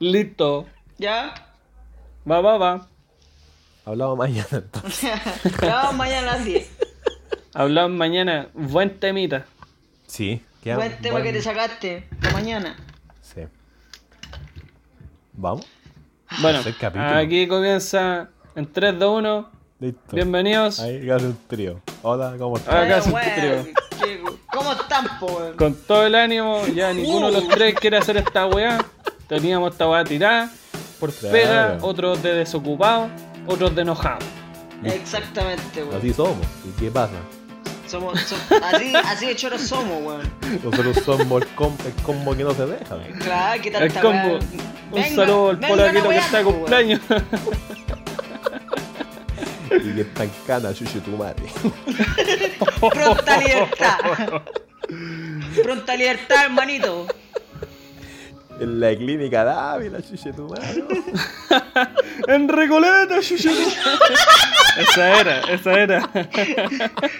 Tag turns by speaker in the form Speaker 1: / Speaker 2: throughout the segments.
Speaker 1: Listo.
Speaker 2: ¿Ya?
Speaker 1: Va, va, va.
Speaker 3: Hablamos mañana entonces.
Speaker 2: Grabamos mañana a las 10.
Speaker 1: Hablamos mañana. Buen temita.
Speaker 3: Sí. queda
Speaker 2: Buen tema que
Speaker 3: buen-
Speaker 2: te sacaste. Hasta mañana.
Speaker 3: Sí. ¿Vamos? Ah,
Speaker 1: Bueno,
Speaker 3: Tercer capítulo.
Speaker 1: aquí comienza en 3, 2, 1.
Speaker 3: Listo.
Speaker 1: Bienvenidos.
Speaker 3: Ahí hace un trío. Hola, ¿cómo estás?
Speaker 1: Ah, Acá
Speaker 2: Ay,
Speaker 1: se
Speaker 2: weón,
Speaker 1: trío.
Speaker 2: qué- ¿Cómo están, po? weón?
Speaker 1: Con todo el ánimo, ya ninguno de los tres quiere hacer esta weá. Teníamos esta weá tirada por
Speaker 3: Claro.
Speaker 1: pega, otros de desocupados, otros de enojados.
Speaker 2: Exactamente, weón.
Speaker 3: Así somos. ¿Y qué pasa?
Speaker 2: Somos, so- así, así de choros somos, weón.
Speaker 3: Nosotros somos el combo, el combo que no se deja.
Speaker 2: Claro, ¿qué tal
Speaker 1: El combo. Un saludo al polaquito que está de
Speaker 2: pues,
Speaker 1: cumpleaños.
Speaker 3: Y que está en cana, chuchu tu madre.
Speaker 2: Pronta libertad. Pronta libertad, hermanito.
Speaker 3: En la clínica Dávila, chuchu tu madre.
Speaker 1: En Recoleta, chuchu. Esa era, esa era.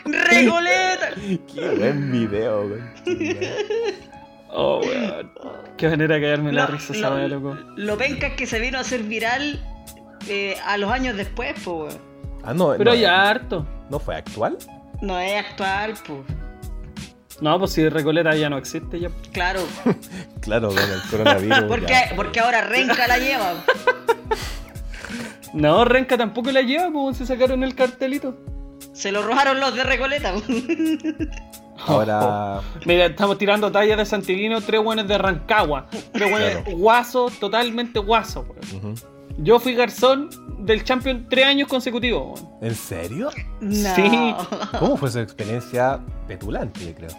Speaker 2: Recoleta.
Speaker 3: Qué buen video, güey.
Speaker 1: Oh, weón. Qué manera de caerme la
Speaker 2: Lo-
Speaker 1: risa esa weá,
Speaker 2: lo,
Speaker 1: loco.
Speaker 2: lo penca es que se vino a hacer viral eh, a los años después, po, weón.
Speaker 3: Ah, no.
Speaker 1: Pero
Speaker 3: no,
Speaker 1: ya harto.
Speaker 3: ¿No fue actual?
Speaker 2: No es actual, po.
Speaker 1: No, pues si Recoleta ya no existe ya.
Speaker 2: Claro.
Speaker 3: Claro, con el coronavirus.
Speaker 2: Porque,
Speaker 3: ya.
Speaker 2: porque ahora Renca la lleva.
Speaker 1: No, Renca tampoco la lleva, pues se sacaron el cartelito.
Speaker 2: Se lo robaron los de Recoleta. po.
Speaker 3: Ahora.
Speaker 1: Mira, estamos tirando tallas de Santillino, tres buenos de Rancagua. Tres buenos
Speaker 3: Claro.
Speaker 1: guasos, totalmente guasos. weón.
Speaker 3: Ujú.
Speaker 1: Yo fui garzón del Champion tres años consecutivos. weón.
Speaker 3: ¿En serio?
Speaker 2: No.
Speaker 1: Sí.
Speaker 3: ¿Cómo fue su experiencia petulante, yo creo?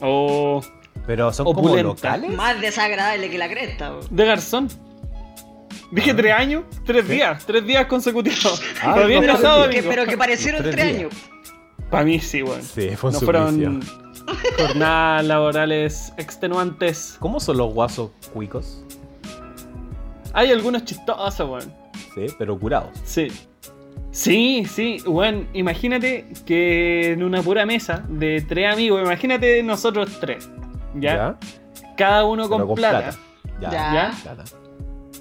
Speaker 3: Oh.
Speaker 1: O
Speaker 3: Pero son
Speaker 1: Opulenta.
Speaker 3: como locales.
Speaker 2: Más desagradable que la cresta, po.
Speaker 1: de garzón. Dije tres años, tres días, tres días consecutivos.
Speaker 3: Ah,
Speaker 1: Lo había
Speaker 3: no,
Speaker 2: Pero,
Speaker 1: pasado,
Speaker 2: que,
Speaker 1: amigo.
Speaker 2: pero que parecieron
Speaker 3: Tres
Speaker 2: tres,
Speaker 3: días.
Speaker 2: años.
Speaker 1: Para mí sí, weón.
Speaker 3: Sí, fue un
Speaker 1: no
Speaker 3: suplicio.
Speaker 1: fueron jornadas laborales extenuantes.
Speaker 3: ¿Cómo son los guasos cuicos?
Speaker 1: Hay algunos chistosos, weón.
Speaker 3: Sí, pero curados.
Speaker 1: Sí. Sí, sí, weón. Imagínate que en una pura mesa de tres amigos, imagínate nosotros tres. ¿Ya? Cada uno
Speaker 3: Pero
Speaker 1: con, plata.
Speaker 3: Ya.
Speaker 2: Ya.
Speaker 1: ¿Ya?
Speaker 3: Plata.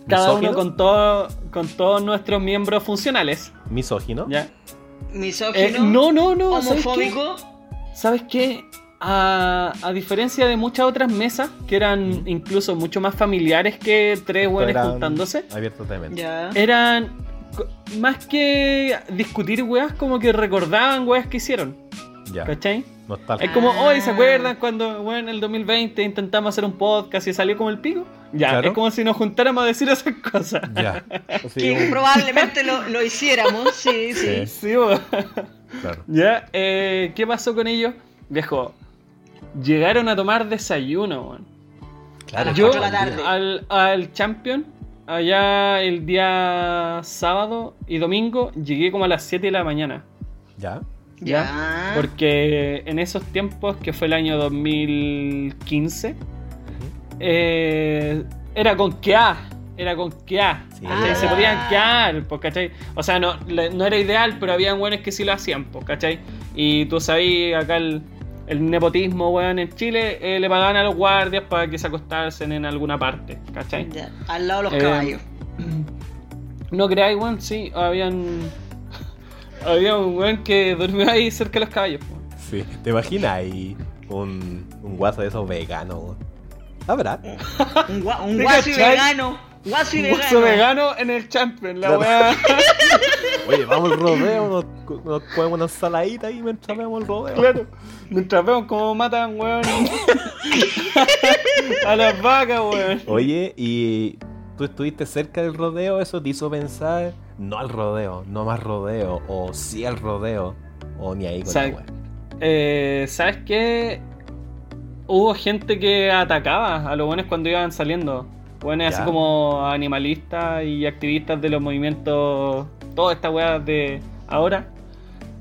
Speaker 1: Cada
Speaker 3: ¿Misógino?
Speaker 1: uno con, todo, con todos nuestros miembros funcionales.
Speaker 3: ¿Misógino?
Speaker 1: ¿Ya? Eh,
Speaker 2: Misógino.
Speaker 1: no, no, no. ¿sabes qué?
Speaker 2: homofóbico.
Speaker 1: ¿Sabes qué? A, a diferencia de muchas otras mesas, que eran incluso mucho más familiares que tres
Speaker 3: Esto
Speaker 1: weones
Speaker 3: eran
Speaker 1: juntándose,
Speaker 3: Abiertos de mente.
Speaker 2: Ya.
Speaker 1: Eh, eran co- más que discutir weas, como que recordaban weas que hicieron.
Speaker 3: Ya.
Speaker 1: ¿Cachai? Es
Speaker 3: Nostálgico.
Speaker 1: como, hoy ¿se
Speaker 2: Ah.
Speaker 1: acuerdan cuando bueno, en el 2020 intentamos hacer un podcast y salió como el pico? Ya,
Speaker 3: Claro.
Speaker 1: es como si nos juntáramos a decir esas cosas.
Speaker 3: Ya. Sí,
Speaker 2: que
Speaker 3: un-
Speaker 2: probablemente lo, lo hiciéramos, sí, sí.
Speaker 3: Sí,
Speaker 1: Sí, bo.
Speaker 3: claro.
Speaker 1: ya, eh, ¿qué pasó con ellos? Viejo, llegaron a tomar desayuno, weón.
Speaker 2: A las
Speaker 1: Yo
Speaker 2: cuatro de la tarde.
Speaker 1: al, al Champion, allá el día sábado y domingo, llegué como a las 7 de la mañana.
Speaker 3: Ya.
Speaker 1: ¿ya?
Speaker 2: Ya.
Speaker 1: Porque en esos tiempos, que fue el año 2015, eh, era con que A, era con que A.
Speaker 3: Sí.
Speaker 1: ¿cachai? Se
Speaker 2: Ah.
Speaker 1: podían quedar, pues, ¿cachai? O sea, no, le- no era ideal, pero habían buenos que sí lo hacían, pues, ¿cachai? Y tú sabías, acá el, el nepotismo, weón, en Chile, eh, le pagaban a los guardias para que se acostasen en alguna parte, ¿cachai?
Speaker 2: Ya, Al lado de los
Speaker 1: Eh,
Speaker 2: caballos.
Speaker 1: No creáis, weón, sí, habían... Había un weón que durmió ahí cerca de los caballos, pues.
Speaker 3: Sí. ¿Te imaginas ahí un, un guaso de esos veganos? güey? ¿Habrá?
Speaker 2: Un, gua- un
Speaker 1: ¿te
Speaker 2: guaso y
Speaker 1: cachai?
Speaker 2: vegano. Guaso y
Speaker 1: Un
Speaker 2: vegano.
Speaker 1: Guaso vegano en el champion, la
Speaker 3: Claro.
Speaker 1: weá.
Speaker 3: Oye, vamos al rodeo, nos, nos comemos una ensaladita ahí mientras vemos el rodeo.
Speaker 1: Claro. Mientras vemos cómo matan, weón. A las vacas, weón.
Speaker 3: Oye, ¿y tú estuviste cerca del rodeo? ¿Eso te hizo pensar? No al rodeo, no más rodeo, o sí al rodeo, o ni ahí con la
Speaker 1: Sac-
Speaker 3: wea.
Speaker 1: Eh, ¿Sabes qué? Hubo gente que atacaba a los buenos cuando iban saliendo. Buenos
Speaker 3: Ya.
Speaker 1: así como animalistas y activistas de los movimientos, todas estas weas de ahora.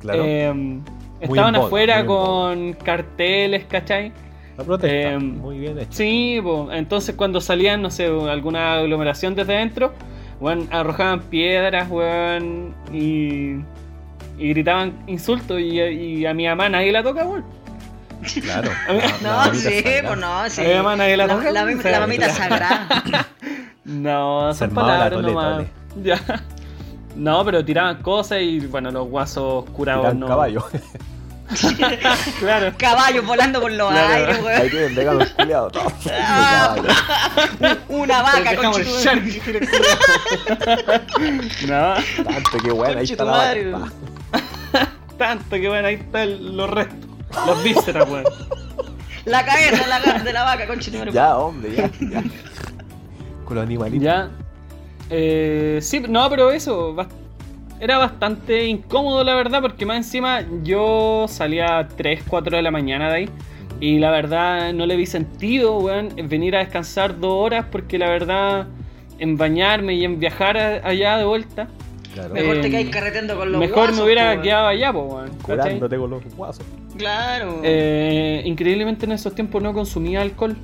Speaker 3: Claro,
Speaker 1: Eh, estaban
Speaker 3: en boga,
Speaker 1: afuera
Speaker 3: muy en boga.
Speaker 1: con carteles, ¿cachai?
Speaker 3: la protesta,
Speaker 2: eh,
Speaker 1: em,
Speaker 3: muy bien hecho.
Speaker 1: Sí, po. entonces cuando salían, no sé, alguna aglomeración desde dentro, weón, arrojaban piedras, weón, y, y gritaban insultos, y, y a mi mamá nadie la toca, weón.
Speaker 3: Claro.
Speaker 2: No,
Speaker 3: mamita
Speaker 2: sí,
Speaker 3: sagrada.
Speaker 2: pues no, sí.
Speaker 1: La llaman ahí la roja,
Speaker 2: la, la-
Speaker 1: ¿sabes?
Speaker 2: la mamita sagrada.
Speaker 1: No,
Speaker 3: Se
Speaker 1: son
Speaker 3: armaba la
Speaker 1: palabras
Speaker 3: tole,
Speaker 1: nomás. Ya. No, pero tiraban cosas y bueno, los guasos curados
Speaker 3: Tirar
Speaker 1: no.
Speaker 3: caballo.
Speaker 1: Claro.
Speaker 2: Caballos volando por los
Speaker 1: Claro.
Speaker 2: aires,
Speaker 3: Ahí
Speaker 2: weón.
Speaker 3: tienen, vengan los culiados. todos.
Speaker 2: Ah.
Speaker 3: Caballo.
Speaker 2: Una vaca,
Speaker 1: Pero dejamos el
Speaker 2: conchetumare.
Speaker 1: shark que quiere curar. no,
Speaker 3: Tanto, qué buena, ahí está la
Speaker 2: Conchetumare.
Speaker 3: vaca.
Speaker 1: tanto que bueno, ahí están los restos. Los vísceras, weón.
Speaker 2: La cabeza la cabeza de la vaca, conchetumare.
Speaker 3: Ya, hombre, ya, ya. Con los animalitos.
Speaker 1: Ya. Eh, sí, no, pero eso. bas- Era bastante incómodo, la verdad, porque más encima yo salía a 3, 4 de la mañana de ahí. Y la verdad no le vi sentido, weón, venir a descansar dos horas, porque la verdad, en bañarme y en viajar a- allá de vuelta,
Speaker 3: Claro.
Speaker 2: Mejor te
Speaker 1: Eh,
Speaker 2: caes carreteando con los pues,
Speaker 1: mejor me
Speaker 2: guasos,
Speaker 1: hubiera
Speaker 2: po,
Speaker 1: quedado allá, po, weón. ¿cachai?
Speaker 3: Curándote con los guasos.
Speaker 2: weón. Claro.
Speaker 1: Eh, increíblemente en esos tiempos no consumía alcohol.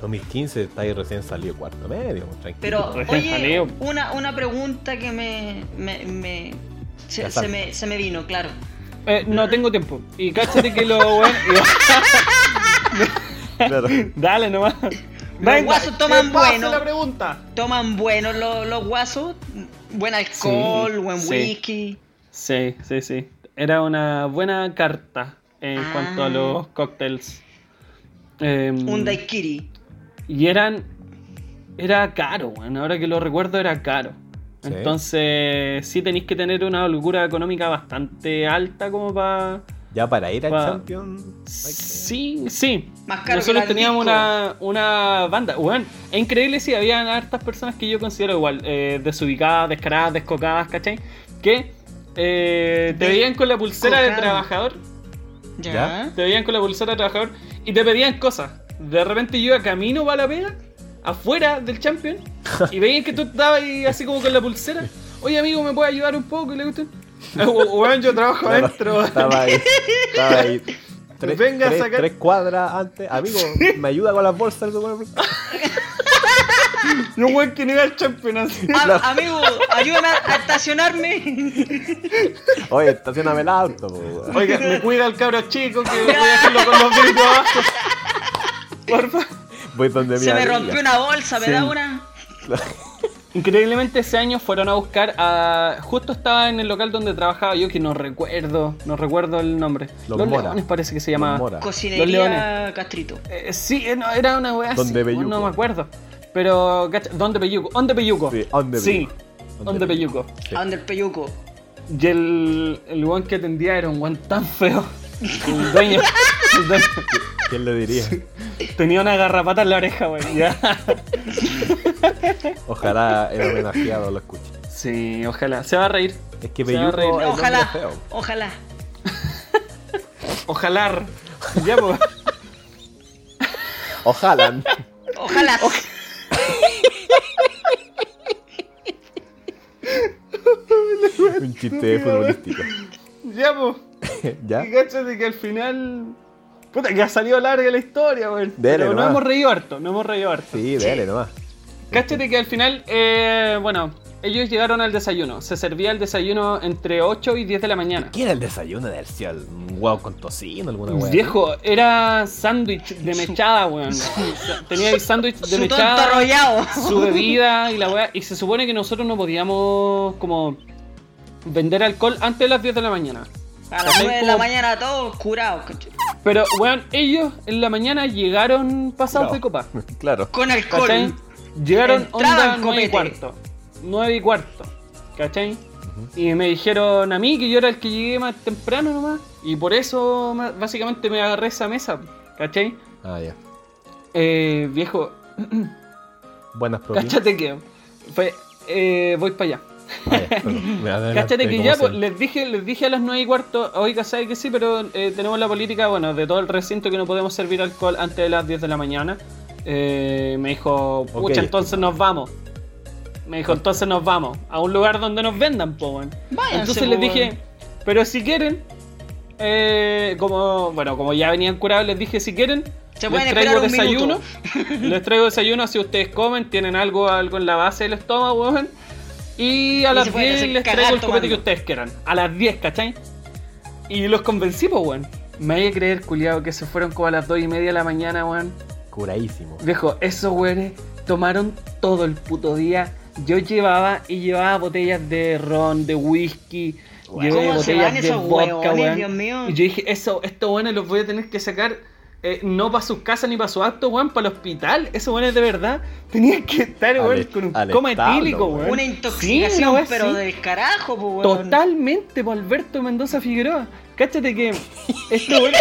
Speaker 3: 2015 está ahí recién salido cuarto medio, tranquilo.
Speaker 2: Pero,
Speaker 1: Recién
Speaker 2: oye,
Speaker 1: salido.
Speaker 2: una, una pregunta que me. me, me- se,
Speaker 3: Ya
Speaker 2: se
Speaker 3: sabe.
Speaker 2: me se me vino, claro.
Speaker 1: Eh, no tengo tiempo. Y cáchate que lo weón.
Speaker 3: Claro.
Speaker 1: Dale nomás.
Speaker 2: guasos toman
Speaker 1: eh, pase
Speaker 2: bueno.
Speaker 1: la pregunta.
Speaker 2: Toman buenos los, los guasos, buen alcohol,
Speaker 1: Sí,
Speaker 2: buen
Speaker 1: sí.
Speaker 2: whisky.
Speaker 1: Sí, sí, sí. Era una buena carta en
Speaker 2: Ah.
Speaker 1: cuanto a los cócteles. Eh,
Speaker 2: Un daiquiri.
Speaker 1: y eran. Era caro, bueno, ahora que lo recuerdo era caro.
Speaker 3: Sí.
Speaker 1: Entonces, sí tenéis que tener una holgura económica bastante alta como para.
Speaker 3: Ya para ir al
Speaker 1: Pa-
Speaker 3: Champions. hay que-
Speaker 1: Sí, sí.
Speaker 2: Más caro
Speaker 1: Nosotros
Speaker 2: que la
Speaker 1: teníamos
Speaker 2: disco.
Speaker 1: una, una banda. Bueno, es increíble si habían hartas personas que yo considero igual, eh, desubicadas, descaradas, descocadas, ¿cachai? Que eh, te
Speaker 2: De- ¿Ah?
Speaker 1: veían con la pulsera de
Speaker 2: cocada.
Speaker 1: trabajador,
Speaker 2: Ya.
Speaker 3: Ya.
Speaker 1: te veían con la pulsera de trabajador y te pedían cosas. De repente yo iba camino para la pega, afuera del champion, y veían que tú estabas ahí así como con la pulsera. Oye, amigo, ¿me puedes ayudar un poco? Y le gustan. Bueno, yo trabajo
Speaker 3: Claro,
Speaker 1: adentro.
Speaker 3: Estaba ahí. Estaba ahí. Tres,
Speaker 1: Venga a
Speaker 3: tres-
Speaker 1: sacar-
Speaker 3: tres cuadras antes. Amigo, ¿me ayuda con las bolsas del supermercado?
Speaker 1: Y un weón que no iba al champion así.
Speaker 2: A- Ah, Amigo, ayúdame a a estacionarme.
Speaker 3: Oye, estacioname el auto. po, weón.
Speaker 1: Oiga, me cuida el cabro chico que voy a hacerlo con los vidrios abajo. Porfa.
Speaker 3: Voy donde mi
Speaker 2: Se me
Speaker 3: amiga.
Speaker 2: rompió una bolsa, me
Speaker 1: Sí.
Speaker 2: da una.
Speaker 1: Increíblemente ese año fueron a buscar a... Justo estaba en el local donde trabajaba yo que no recuerdo, no recuerdo el nombre.
Speaker 3: Los
Speaker 1: Los,
Speaker 3: Mora.
Speaker 1: Leones parece que se
Speaker 3: Los
Speaker 1: llamaba.
Speaker 3: Mora.
Speaker 1: Los
Speaker 2: Cocinería
Speaker 1: leones.
Speaker 2: Castrito.
Speaker 1: Eh, sí, eh, no, era una wea
Speaker 3: Donde
Speaker 1: así,
Speaker 3: Peyuco.
Speaker 1: no me acuerdo. Pero, cacha, ¿dónde Peyuco? ¿Dónde Peyuco?
Speaker 3: Sí, ¿dónde
Speaker 1: Sí,
Speaker 3: Peyuco?
Speaker 1: ¿dónde Peyuco?
Speaker 3: Sí.
Speaker 2: A donde el peyuco.
Speaker 1: Y el, el guan que atendía era un guan tan feo. El dueño, el dueño
Speaker 3: ¿Quién lo diría?
Speaker 1: tenía una garrapata en la oreja, wey. Ya.
Speaker 3: Ojalá el homenajeado lo escuche.
Speaker 1: Sí, ojalá. Se va a reír.
Speaker 3: Es que
Speaker 1: Se va a reír.
Speaker 3: Belluco es
Speaker 2: ojalá,
Speaker 3: un feo.
Speaker 2: ojalá.
Speaker 1: Ojalá. Ya, pues.
Speaker 3: Ojalá.
Speaker 2: Ojalá.
Speaker 3: Un chiste futbolístico.
Speaker 1: Ya, pues.
Speaker 3: ¿Ya?
Speaker 1: Y cáchate que al final. Puta, que ha salido larga la historia, weón.
Speaker 3: Dele
Speaker 1: Pero no
Speaker 3: nomás.
Speaker 1: hemos reído harto, no hemos reído harto.
Speaker 3: Sí, dale nomás.
Speaker 1: Cáchate que al final, eh, bueno, ellos llegaron al desayuno. Se servía el desayuno entre 8 y 10 de la mañana.
Speaker 3: ¿Qué era el desayuno del cielo? ¿Un huevo con tocino? ¿Alguna hueá?
Speaker 1: Viejo, era sándwich de mechada, weón. Tenía el sándwich de
Speaker 2: Su tonto
Speaker 1: mechada.
Speaker 2: arrollado.
Speaker 1: su bebida y la weá. Y se supone que nosotros no podíamos como vender alcohol antes de las 10 de la mañana.
Speaker 2: A las
Speaker 1: También
Speaker 2: 9 de la
Speaker 1: como-
Speaker 2: mañana todos curados, conche-
Speaker 1: Pero weón, ellos en la mañana llegaron pasados
Speaker 3: No.
Speaker 1: de copa.
Speaker 3: Claro.
Speaker 2: Con alcohol.
Speaker 1: ¿Cachai? Llegaron
Speaker 2: Entraban
Speaker 1: onda 9 y
Speaker 2: copete.
Speaker 1: cuarto. 9 y cuarto. ¿Cachai? Y me dijeron a mí que yo era el que llegué más temprano nomás. Y por eso ma- básicamente me agarré esa mesa. ¿Cachai?
Speaker 3: Ah, ya.
Speaker 1: Eh, viejo,
Speaker 3: Buenas propinas.
Speaker 1: cáchate que fue, eh, voy para allá.
Speaker 3: Ah, ya, perdón. Me adelanté,
Speaker 1: Cáchate que
Speaker 3: como
Speaker 1: ya, pues,
Speaker 3: siempre.
Speaker 1: les dije, les dije a las 9 y cuarto, oiga, sabe que sí, pero eh, tenemos la política, bueno, de todo el recinto que no podemos servir alcohol antes de las 10 de la mañana. Eh, me dijo, pucha,
Speaker 3: Ok,
Speaker 1: entonces nos vamos. Me dijo, entonces nos vamos a un lugar donde nos vendan, po, weón.
Speaker 2: Váyanse,
Speaker 1: Entonces
Speaker 2: po,
Speaker 1: les
Speaker 2: weón.
Speaker 1: dije, pero si quieren, eh, como, bueno, como ya venían curados, les dije, si quieren,
Speaker 2: Se pueden
Speaker 1: les traigo
Speaker 2: esperar un
Speaker 1: desayuno.
Speaker 2: minuto.
Speaker 1: les traigo desayuno, si ustedes comen, tienen algo, algo en la base del estómago, weón. Y a
Speaker 2: Y se
Speaker 1: las
Speaker 2: pueden
Speaker 1: 10
Speaker 2: hacer
Speaker 1: les
Speaker 2: cagar
Speaker 1: traigo el copete
Speaker 2: tomando.
Speaker 1: que ustedes quieran. A las 10, ¿cachai? Y los convencí, pues, weón. Me hay que creer, culiado, que se fueron como a las 2 y media de la mañana, weón.
Speaker 3: Curadísimo.
Speaker 1: Viejo, esos weones tomaron todo el puto día. Yo llevaba y llevaba botellas de ron, de whisky,
Speaker 3: Weón.
Speaker 1: llevé
Speaker 2: ¿Cómo se
Speaker 1: botellas
Speaker 2: van
Speaker 1: de
Speaker 2: esos
Speaker 1: vodka,
Speaker 2: weones,
Speaker 1: weón.
Speaker 2: Dios mío?
Speaker 1: Y yo dije, eso, estos weones los voy a tener que sacar eh, no para sus casas ni para su acto, weón, para el hospital. Esos weones de verdad tenían que estar,
Speaker 3: Al
Speaker 1: weón,
Speaker 3: est-
Speaker 1: con un
Speaker 3: al
Speaker 1: coma
Speaker 3: establo,
Speaker 1: etílico,
Speaker 3: weón.
Speaker 1: weón.
Speaker 2: Una
Speaker 1: Sí,
Speaker 2: intoxicación,
Speaker 1: una weá
Speaker 2: pero
Speaker 1: así.
Speaker 2: del carajo, po, weón.
Speaker 1: Totalmente, por Alberto Mendoza Figueroa. Cáchate que. Esto, weón. ¿De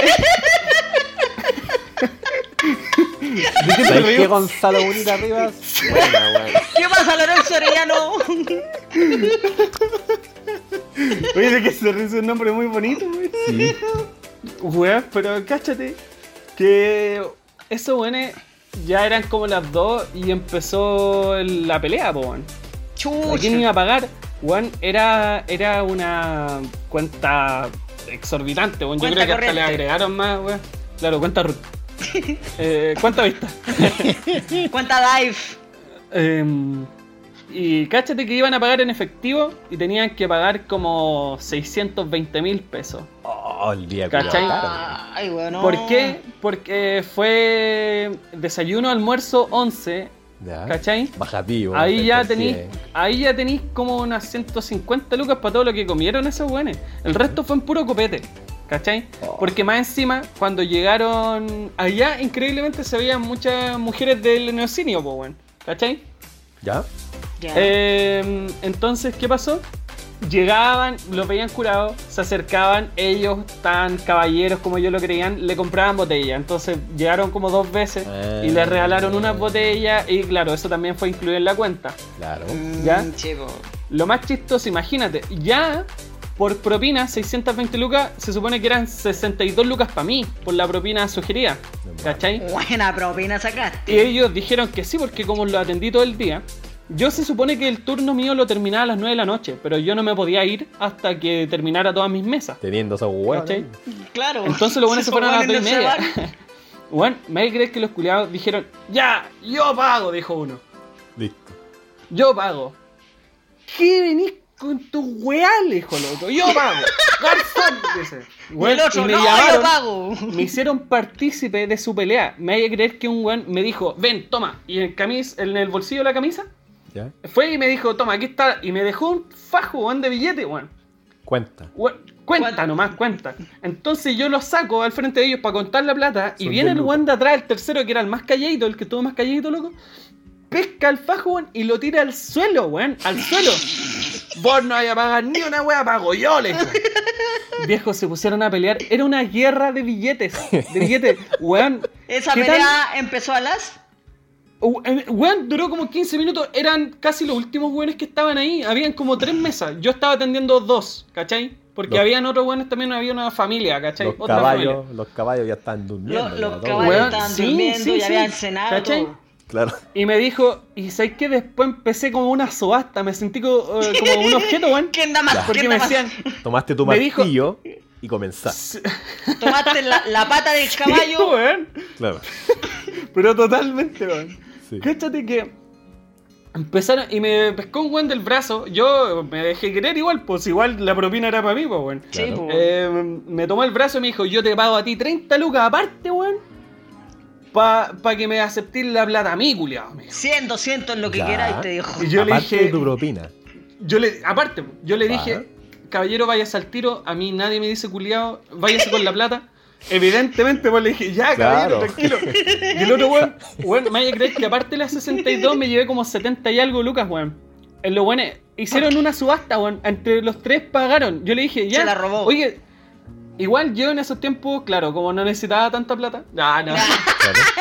Speaker 1: qué te
Speaker 3: ¿Sabes qué,
Speaker 1: ríes?
Speaker 3: Gonzalo Bonita Rivas? Buena, weón.
Speaker 2: ¿Qué pasa, Lorenzo Orellano?
Speaker 1: Oye, de que se ríe es un nombre muy bonito, weón.
Speaker 3: Sí.
Speaker 1: Weón, pero cáchate que esos weones ya eran como las dos y empezó la pelea, po, weón. ¿A quién iba
Speaker 2: Chucha.
Speaker 1: a pagar? Weón, era, era una cuenta exorbitante, weón. Yo
Speaker 2: Cuenta
Speaker 1: creo que hasta
Speaker 2: corriente.
Speaker 1: le agregaron más, weón. Claro, cuenta Ruth. eh, cuenta vista.
Speaker 2: Cuenta Dive.
Speaker 1: Em, y cáchate que iban a pagar en efectivo y tenían que pagar como 620 mil pesos.
Speaker 3: Oh, el día
Speaker 1: ¿Cachai?
Speaker 3: culiao, claro.
Speaker 2: Ay, weón. no.
Speaker 1: ¿Por qué? Porque fue desayuno, almuerzo, 11.
Speaker 3: Ya.
Speaker 1: ¿Cachai?
Speaker 3: Bajativo.
Speaker 1: Ahí ya
Speaker 3: te- te-
Speaker 1: tenéis
Speaker 3: sí.
Speaker 1: ahí ya tenéis como unas 150 lucas para todo lo que comieron esos buenos. El resto fue en puro copete. ¿Cachai?
Speaker 3: Oh.
Speaker 1: Porque más encima, cuando llegaron allá, increíblemente se veían muchas mujeres del neocinio, pues, weón. ¿Cachai?
Speaker 3: ¿Ya?
Speaker 2: Ya.
Speaker 1: Eh, entonces, ¿qué pasó? Llegaban, los veían curados, se acercaban, ellos tan caballeros como yo lo creían, le compraban botella. Entonces llegaron como dos veces y
Speaker 3: Ah.
Speaker 1: les regalaron unas botellas y claro, eso también fue incluido en la cuenta.
Speaker 3: Claro.
Speaker 2: Mm,
Speaker 1: ¿ya?
Speaker 2: che, po.
Speaker 1: Lo más chistoso, imagínate, ya por propina, 620 lucas, se supone que eran 62 lucas para mí, por la propina sugerida. ¿Cachai?
Speaker 2: Buena propina sacaste.
Speaker 1: Y ellos dijeron que sí, porque como lo atendí todo el día, yo se supone que el turno mío lo terminaba a las 9 de la noche, pero yo no me podía ir hasta que terminara todas mis mesas.
Speaker 3: Teniendo esos huevos.
Speaker 1: ¿Cachai?
Speaker 2: Claro.
Speaker 1: Entonces los buenos se fueron a las 2
Speaker 2: ponen
Speaker 1: y
Speaker 2: en
Speaker 1: media.
Speaker 2: ese bar.
Speaker 1: Bueno, me crees que los culiados dijeron, ya, yo pago, dijo uno.
Speaker 3: Listo.
Speaker 1: Yo pago. ¿Qué venís con tu weá? Le dijo el otro. Yo pago. Garzón, dice.
Speaker 2: Y el
Speaker 1: Weón,
Speaker 2: otro,
Speaker 1: y me
Speaker 2: no, yo
Speaker 1: llamaron,
Speaker 2: pago.
Speaker 1: me hicieron partícipe de su pelea. Me hay que creer que un weón me dijo, ven, toma. Y en el, camis, en el bolsillo de la camisa,
Speaker 3: ¿Ya?
Speaker 1: fue y me dijo, toma, aquí está. Y me dejó un fajo, weón, de billete, weón.
Speaker 3: Cuenta.
Speaker 1: Weón, Cuenta,
Speaker 2: Cuenta.
Speaker 1: nomás, cuenta. Entonces yo lo saco al frente de ellos para contar la plata. y
Speaker 3: Son
Speaker 1: viene el
Speaker 3: diez lucas.
Speaker 1: weón de atrás, el tercero, que era el más calladito, el que estuvo más calladito, loco. Pesca el fajo, weón, y lo tira al suelo, weón. Al suelo. Vos no vais a pagar ni una wea, pago yo, le dijo. Viejos se pusieron a pelear. Era una guerra de billetes. De billetes, weón.
Speaker 2: Esa
Speaker 1: ¿Qué
Speaker 2: pelea empezó a las.
Speaker 1: Uh, eh, Weón, duró como 15 minutos. Eran casi los últimos weones que estaban ahí. Habían como tres mesas. Yo estaba atendiendo dos, ¿cachai? Porque
Speaker 3: Los-
Speaker 1: habían otros weones también, había una familia, ¿cachai?
Speaker 3: Los
Speaker 1: Otra
Speaker 3: caballos, los caballos ya están durmiendo.
Speaker 2: Lo-
Speaker 3: ya,
Speaker 2: los
Speaker 3: todo.
Speaker 2: caballos
Speaker 1: Weón,
Speaker 2: estaban
Speaker 1: sí,
Speaker 2: durmiendo
Speaker 1: sí,
Speaker 2: y
Speaker 1: sí.
Speaker 2: habían cenado.
Speaker 1: ¿Cachai?
Speaker 2: todo.
Speaker 3: Claro.
Speaker 1: Y me dijo, y sabes que después empecé como una subasta. Me sentí co- eh, como un objeto, weón.
Speaker 2: ¿Quién da más?
Speaker 1: Porque
Speaker 2: ¿Quién
Speaker 1: me
Speaker 2: da más?
Speaker 1: decían,
Speaker 3: Tomaste tu
Speaker 1: Me dijo-
Speaker 3: martillo y comenzaste.
Speaker 2: Tomaste la, la pata del
Speaker 1: "Sí,
Speaker 2: caballo.
Speaker 1: weón".
Speaker 3: Claro.
Speaker 1: Pero totalmente, weón.
Speaker 3: Sí.
Speaker 1: Cáchate que empezaron y me pescó un weón del brazo. Yo me dejé querer igual, pues igual la propina era para mí, pues, weón.
Speaker 2: Sí,
Speaker 3: Claro.
Speaker 2: po.
Speaker 1: Eh, me tomó el brazo y me dijo, yo te pago a ti 30 lucas aparte, weón. Para que me aceptes la plata a mí, culiao, me dijo.
Speaker 2: 100, 200, lo que
Speaker 3: Ya.
Speaker 2: queráis, te dijo.
Speaker 1: Y yo le
Speaker 3: Aparte
Speaker 1: dije-
Speaker 3: de tu propina.
Speaker 1: Yo le, aparte, yo le
Speaker 3: Va.
Speaker 1: dije, caballero, váyase al tiro, a mí nadie me dice culiao, váyase con la plata. Evidentemente, pues le dije, ya,
Speaker 3: Claro.
Speaker 1: caballero, tranquilo. Y el otro, weón, weón, me vaya a creer que aparte de las 62 me llevé como 70 y algo lucas, weón. En lo bueno, hicieron una subasta, weón, entre los tres pagaron. Yo le dije, ya.
Speaker 2: Se la robó.
Speaker 1: Oye, igual yo en esos tiempos, claro, como no necesitaba tanta plata. Ah, no.
Speaker 3: Claro.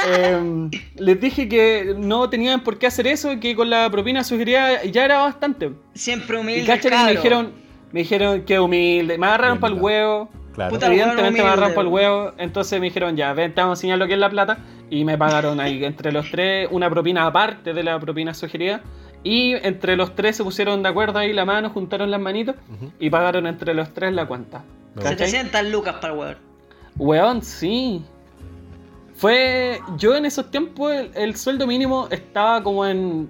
Speaker 1: Eh, les dije que no tenían por qué hacer eso, que con la propina sugerida ya era bastante.
Speaker 2: Siempre
Speaker 1: Y
Speaker 2: humilde.
Speaker 1: cachen y me
Speaker 2: cabro.
Speaker 1: dijeron, me dijeron que humilde, me agarraron para el
Speaker 3: Humildad.
Speaker 1: huevo,
Speaker 3: Claro.
Speaker 2: Puta,
Speaker 1: evidentemente me
Speaker 2: humilde.
Speaker 1: agarraron para el huevo, entonces me dijeron ya, ven, te vamos a enseñar lo que es la plata, y me pagaron ahí entre los tres una propina aparte de la propina sugerida, y entre los tres se pusieron de acuerdo ahí la mano, juntaron las manitos
Speaker 3: Ujú.
Speaker 1: y pagaron entre los tres la cuenta.
Speaker 3: Me gusta.
Speaker 1: ¿Cachai?
Speaker 2: 700 lucas para el weón.
Speaker 1: Weón, sí. Fue. Yo en esos tiempos el, el sueldo mínimo estaba como en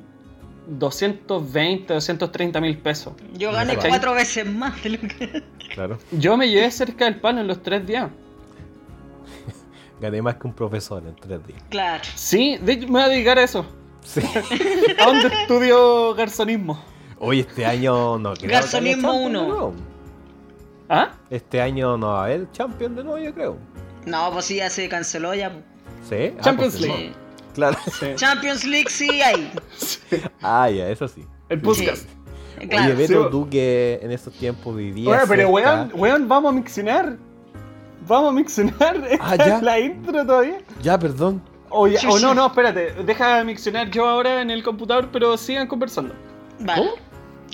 Speaker 1: 220, 230 mil pesos.
Speaker 2: Yo gané
Speaker 3: ¿Cachai?
Speaker 2: cuatro veces más de lo que.
Speaker 3: Claro.
Speaker 1: Yo me llevé cerca del palo en los tres días.
Speaker 3: Gané más que un profesor en tres días.
Speaker 2: Claro.
Speaker 1: Sí, de hecho, me voy a dedicar a eso.
Speaker 3: Sí.
Speaker 1: ¿A dónde estudio garzonismo?
Speaker 3: Hoy este año no creo. que haya
Speaker 2: Garzonismo
Speaker 3: Champions
Speaker 2: uno.
Speaker 3: de nuevo.
Speaker 1: ¿Ah?
Speaker 3: Este año no va a haber Champions de nuevo, yo creo.
Speaker 2: No, pues sí, ya se canceló ya. po.
Speaker 3: ¿Sí? Ah,
Speaker 1: Champions
Speaker 3: pues,
Speaker 1: League.
Speaker 3: no. Claro.
Speaker 2: Champions League sí hay.
Speaker 3: Ah, ya, eso sí.
Speaker 1: El podcast.
Speaker 2: Sí, Claro.
Speaker 3: Oye, Beto,
Speaker 1: Sí.
Speaker 3: tú que en estos tiempos vivías.
Speaker 1: Oye, pero
Speaker 3: cerca-
Speaker 1: weón, weón, vamos a miccionar. Vamos a miccionar.
Speaker 3: Ah,
Speaker 1: Esta
Speaker 3: ya.
Speaker 1: es la intro todavía.
Speaker 3: Ya, perdón.
Speaker 1: O, ya-
Speaker 2: Sí,
Speaker 1: o no,
Speaker 2: sí.
Speaker 1: no, espérate. Deja de miccionar yo ahora en el computador, pero sigan conversando.
Speaker 2: Vale.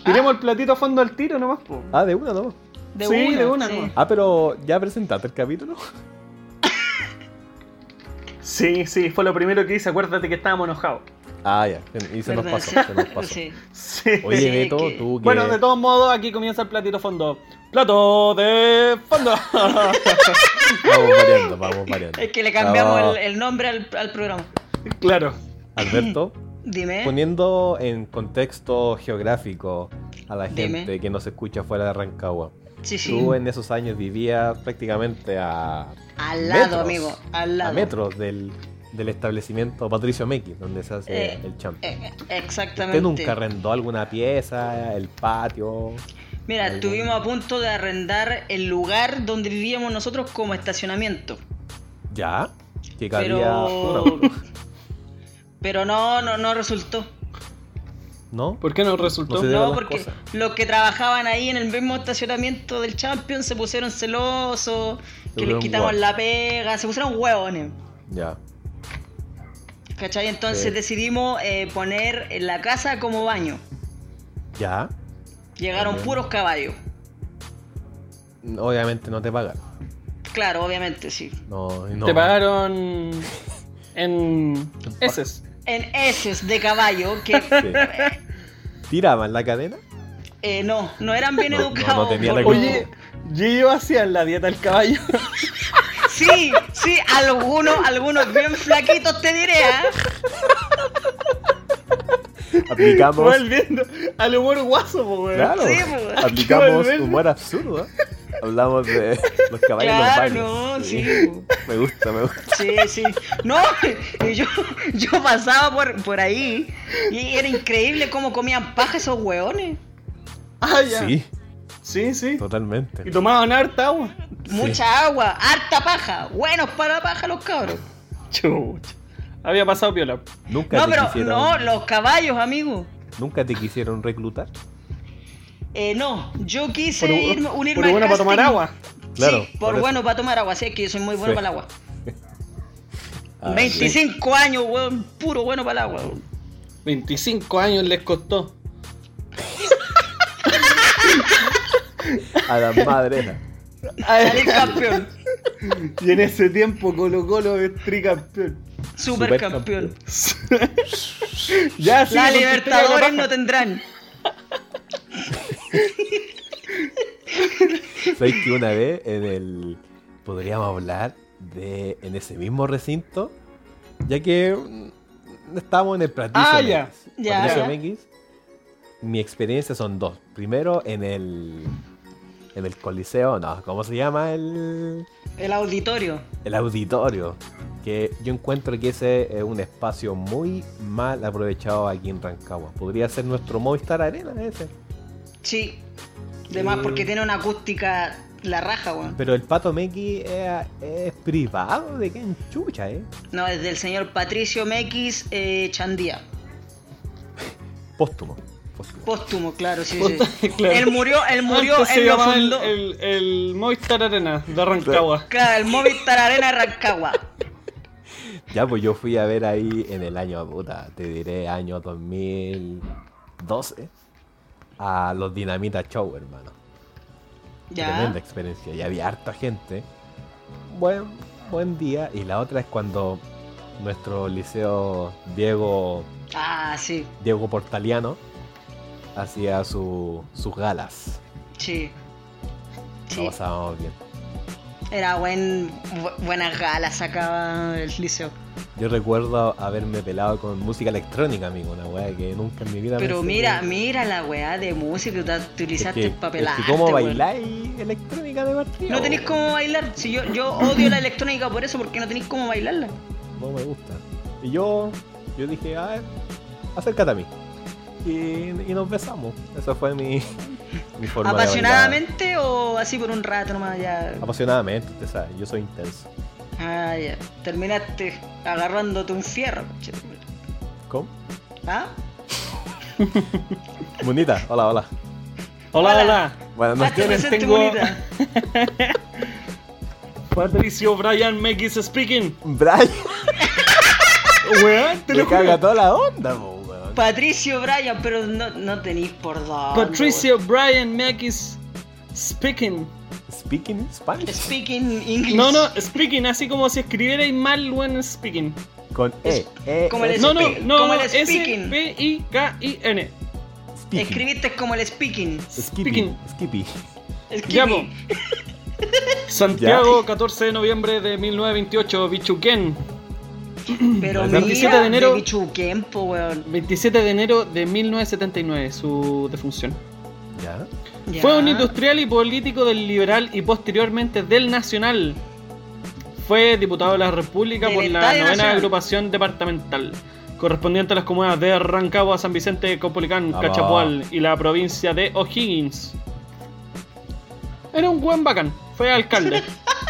Speaker 1: Tiremos el platito a fondo al tiro nomás, po.
Speaker 3: Ah, de una no.
Speaker 2: De
Speaker 1: sí,
Speaker 2: una,
Speaker 1: de una
Speaker 2: sí.
Speaker 1: nomás.
Speaker 3: Ah, pero ya presentaste el capítulo.
Speaker 1: Sí, sí, fue lo primero que hice. Acuérdate que estábamos enojados.
Speaker 3: Ah, ya. Y se nos
Speaker 2: Verdad,
Speaker 3: pasó, se nos
Speaker 2: sí.
Speaker 3: pasó.
Speaker 2: Sí.
Speaker 1: Sí.
Speaker 3: Oye,
Speaker 2: Sí,
Speaker 3: Beto,
Speaker 2: que-
Speaker 3: tú que.
Speaker 1: Bueno, de todos modos, aquí comienza el platito a fondo. Plato de fondo.
Speaker 3: Vamos variando, vamos variando.
Speaker 2: Es que le cambiamos
Speaker 3: Estaba
Speaker 2: el, el nombre al, al programa.
Speaker 1: claro.
Speaker 3: Alberto,
Speaker 2: Dime.
Speaker 3: poniendo en contexto geográfico a la
Speaker 2: Dime.
Speaker 3: gente que nos escucha fuera de Rancagua.
Speaker 2: Sí, sí.
Speaker 3: Tú en esos años vivías prácticamente a
Speaker 2: Al lado,
Speaker 3: metros,
Speaker 2: amigo. Al lado.
Speaker 3: a metros del, del establecimiento Patricio Meki, donde se hace
Speaker 2: Eh,
Speaker 3: el champ.
Speaker 2: Eh, eh, exactamente.
Speaker 3: ¿Usted nunca arrendó alguna pieza, el patio?
Speaker 2: Mira,
Speaker 3: Algún-
Speaker 2: estuvimos a punto de arrendar el lugar donde vivíamos nosotros como estacionamiento.
Speaker 3: ¿Ya? Que cabía
Speaker 2: Pero.
Speaker 3: uno,
Speaker 2: Pero no, no, no resultó.
Speaker 3: ¿no?
Speaker 1: ¿Por qué no resultó?
Speaker 3: No se dio
Speaker 2: No,
Speaker 3: las
Speaker 2: porque
Speaker 3: cosas.
Speaker 2: los que trabajaban ahí en el mismo estacionamiento del Champions se pusieron celosos, que les
Speaker 3: pusieron
Speaker 2: quitamos
Speaker 3: huevos.
Speaker 2: la pega, se pusieron huevones.
Speaker 3: Ya.
Speaker 2: ¿Cachai? Entonces
Speaker 3: Sí.
Speaker 2: decidimos eh, poner la casa como baño.
Speaker 3: ¿Ya?
Speaker 2: Llegaron
Speaker 3: Bien.
Speaker 2: puros caballos.
Speaker 3: Obviamente no te pagan.
Speaker 2: Claro, obviamente, sí.
Speaker 3: No, no.
Speaker 1: Te pagaron en heces.
Speaker 2: En heces de caballo que
Speaker 3: Sí. ¿Tiraban la cadena?
Speaker 2: eh, no, no eran bien
Speaker 3: No, no, no
Speaker 2: educados.
Speaker 3: tenía la
Speaker 2: boludo.
Speaker 3: culpa.
Speaker 1: Oye, yo yo hacía la dieta del caballo.
Speaker 2: Sí, sí, algunos, algunos bien flaquitos te diré, ¿ah?
Speaker 3: Aplicamos.
Speaker 1: Volviendo al humor guaso, po, weón.
Speaker 3: Claro.
Speaker 2: Sí, pues.
Speaker 3: Aplicamos
Speaker 1: Volver.
Speaker 3: humor absurdo. Hablamos de los caballos
Speaker 2: Claro,
Speaker 3: en los baños.
Speaker 2: no, sí. po.
Speaker 3: Me gusta, me gusta.
Speaker 2: Sí, sí. No, y yo, yo pasaba por, por ahí y era increíble cómo comían paja esos hueones.
Speaker 1: Ah, ya.
Speaker 3: Sí,
Speaker 1: sí. sí.
Speaker 3: totalmente.
Speaker 1: Y tomaban harta agua.
Speaker 2: Mucha agua, harta paja. Buenos para la paja los cabros.
Speaker 1: Chucha. Había pasado piola.
Speaker 3: Nunca
Speaker 2: No,
Speaker 3: te
Speaker 2: pero
Speaker 3: quisieron.
Speaker 2: no, los caballos, amigo.
Speaker 3: Nunca te quisieron reclutar.
Speaker 2: Eh, no, yo quise
Speaker 1: Pero-
Speaker 2: irme- unirme
Speaker 1: pero
Speaker 2: al
Speaker 1: bueno para tomar
Speaker 2: casting.
Speaker 1: agua.
Speaker 3: Claro,
Speaker 2: sí,
Speaker 3: por
Speaker 2: por,
Speaker 3: eso.
Speaker 2: bueno para tomar agua, sí, es que yo soy muy bueno
Speaker 3: Sí.
Speaker 2: para el agua.
Speaker 3: Ah,
Speaker 2: 25 años, weón, puro bueno para el agua. weón.
Speaker 1: 25 años les costó.
Speaker 3: A la madre.
Speaker 1: Ah.
Speaker 2: Salir campeón,
Speaker 1: Y en ese tiempo Colo Colo es tricampeón.
Speaker 2: supercampeón.
Speaker 1: ya, sí, con tu
Speaker 2: La
Speaker 1: historia
Speaker 2: Libertadores
Speaker 1: de
Speaker 2: no
Speaker 1: la paja.
Speaker 2: tendrán.
Speaker 3: ¿Sabéis que una vez en el. Podríamos hablar de. En ese mismo recinto. Ya que. mm, Estábamos en el Patricio
Speaker 1: Ah,
Speaker 3: MX.
Speaker 1: ya.
Speaker 2: Ya,
Speaker 3: Patricio
Speaker 2: ya.
Speaker 3: MX, Mi experiencia son dos. Primero en el. En el Coliseo, no, ¿cómo se llama? El,
Speaker 2: El auditorio.
Speaker 3: el auditorio. Que yo encuentro que ese es un espacio muy mal aprovechado aquí en Rancagua. Podría ser nuestro Movistar Arena ese.
Speaker 2: Sí. Además,
Speaker 3: Mm.
Speaker 2: porque tiene una acústica la raja, weón.
Speaker 3: Pero el Pato Meki es, es privado de que enchucha, ¿eh?
Speaker 2: No, es del señor Patricio Mequis eh, Chandía.
Speaker 3: Póstumo. póstumo.
Speaker 2: Póstumo, claro, sí, sí.
Speaker 1: Póstumo, claro.
Speaker 2: Él murió, él murió,
Speaker 1: Antes se
Speaker 2: él lo
Speaker 1: llamaba el,
Speaker 2: fundó.
Speaker 1: el, el Movistar Arena de Rancagua.
Speaker 2: Claro, el Movistar Arena Rancagua.
Speaker 3: Ya, pues yo fui a ver ahí en el año, puta, te diré, año 2012, a los Dinamita Show, hermano.
Speaker 2: Ya.
Speaker 3: Tremenda experiencia. Y había harta gente. Buen, buen día. Y la otra es cuando nuestro liceo Diego,
Speaker 2: Ah, sí,
Speaker 3: Diego Portaliano hacía su- sus galas.
Speaker 2: sí.
Speaker 3: Lo
Speaker 2: Sí.
Speaker 3: pasábamos bien.
Speaker 2: Era buen, bu- buenas galas sacaba el liceo.
Speaker 3: Yo recuerdo haberme pelado con música electrónica, amigo, una weá que nunca en mi vida
Speaker 2: Pero
Speaker 3: pensé
Speaker 2: mira,
Speaker 3: que-
Speaker 2: mira la weá de música que
Speaker 3: es
Speaker 2: utilizaste
Speaker 3: que,
Speaker 2: para
Speaker 3: es
Speaker 2: pelarte,
Speaker 3: que cómo
Speaker 2: weón.
Speaker 3: bailáis electrónica de partida.
Speaker 2: No tenéis
Speaker 3: weón.
Speaker 2: cómo bailar. Si yo, yo odio la electrónica por eso, porque no tenéis cómo bailarla.
Speaker 3: no me gusta. Y yo, yo dije, ah, acércate a mí. Y, y nos besamos. Esa fue mi, mi forma de
Speaker 2: ¿Apasionadamente o así por un rato nomás ya?
Speaker 3: bailar. Apasionadamente, usted sabe, yo soy intenso.
Speaker 2: Ah, ya. Terminaste agarrándote un fierro. coche.
Speaker 3: ¿Cómo?
Speaker 2: ¿Ah?
Speaker 3: Bonita, hola, hola.
Speaker 1: Hola,
Speaker 2: Hola.
Speaker 1: hola.
Speaker 3: Bueno, no
Speaker 2: Ah, te
Speaker 1: tienes,
Speaker 2: presento,
Speaker 1: tengo-
Speaker 2: bonita.
Speaker 1: Patricio Brian Megis speaking.
Speaker 3: Brian
Speaker 1: Weón, te
Speaker 3: le
Speaker 1: lo
Speaker 3: caga
Speaker 1: juro.
Speaker 3: toda la onda, po, weón.
Speaker 2: Patricio Bryan, pero no, no tenéis por dónde.
Speaker 1: Patricio Brian Megis speaking.
Speaker 3: Speaking
Speaker 2: weón.
Speaker 3: Spanish.
Speaker 2: Speaking English.
Speaker 1: No, no, speaking, así como si escribierais mal, weón, speaking.
Speaker 3: Con E. e
Speaker 2: como el
Speaker 3: S,
Speaker 1: No, no,
Speaker 2: Speak-
Speaker 1: no,
Speaker 2: como
Speaker 1: no,
Speaker 2: el
Speaker 1: S,
Speaker 2: speaking.
Speaker 1: P, I, K, I, N.
Speaker 3: Speaking.
Speaker 2: Escribiste como el speaking.
Speaker 3: Skippy.
Speaker 1: Speaking.
Speaker 3: Skippy.
Speaker 2: Escribí.
Speaker 1: Ya, po. Santiago, 14 de noviembre de 1928, Bichuquén.
Speaker 2: Pero
Speaker 3: El
Speaker 2: mira,
Speaker 1: 27 de enero-
Speaker 2: Bichuquén, po, weón.
Speaker 1: 27 de enero de 1979, su defunción.
Speaker 3: Ya.
Speaker 2: Ya.
Speaker 1: Fue un industrial y político del liberal y posteriormente del nacional. Fue diputado de la República
Speaker 2: Del
Speaker 1: por la
Speaker 2: Estadio
Speaker 1: novena
Speaker 2: Nacional.
Speaker 1: agrupación departamental, correspondiente a las comunas de Rancagua, San Vicente, Copolicán,
Speaker 3: Vamos.
Speaker 1: Cachapual y la provincia de O'Higgins. Era un buen bacán, fue alcalde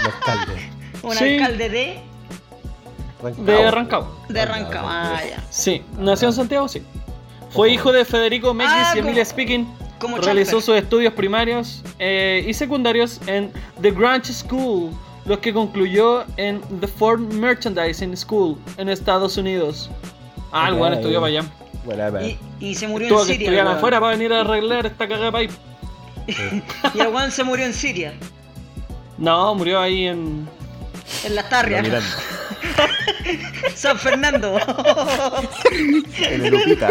Speaker 3: Los caldes.
Speaker 2: Un
Speaker 1: sí.
Speaker 2: alcalde de.
Speaker 1: de Rancagua.
Speaker 2: De Rancagua. Ah, ya.
Speaker 1: Sí, nació en Santiago, sí. Fue hijo de Federico Megis
Speaker 2: Ah,
Speaker 1: y
Speaker 2: como-
Speaker 1: Emilia Speaking.
Speaker 2: Como
Speaker 1: Realizó
Speaker 2: Champer.
Speaker 1: sus estudios primarios eh, y secundarios en The Grange School, los que concluyó en The Ford Merchandising School en Estados Unidos. Ah, el
Speaker 3: Ok.
Speaker 1: weón estudió para allá.
Speaker 3: Bueno, bueno.
Speaker 2: Y, y se murió
Speaker 1: Tuvo
Speaker 2: en
Speaker 1: que
Speaker 2: Siria.
Speaker 1: estudiar
Speaker 2: weón.
Speaker 1: afuera para venir a arreglar esta cagada de país.
Speaker 3: Sí.
Speaker 2: Y el weón se murió en Siria.
Speaker 1: No, murió ahí en.
Speaker 2: En la
Speaker 3: Lo
Speaker 2: tarria.
Speaker 3: mirando.
Speaker 2: San Fernando.
Speaker 3: En el Lupita.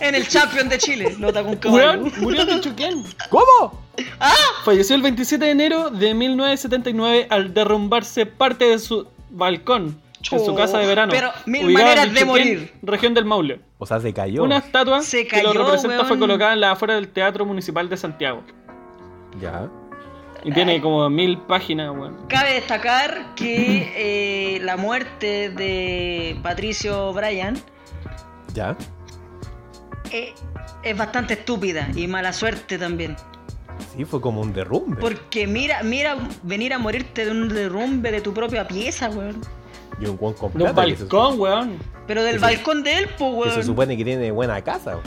Speaker 2: en el Champion de Chile. No está con
Speaker 1: Weón,
Speaker 2: caballo.
Speaker 1: murió en Michoacán.
Speaker 3: ¿Cómo?
Speaker 1: Falleció el 27 de enero de 1979 al derrumbarse parte de su balcón en su
Speaker 2: Oh,
Speaker 1: casa de verano.
Speaker 2: pero mil
Speaker 1: ubicada en
Speaker 2: maneras de
Speaker 1: Michoacán,
Speaker 2: morir.
Speaker 1: Región del Maule.
Speaker 3: O sea, se cayó.
Speaker 1: Una estatua
Speaker 2: Se
Speaker 1: que
Speaker 2: cayó,
Speaker 1: lo representa fue
Speaker 2: weón.
Speaker 1: colocada en la afuera del Teatro Municipal de Santiago.
Speaker 3: Ya.
Speaker 1: Y tiene como mil páginas, weón.
Speaker 2: Cabe destacar que eh, la muerte de Patricio Bryan
Speaker 3: Ya.
Speaker 2: eh, es bastante estúpida y mala suerte también.
Speaker 3: Sí, fue como un derrumbe.
Speaker 2: Porque mira, mira venir a morirte de un derrumbe de tu propia pieza, weón.
Speaker 3: Y un guan con
Speaker 1: De un
Speaker 3: plata que se-
Speaker 1: balcón, weón.
Speaker 2: Pero del
Speaker 3: Eso-
Speaker 2: balcón de él, pues,
Speaker 3: Que se
Speaker 2: weón.
Speaker 3: supone que tiene buena casa. weón.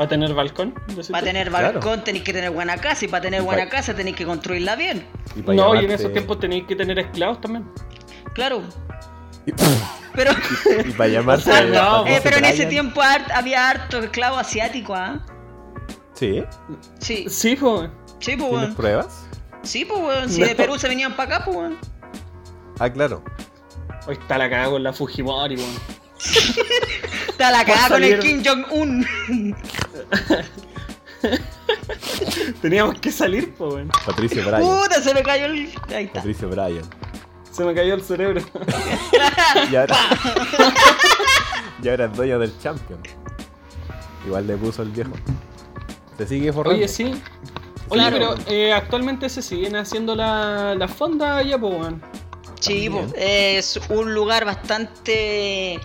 Speaker 1: ¿Va a tener balcón? decís tú?
Speaker 2: Para tener
Speaker 3: Claro.
Speaker 2: balcón tenéis que tener buena casa y para tener
Speaker 3: Y
Speaker 2: buena
Speaker 3: pa-
Speaker 2: casa tenéis que construirla bien.
Speaker 3: Y pa'
Speaker 1: No, y en
Speaker 3: llevarte-
Speaker 1: esos tiempos tenéis que tener esclavos también.
Speaker 2: Claro.
Speaker 3: Y,
Speaker 2: Pero,
Speaker 3: para llamarse.
Speaker 1: O sea, no.
Speaker 2: eh, pero en ese
Speaker 3: Brian.
Speaker 2: tiempo har- había harto esclavo asiático, ¿ah?
Speaker 3: Sí.
Speaker 2: Sí,
Speaker 1: Sí, weón.
Speaker 2: sí, pues,
Speaker 3: ¿Tienes
Speaker 2: weón.
Speaker 3: pruebas?
Speaker 2: Sí, pues, weón. Si
Speaker 1: No.
Speaker 2: de Perú se venían para acá, pues, weón.
Speaker 3: Ah, claro.
Speaker 1: Hoy está la cagada con la Fujimori, weón.
Speaker 2: Está la cagada
Speaker 1: Por
Speaker 2: con el
Speaker 1: salir-
Speaker 2: Kim Jong-un.
Speaker 1: Teníamos que salir, po, weón.
Speaker 3: Patricio Bryan.
Speaker 2: Puta, se me cayó el. Ahí está.
Speaker 3: Patricio Bryan.
Speaker 1: Se me cayó el cerebro.
Speaker 3: Y ahora. y ahora es dueño del champion. Igual le puso el viejo. ¿Te sigue forrando?
Speaker 1: Oye, sí. Oye,
Speaker 3: Claro.
Speaker 1: pero eh, actualmente se siguen haciendo la, la fonda allá, po, weón.
Speaker 2: Sí,
Speaker 3: También.
Speaker 2: po, es un lugar bastante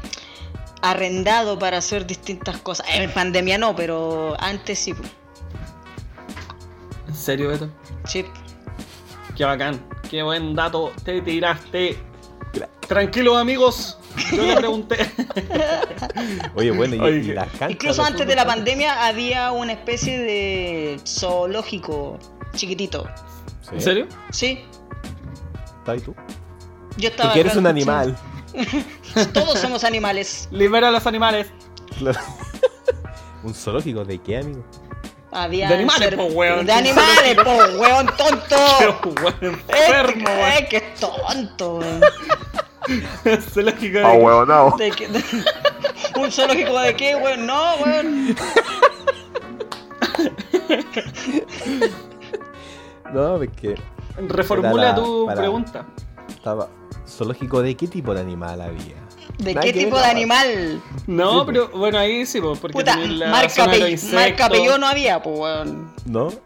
Speaker 2: arrendado para hacer distintas cosas. En pandemia no, pero antes sí. pues. po.
Speaker 1: ¿En serio, Beto?
Speaker 2: Sí.
Speaker 1: Qué bacán, qué buen dato te tiraste.
Speaker 3: Crack.
Speaker 1: Tranquilos amigos, yo le pregunté.
Speaker 3: Oye, bueno, y,
Speaker 1: Oye,
Speaker 3: y las canchas.
Speaker 2: Incluso
Speaker 3: de
Speaker 2: antes de la
Speaker 3: fútbol?
Speaker 2: pandemia había una especie de zoológico chiquitito.
Speaker 3: Sí.
Speaker 1: ¿En serio?
Speaker 2: Sí.
Speaker 3: ¿Está ahí tú?
Speaker 2: Yo
Speaker 3: Tú
Speaker 2: estaba.
Speaker 3: que eres
Speaker 2: acá-
Speaker 3: un animal.
Speaker 2: Sí. Todos somos animales.
Speaker 1: Libera a los animales.
Speaker 3: Claro. ¿Un zoológico de qué, amigo?
Speaker 2: Había
Speaker 1: De animales, po, weón.
Speaker 2: De animales, po, weón, tonto.
Speaker 1: Pero, weón, enfermo,
Speaker 2: Eh, que es tonto, weón.
Speaker 1: weón. Zoológico de-
Speaker 2: Ah, ¿De qué? ¿Un zoológico de qué, weón? No, weón.
Speaker 3: No, porque
Speaker 1: Reformula
Speaker 3: Para la-
Speaker 1: tu
Speaker 3: para-
Speaker 1: pregunta.
Speaker 3: estaba. zoológico de qué tipo de animal había.
Speaker 2: ¿De
Speaker 3: Nada
Speaker 2: qué
Speaker 3: que ver,
Speaker 2: tipo de
Speaker 3: nada.
Speaker 2: animal?
Speaker 1: No,
Speaker 3: Sí, pues.
Speaker 1: pero bueno, ahí sí, pues, porque
Speaker 2: Puta,
Speaker 1: tenía la
Speaker 2: marca,
Speaker 1: zona de los
Speaker 2: Pe- marca
Speaker 1: insectos.
Speaker 2: Pelló no había, pues, weón.
Speaker 3: ¿No? ¿Qué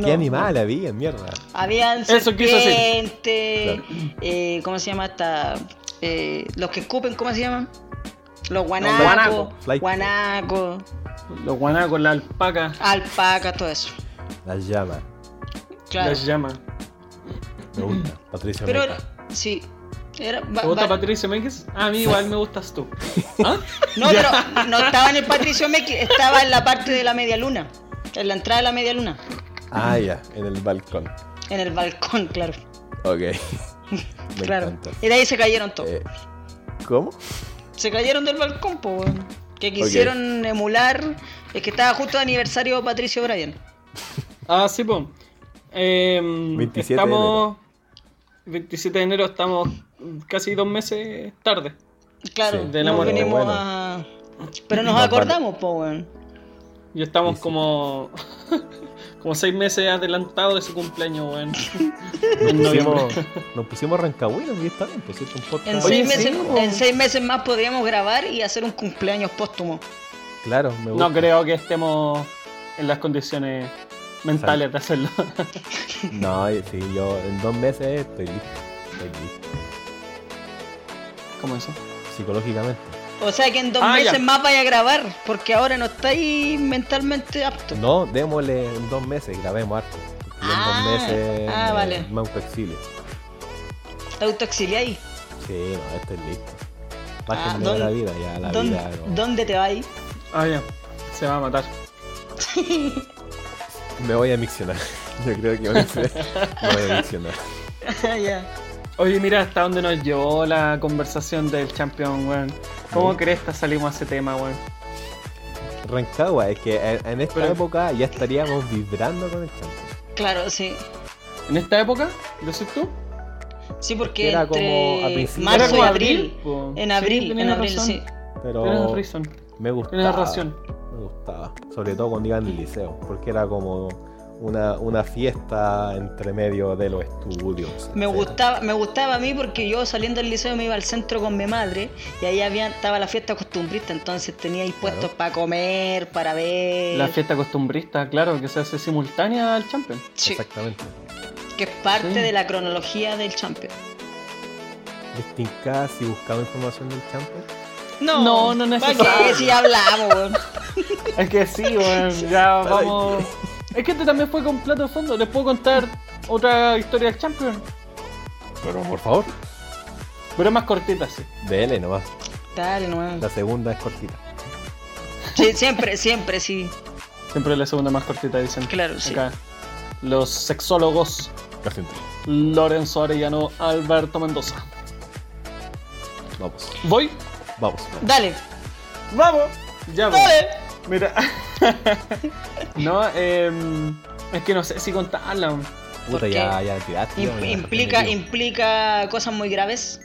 Speaker 2: No.
Speaker 3: animal había, mierda?
Speaker 2: Habían
Speaker 1: Eso quiso decir.
Speaker 2: serpientes, eh, ¿cómo se llama esta? Eh, los que escupen, ¿cómo se llaman? Los guanacos,
Speaker 3: guanacos, flight.
Speaker 2: guanacos,
Speaker 1: Los guanacos, la alpaca,
Speaker 2: alpacas, todo eso.
Speaker 3: Las llamas.
Speaker 2: Claro.
Speaker 1: las llamas.
Speaker 3: Me gusta. Patricia
Speaker 2: Pero
Speaker 3: Meta.
Speaker 2: sí. Era, va-
Speaker 1: ¿Te gusta
Speaker 2: va-
Speaker 1: Patricio Méndez? A mí igual me gustas tú. ¿Ah?
Speaker 2: no, pero no estaba en el Patricio Meki, estaba en la parte de la media luna, en la entrada de la media luna,
Speaker 3: Ah, ya, en el balcón.
Speaker 2: en el balcón, claro.
Speaker 3: Ok. Me
Speaker 2: claro.
Speaker 3: encanta.
Speaker 2: Y de ahí se cayeron todos.
Speaker 3: Eh, ¿Cómo?
Speaker 2: Se cayeron del balcón, po, weón. Que quisieron emular. Es que estaba justo de aniversario de Patricio Bryan.
Speaker 1: Ah, sí, pues. Em,
Speaker 3: 27 de
Speaker 1: estamos. 27 de enero estamos casi dos meses tarde.
Speaker 2: Claro,
Speaker 3: Sí,
Speaker 1: del
Speaker 2: nos
Speaker 1: amor.
Speaker 2: venimos
Speaker 3: Bueno.
Speaker 2: a. Pero nos
Speaker 3: Más
Speaker 2: acordamos, po, weón.
Speaker 1: Y estamos
Speaker 3: Sí, sí.
Speaker 1: como. como seis meses adelantados de su cumpleaños, weón.
Speaker 3: Nos
Speaker 1: En noviembre.
Speaker 3: pusimos, nos pusimos rancagüinos y está bien, pues es un podcast.
Speaker 2: En,
Speaker 1: Oye,
Speaker 2: seis
Speaker 1: sí,
Speaker 2: meses,
Speaker 1: po.
Speaker 2: en seis meses más podríamos grabar y hacer un cumpleaños póstumo.
Speaker 3: Claro, me gusta.
Speaker 1: No creo que estemos en las condiciones mentales de hacerlo.
Speaker 3: No, y- sí, yo en dos meses estoy listo. Estoy listo.
Speaker 1: ¿Cómo eso?
Speaker 3: Psicológicamente.
Speaker 2: O sea que en dos
Speaker 1: Ah, ya.
Speaker 2: meses más vaya a grabar, porque ahora no estáis mentalmente apto.
Speaker 3: No, démosle en dos meses, grabemos harto. porque yo
Speaker 2: Ah,
Speaker 3: en dos meses eh,
Speaker 2: ah, vale.
Speaker 3: me autoexilio.
Speaker 2: Te autoexiliáis.
Speaker 3: Sí, no, estoy listo.
Speaker 2: Ah,
Speaker 3: Pásenme
Speaker 2: ¿dónde-
Speaker 3: la vida, ya la
Speaker 2: ¿Dónde,
Speaker 3: vida. no.
Speaker 2: dónde te vais?
Speaker 1: Ah, ya. Se va a matar.
Speaker 3: Me voy a miccionar. Yo creo que voy a hacer- me voy a miccionar.
Speaker 2: Ah, Ya.
Speaker 1: Oye, mira hasta dónde nos llevó la conversación del campeón, weón. ¿Cómo
Speaker 3: Sí.
Speaker 1: cresta salimos a ese tema, weón?
Speaker 3: Rancagua, es que en, en esta
Speaker 1: Pero-
Speaker 3: época ya estaríamos vibrando con el champion.
Speaker 2: Claro, sí.
Speaker 1: ¿En esta época? ¿Decís tú?
Speaker 2: Sí,
Speaker 3: que
Speaker 2: porque
Speaker 3: era como a
Speaker 2: entre
Speaker 3: principios-
Speaker 1: Era
Speaker 2: marzo y
Speaker 1: como
Speaker 2: abril.
Speaker 1: po.
Speaker 2: En
Speaker 1: Sí,
Speaker 2: abril,
Speaker 1: tenías
Speaker 2: en abril,
Speaker 1: razón.
Speaker 2: sí.
Speaker 1: Tienes
Speaker 3: Pero
Speaker 1: razón.
Speaker 3: me gustaba.
Speaker 1: Tienes razón.
Speaker 3: Me gustaba. Sobre todo cuando iba en el liceo, porque era como una, una fiesta entre medio de los estudios.
Speaker 2: Me
Speaker 3: etcétera.
Speaker 2: gustaba, me gustaba a mí porque yo saliendo del liceo me iba al centro con mi madre y ahí había, estaba la fiesta costumbrista, entonces tenía impuestos
Speaker 3: Claro.
Speaker 2: para comer, para ver,
Speaker 1: La fiesta costumbrista, claro, que se hace simultánea al champion.
Speaker 2: Sí,
Speaker 3: Exactamente.
Speaker 2: que es parte
Speaker 1: Sí.
Speaker 2: de la cronología del champion.
Speaker 3: Distinca si buscaba información del champion.
Speaker 2: No,
Speaker 1: No, no
Speaker 2: ¿pa'
Speaker 1: necesario.
Speaker 2: qué? Si ya hablamos, weón.
Speaker 1: Es que sí, weón, ya
Speaker 3: Para
Speaker 1: vamos. Es que este también fue con plato de fondo. Les puedo contar otra historia del champion,
Speaker 3: Pero por favor,
Speaker 1: pero más cortita, sí.
Speaker 3: dele nomás.
Speaker 2: Dale, no.
Speaker 3: La segunda es cortita.
Speaker 2: Sí, siempre, siempre, sí.
Speaker 1: Siempre la segunda más cortita, dicen.
Speaker 2: Claro, sí.
Speaker 1: Acá. Los sexólogos
Speaker 3: Casi entre.
Speaker 1: Lorenzo Arellano, Alberto Mendoza.
Speaker 3: Vamos,
Speaker 1: ¿Voy?
Speaker 3: vamos.
Speaker 2: Dale,
Speaker 1: ¡Vamos! Ya voy.
Speaker 2: dale.
Speaker 1: Mira. no, em, es que no sé si contarla. weón.
Speaker 3: Puta,
Speaker 2: qué?
Speaker 3: ya, ya tiraste.
Speaker 2: Im-
Speaker 3: ya me
Speaker 2: implica,
Speaker 3: arrepentí.
Speaker 2: implica cosas muy graves.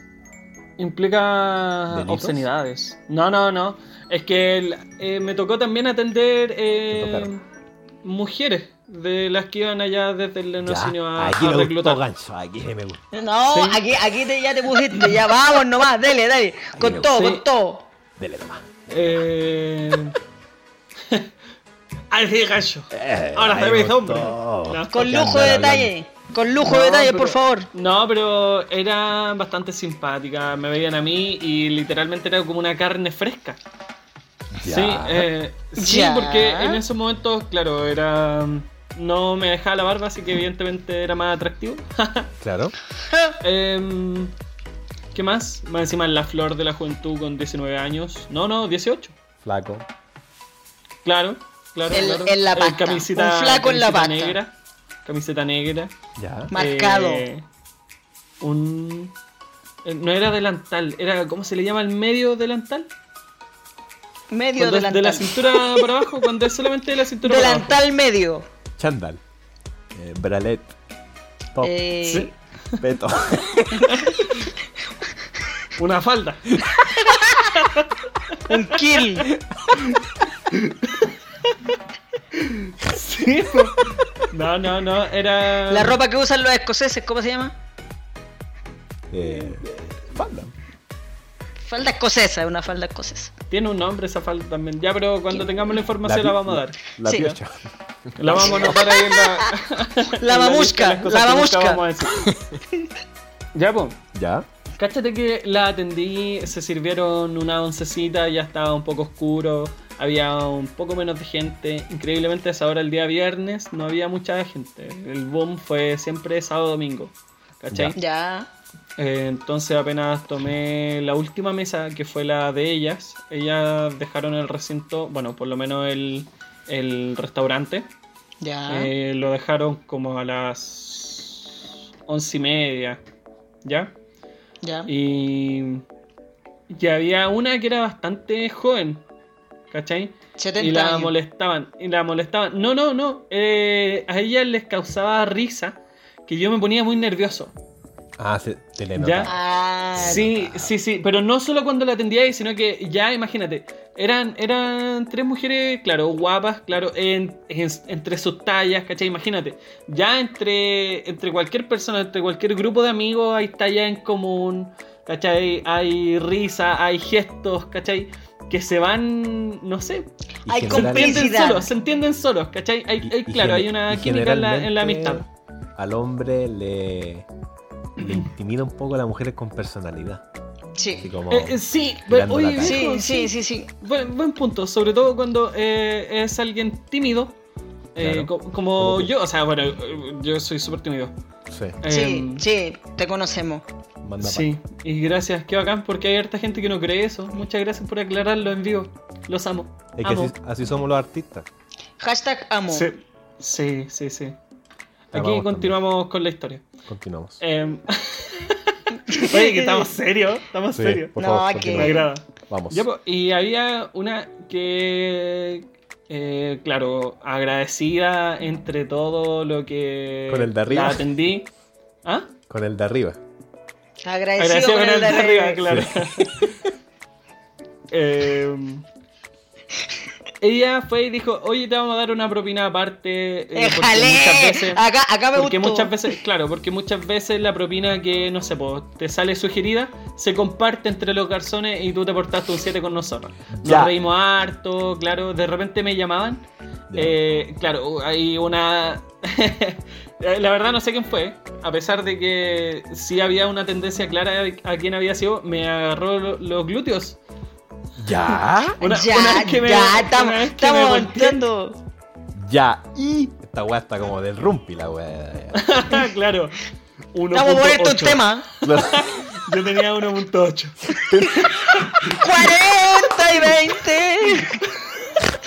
Speaker 1: Implica
Speaker 3: ¿Delitos?
Speaker 1: obscenidades. No, no, no. Es que el- eh, me tocó también atender eh,
Speaker 3: Te tocaron.
Speaker 1: mujeres de las que iban allá desde el lenocinio
Speaker 3: Ya,
Speaker 1: a,
Speaker 3: aquí
Speaker 1: a
Speaker 3: me gustó
Speaker 1: reclutar.
Speaker 3: gancho, aquí me gustó.
Speaker 2: No,
Speaker 1: Sí.
Speaker 2: aquí, aquí te- ya te pusiste, ya vamos nomás, dale, dale, con
Speaker 3: Sí.
Speaker 2: todo, con todo.
Speaker 3: Dele nomás.
Speaker 1: Eh, al de gallo.
Speaker 3: Eh,
Speaker 1: Ahora
Speaker 3: ahí
Speaker 1: te ves
Speaker 3: gustó.
Speaker 1: hombre. No.
Speaker 2: Con
Speaker 3: Porque
Speaker 2: lujo
Speaker 3: andar
Speaker 2: de
Speaker 3: hablando.
Speaker 2: detalle, con lujo
Speaker 1: No,
Speaker 2: de detalle,
Speaker 1: pero-
Speaker 2: por favor.
Speaker 1: No, pero era bastante simpática. Me veían a mí y literalmente era como una carne fresca.
Speaker 3: Ya.
Speaker 1: Sí, eh, sí
Speaker 2: Ya.
Speaker 1: porque en esos momentos, claro, era. mm, No me dejaba la barba, así que evidentemente era más atractivo.
Speaker 3: Claro.
Speaker 1: Em, ¿Qué más? Más encima la flor de la juventud con 19 años. No, no, 18.
Speaker 3: Flaco.
Speaker 1: Claro, claro.
Speaker 2: El-
Speaker 1: claro.
Speaker 2: en la
Speaker 1: Eh,
Speaker 2: pasta.
Speaker 1: camiseta,
Speaker 2: Un flaco en la
Speaker 1: camiseta
Speaker 2: pasta.
Speaker 1: negra. Camiseta negra.
Speaker 3: Ya.
Speaker 2: Marcado.
Speaker 1: Eh, un. eh, No era delantal, era. ¿Cómo se le llama el medio delantal?
Speaker 2: Medio
Speaker 1: Cuando es
Speaker 2: delantal.
Speaker 1: De la cintura para abajo, cuando es solamente de la cintura para abajo.
Speaker 2: delantal medio.
Speaker 3: Chandal. Eh, bralet. Top.
Speaker 2: Eh,
Speaker 1: Sí.
Speaker 3: Peto.
Speaker 1: Una falda.
Speaker 2: Un kill.
Speaker 1: Sí, po. No, no, no, era.
Speaker 2: La ropa que usan los escoceses, ¿cómo se llama?
Speaker 3: Eh, Falda.
Speaker 2: Falda escocesa, es una falda escocesa.
Speaker 1: Tiene un nombre esa falda también. Ya, pero cuando
Speaker 2: ¿Qué?
Speaker 1: tengamos la información la,
Speaker 3: pi-
Speaker 1: vamos a dar.
Speaker 3: La
Speaker 2: Sí.
Speaker 3: piocha.
Speaker 1: La vamos a anotar ahí en la. en
Speaker 2: La
Speaker 1: lista de
Speaker 2: mamusca,
Speaker 1: las cosas
Speaker 2: la
Speaker 1: que nunca
Speaker 2: mamusca.
Speaker 1: vamos a decir. ya, pues.
Speaker 3: ¿Ya?
Speaker 1: Cáchate que la atendí, se sirvieron una oncecita, ya estaba un poco oscuro, había un poco menos de gente. Increíblemente a esa hora el día viernes no había mucha gente. El boom fue siempre sábado domingo. ¿Cachai?
Speaker 2: Ya.
Speaker 1: Eh, entonces apenas tomé la última mesa, que fue la de ellas. Ellas dejaron el recinto, bueno, por lo menos el, el restaurante.
Speaker 2: Ya.
Speaker 1: Eh, lo dejaron como a las once y media. ¿Ya?
Speaker 2: ya.
Speaker 1: Y, y había una que era bastante joven, ¿cachai?
Speaker 2: 70
Speaker 1: Y la
Speaker 2: años.
Speaker 1: molestaban, y la molestaban. No, no, no. eh, a ella les causaba risa que yo me ponía muy nervioso.
Speaker 3: Ah, se, se le
Speaker 1: Ya.
Speaker 3: nota.
Speaker 2: Ah,
Speaker 1: Sí, sí, sí. Pero no solo cuando la atendía ahí, sino que ya, imagínate, eran, eran tres mujeres, claro, guapas, claro, en- en- entre sus tallas, ¿cachai? Imagínate. Ya entre, entre cualquier persona, entre cualquier grupo de amigos hay tallas en común, ¿cachai? Hay risa, hay gestos, ¿cachai? Que se van, no sé,
Speaker 3: Y
Speaker 2: Hay
Speaker 1: se
Speaker 3: general-
Speaker 1: entienden
Speaker 2: Complicidad.
Speaker 1: solos, se entienden solos, ¿cachai? Hay,
Speaker 3: y-
Speaker 1: hay-
Speaker 3: y
Speaker 1: Eh, claro,
Speaker 3: gener-
Speaker 1: hay una
Speaker 3: y
Speaker 1: química en la, en la
Speaker 3: generalmente
Speaker 1: amistad.
Speaker 3: Al hombre le, le intimida un poco a las mujeres con personalidad. Así
Speaker 2: Sí.
Speaker 3: como,
Speaker 1: Eh, eh, sí, pero,
Speaker 3: Tirando la
Speaker 1: oye,
Speaker 3: talla.
Speaker 1: viejo,
Speaker 2: Sí, sí, sí, sí.
Speaker 1: Buen, buen punto, sobre todo cuando eh, es alguien tímido, eh,
Speaker 3: Claro.
Speaker 1: co- como,
Speaker 3: Como tú.
Speaker 1: yo, o sea, bueno, eh, yo soy súper tímido.
Speaker 3: sí,
Speaker 2: Sí,
Speaker 1: Em,
Speaker 2: sí, te conocemos.
Speaker 3: manda
Speaker 1: sí, y gracias, qué bacán, porque hay harta gente que no cree eso. Muchas gracias por aclararlo en vivo, los amo.
Speaker 3: pa- Es que
Speaker 1: amo.
Speaker 3: así, así somos los artistas.
Speaker 2: Hashtag amo.
Speaker 1: Sí, sí, sí. sí.
Speaker 3: Te
Speaker 1: Aquí
Speaker 3: amamos
Speaker 1: continuamos con la historia.
Speaker 3: Continuamos.
Speaker 1: Em, Oye, que estamos serios, estamos
Speaker 3: Sí,
Speaker 1: serios.
Speaker 3: por
Speaker 2: No,
Speaker 3: favor,
Speaker 2: aquí-
Speaker 1: Me
Speaker 3: continuemos.
Speaker 1: agrada.
Speaker 3: Vamos.
Speaker 1: Ya, pues. po, y había una que, eh, claro, agradecida entre todo lo que
Speaker 3: Con el de arriba.
Speaker 1: la atendí. ¿Ah?
Speaker 3: Con el de arriba.
Speaker 1: Agradecida
Speaker 2: Agradecido con el de arriba.
Speaker 1: claro. Eh, ella fue y dijo, oye, te vamos a dar una propina aparte. eh, porque muchas
Speaker 2: ¡Éjale!
Speaker 1: veces-
Speaker 2: Acá, acá me
Speaker 1: porque
Speaker 2: gustó.
Speaker 1: muchas veces, claro, porque muchas veces la propina que, no sé, po, te sale sugerida, se comparte entre los garzones y tú te portaste un 7 con nosotros. Nos
Speaker 3: Ya.
Speaker 1: reímos harto, claro, de repente me llamaban.
Speaker 3: Ya.
Speaker 1: Eh, claro, hay una... la verdad no sé quién fue, a pesar de que sí había una tendencia clara a quién había sido, me agarró lo- los glúteos.
Speaker 3: Ya.
Speaker 1: Una-
Speaker 2: ya,
Speaker 1: una vez que me-
Speaker 2: ya,
Speaker 1: una
Speaker 2: estamos
Speaker 1: vez que me
Speaker 2: estamos
Speaker 1: volteé.
Speaker 2: volteando.
Speaker 3: Ya. Y esta weá está como del rumpi la weá.
Speaker 1: claro.
Speaker 2: Estamos por estos
Speaker 1: 1.8.
Speaker 2: temas.
Speaker 1: Yo tenía 1.8.
Speaker 2: 40 y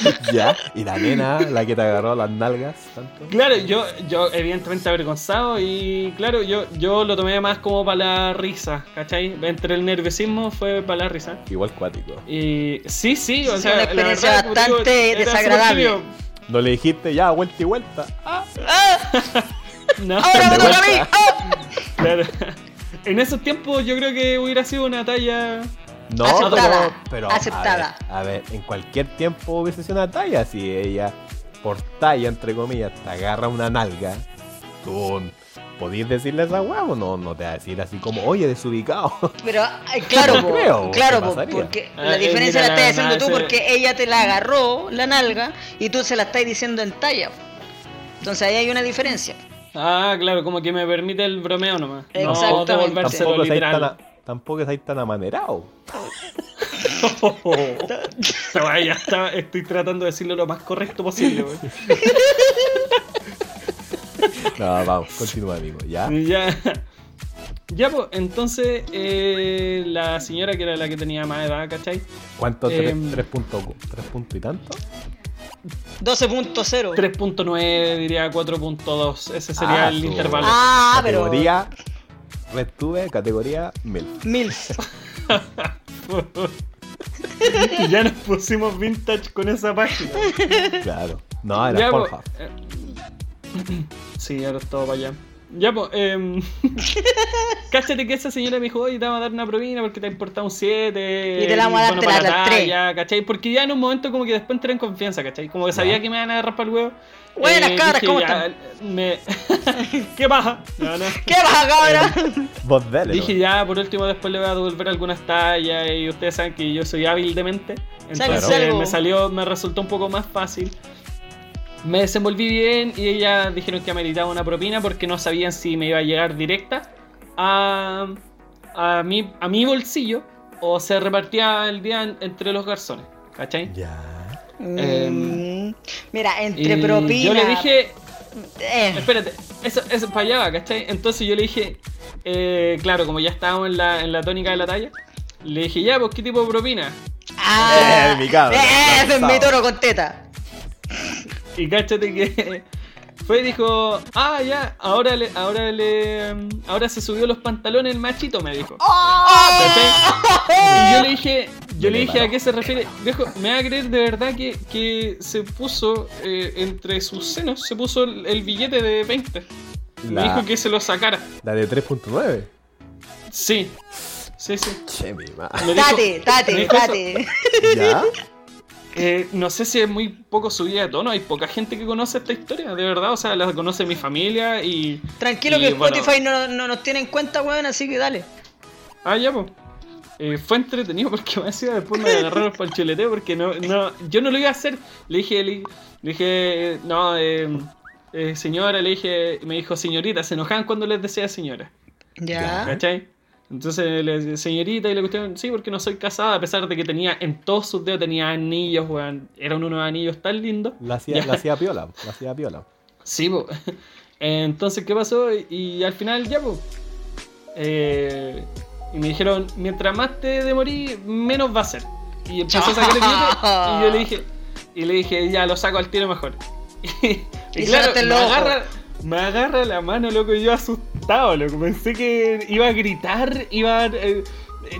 Speaker 2: 20.
Speaker 3: ya. Y la nena, la que te agarró las nalgas tanto.
Speaker 1: Claro, yo, yo evidentemente avergonzado y claro, yo, yo lo tomé más como para la risa, ¿cachai? Entre el nerviosismo fue para la risa.
Speaker 3: Igual cuático.
Speaker 1: Y sí, sí, o
Speaker 2: Sí,
Speaker 1: sea,
Speaker 2: una
Speaker 1: la verdad,
Speaker 2: experiencia
Speaker 1: como te digo,
Speaker 2: bastante
Speaker 1: era
Speaker 2: desagradable.
Speaker 1: súper
Speaker 3: No le dijiste ya, vuelta y vuelta.
Speaker 2: Ah,
Speaker 1: frío. No,
Speaker 2: ahora me toca a mí.
Speaker 3: vuelta.
Speaker 2: Ah.
Speaker 1: claro. En esos tiempos yo creo que hubiera sido una talla...
Speaker 3: No,
Speaker 1: Ah,
Speaker 2: Aceptada,
Speaker 3: pero, pero
Speaker 2: aceptada.
Speaker 3: A ver, a ver, en cualquier tiempo hubiese sido una talla. Si ella, por talla, entre comillas, te agarra una nalga, tú podías decirle esa huevo. pues No, no te va a decir así como, oye, desubicado.
Speaker 2: Pero ay, claro,
Speaker 3: No
Speaker 2: po,
Speaker 3: creo,
Speaker 2: claro,
Speaker 3: ¿qué
Speaker 2: po,
Speaker 3: pasaría?
Speaker 2: porque
Speaker 1: Ah,
Speaker 2: la
Speaker 1: eh, mira,
Speaker 2: diferencia la
Speaker 1: la
Speaker 2: estás haciendo
Speaker 1: verdad,
Speaker 2: tú
Speaker 1: ese-
Speaker 2: porque ella te la agarró la nalga y tú se la estás diciendo en talla. Entonces ahí hay una diferencia.
Speaker 1: Ah, claro, como que me permite el bromeo nomás. No,
Speaker 2: Exactamente.
Speaker 1: de volvérselo
Speaker 3: tampoco es ahí tan,
Speaker 1: literal.
Speaker 3: a- tampoco es ahí tan amanerado.
Speaker 1: Esta weá ya está- estoy tratando de decirlo lo más correcto posible, wey.
Speaker 3: No, vamos, continúa, amigo. Ya,
Speaker 1: Ya. Ya, pues, entonces eh, la señora que era la que tenía más edad, ¿cachai?
Speaker 3: ¿cuánto? Tres,
Speaker 1: Em.
Speaker 3: tres puntos, tres puntos y tanto.
Speaker 2: 12.0.
Speaker 1: 3.9, diría 4.2. Ese sería
Speaker 3: Ah,
Speaker 1: el
Speaker 3: su-
Speaker 1: intervalo.
Speaker 2: Ah, pero.
Speaker 3: categoría Red Tube, categoría MILF.
Speaker 2: Milf.
Speaker 1: y ya nos pusimos vintage con esa página.
Speaker 3: Claro. No,
Speaker 1: Ya, pues.
Speaker 3: era
Speaker 1: po,
Speaker 3: Pornhub.
Speaker 1: eh, Sí, ahora es todo para allá. Ya, pues, em, cáchate que esa señora me dijo, oye, te vamos a dar una provina porque te ha importado un 7.
Speaker 2: Y te la vamos a dar, te la das tres.
Speaker 1: ¿cachai? Porque ya en un momento como que después entré en confianza, ¿cachai? Como que sabía
Speaker 3: Ya.
Speaker 1: que me iban a agarrar para el huevo. Eh,
Speaker 2: Buenas, cabras,
Speaker 1: dije,
Speaker 2: ¿cómo
Speaker 1: ya,
Speaker 2: están?
Speaker 1: me- ¿Qué pasa? No, no.
Speaker 2: ¿Qué pasa,
Speaker 1: Eh,
Speaker 2: cabra?
Speaker 3: Vos dale.
Speaker 1: Dije
Speaker 3: nomás.
Speaker 1: ya, por último después le voy a devolver algunas tallas y ustedes saben que yo soy hábil de mente. Entonces
Speaker 2: Claro.
Speaker 1: me salió, me resultó un poco más fácil. Me desenvolví bien y ellas dijeron que ameritaba una propina porque no sabían si me iba a llegar directa a, a, mi, a mi bolsillo o se repartía el día en- entre los garzones. ¿Cachai?
Speaker 3: Ya.
Speaker 1: Em,
Speaker 2: Mm, Mira, entre
Speaker 1: Y
Speaker 2: propina.
Speaker 1: Yo le dije,
Speaker 2: eh,
Speaker 1: Espérate, eso, eso para allá va, ¿cachai? Entonces yo le dije, eh, claro, como ya estábamos en la, en la tónica de la talla, le dije, ya, pues, ¿qué tipo de propina?
Speaker 2: ah,
Speaker 3: Eh, mi cabra,
Speaker 2: eh, ese es
Speaker 3: lanzado.
Speaker 2: mi toro con teta.
Speaker 1: Y cáchate que fue y dijo, ah, ya, ahora le, ahora le, ahora se subió los pantalones el machito, me dijo.
Speaker 2: Oh.
Speaker 1: ¿Cachai? Y yo le dije, yo le
Speaker 3: Le
Speaker 1: dije a
Speaker 3: paró,
Speaker 1: qué se refiere, viejo, me va a creer de verdad que, que se puso, eh, entre sus senos, se puso el, el billete de 20. Me
Speaker 3: La-
Speaker 1: dijo que se lo sacara.
Speaker 3: La de 3.9.
Speaker 1: Sí, sí, sí.
Speaker 3: Che, mi madre.
Speaker 1: Me dijo-
Speaker 2: Date,
Speaker 1: me
Speaker 2: date,
Speaker 1: dijo eso.
Speaker 2: date.
Speaker 3: ¿Ya?
Speaker 1: Eh, no sé si es muy poco subida de tono, hay poca gente que conoce esta historia, de verdad, o sea, la conoce mi familia y...
Speaker 2: Tranquilo
Speaker 1: y
Speaker 2: que
Speaker 1: bueno.
Speaker 2: Spotify no, no nos tiene en cuenta, weón, así que dale.
Speaker 1: Ah, ya, pues. Eh, fue entretenido porque me decía después me agarraron para el chuleteo porque no, no, yo no lo iba a hacer. Le dije, le, le dije, eh, no, eh, eh, señora, le dije, me dijo señorita, se enojaban cuando les decía señora,
Speaker 2: Ya.
Speaker 1: ¿cachai? Entonces le decía señorita y le cuestión, sí, porque no soy casada, a pesar de que tenía, en todos sus dedos tenía anillos, weón, eran unos anillos tan lindos.
Speaker 3: La hacía,
Speaker 1: Ya.
Speaker 3: la hacía piola. La hacía piola.
Speaker 1: Sí, po. Entonces, ¿qué pasó? Y, y al final, ya, po. Eh, y me dijeron, mientras más te demorí, menos va a ser. Y empezó a sacar el billete, y yo le dije, y le dije, ya, lo saco al tiro mejor. Y,
Speaker 2: Y
Speaker 1: claro,
Speaker 2: cerraste el
Speaker 1: me
Speaker 2: ojo.
Speaker 1: agarra, me agarra la mano, loco, y yo asustado, loco. Pensé que iba a gritar, iba a... eh,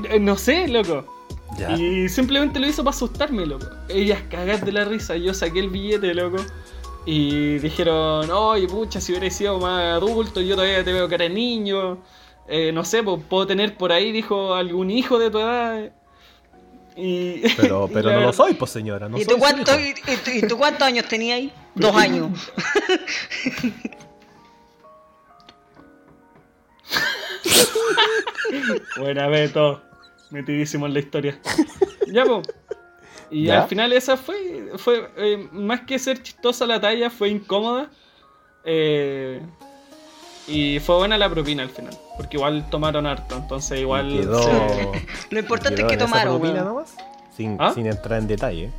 Speaker 1: eh, no sé, loco.
Speaker 3: Ya.
Speaker 1: Y simplemente lo hizo para asustarme, loco. Ellas cagadas de la risa, yo saqué el billete, loco. Y dijeron, oye, pucha, si hubiera sido más adulto, yo todavía te veo que eres niño. Eh, no sé, pues, puedo tener por ahí, dijo, algún hijo de tu edad. Y...
Speaker 3: Pero,
Speaker 1: y
Speaker 3: pero
Speaker 1: la
Speaker 3: no lo
Speaker 1: verdad-
Speaker 3: soy, pues señora. No
Speaker 2: ¿Y
Speaker 3: soy
Speaker 2: tú,
Speaker 3: su
Speaker 2: cuánto,
Speaker 3: hijo.
Speaker 2: y, y tú- y tú cuántos años tenías ahí? Dos años.
Speaker 1: Buena, Beto. Metidísimo en la historia. ya, po. Y
Speaker 3: ¿Ya?
Speaker 1: al final esa fue, fue eh, más que ser chistosa la talla, fue incómoda. Eh, y fue buena la propina al final, porque igual tomaron harto, entonces igual...
Speaker 3: Y Quedó,
Speaker 1: se-
Speaker 2: Lo importante
Speaker 3: quedó
Speaker 2: es que
Speaker 3: en esa
Speaker 2: tomaron,
Speaker 3: propina
Speaker 2: weón.
Speaker 3: nomás, sin,
Speaker 1: ¿Ah?
Speaker 3: sin entrar en detalle.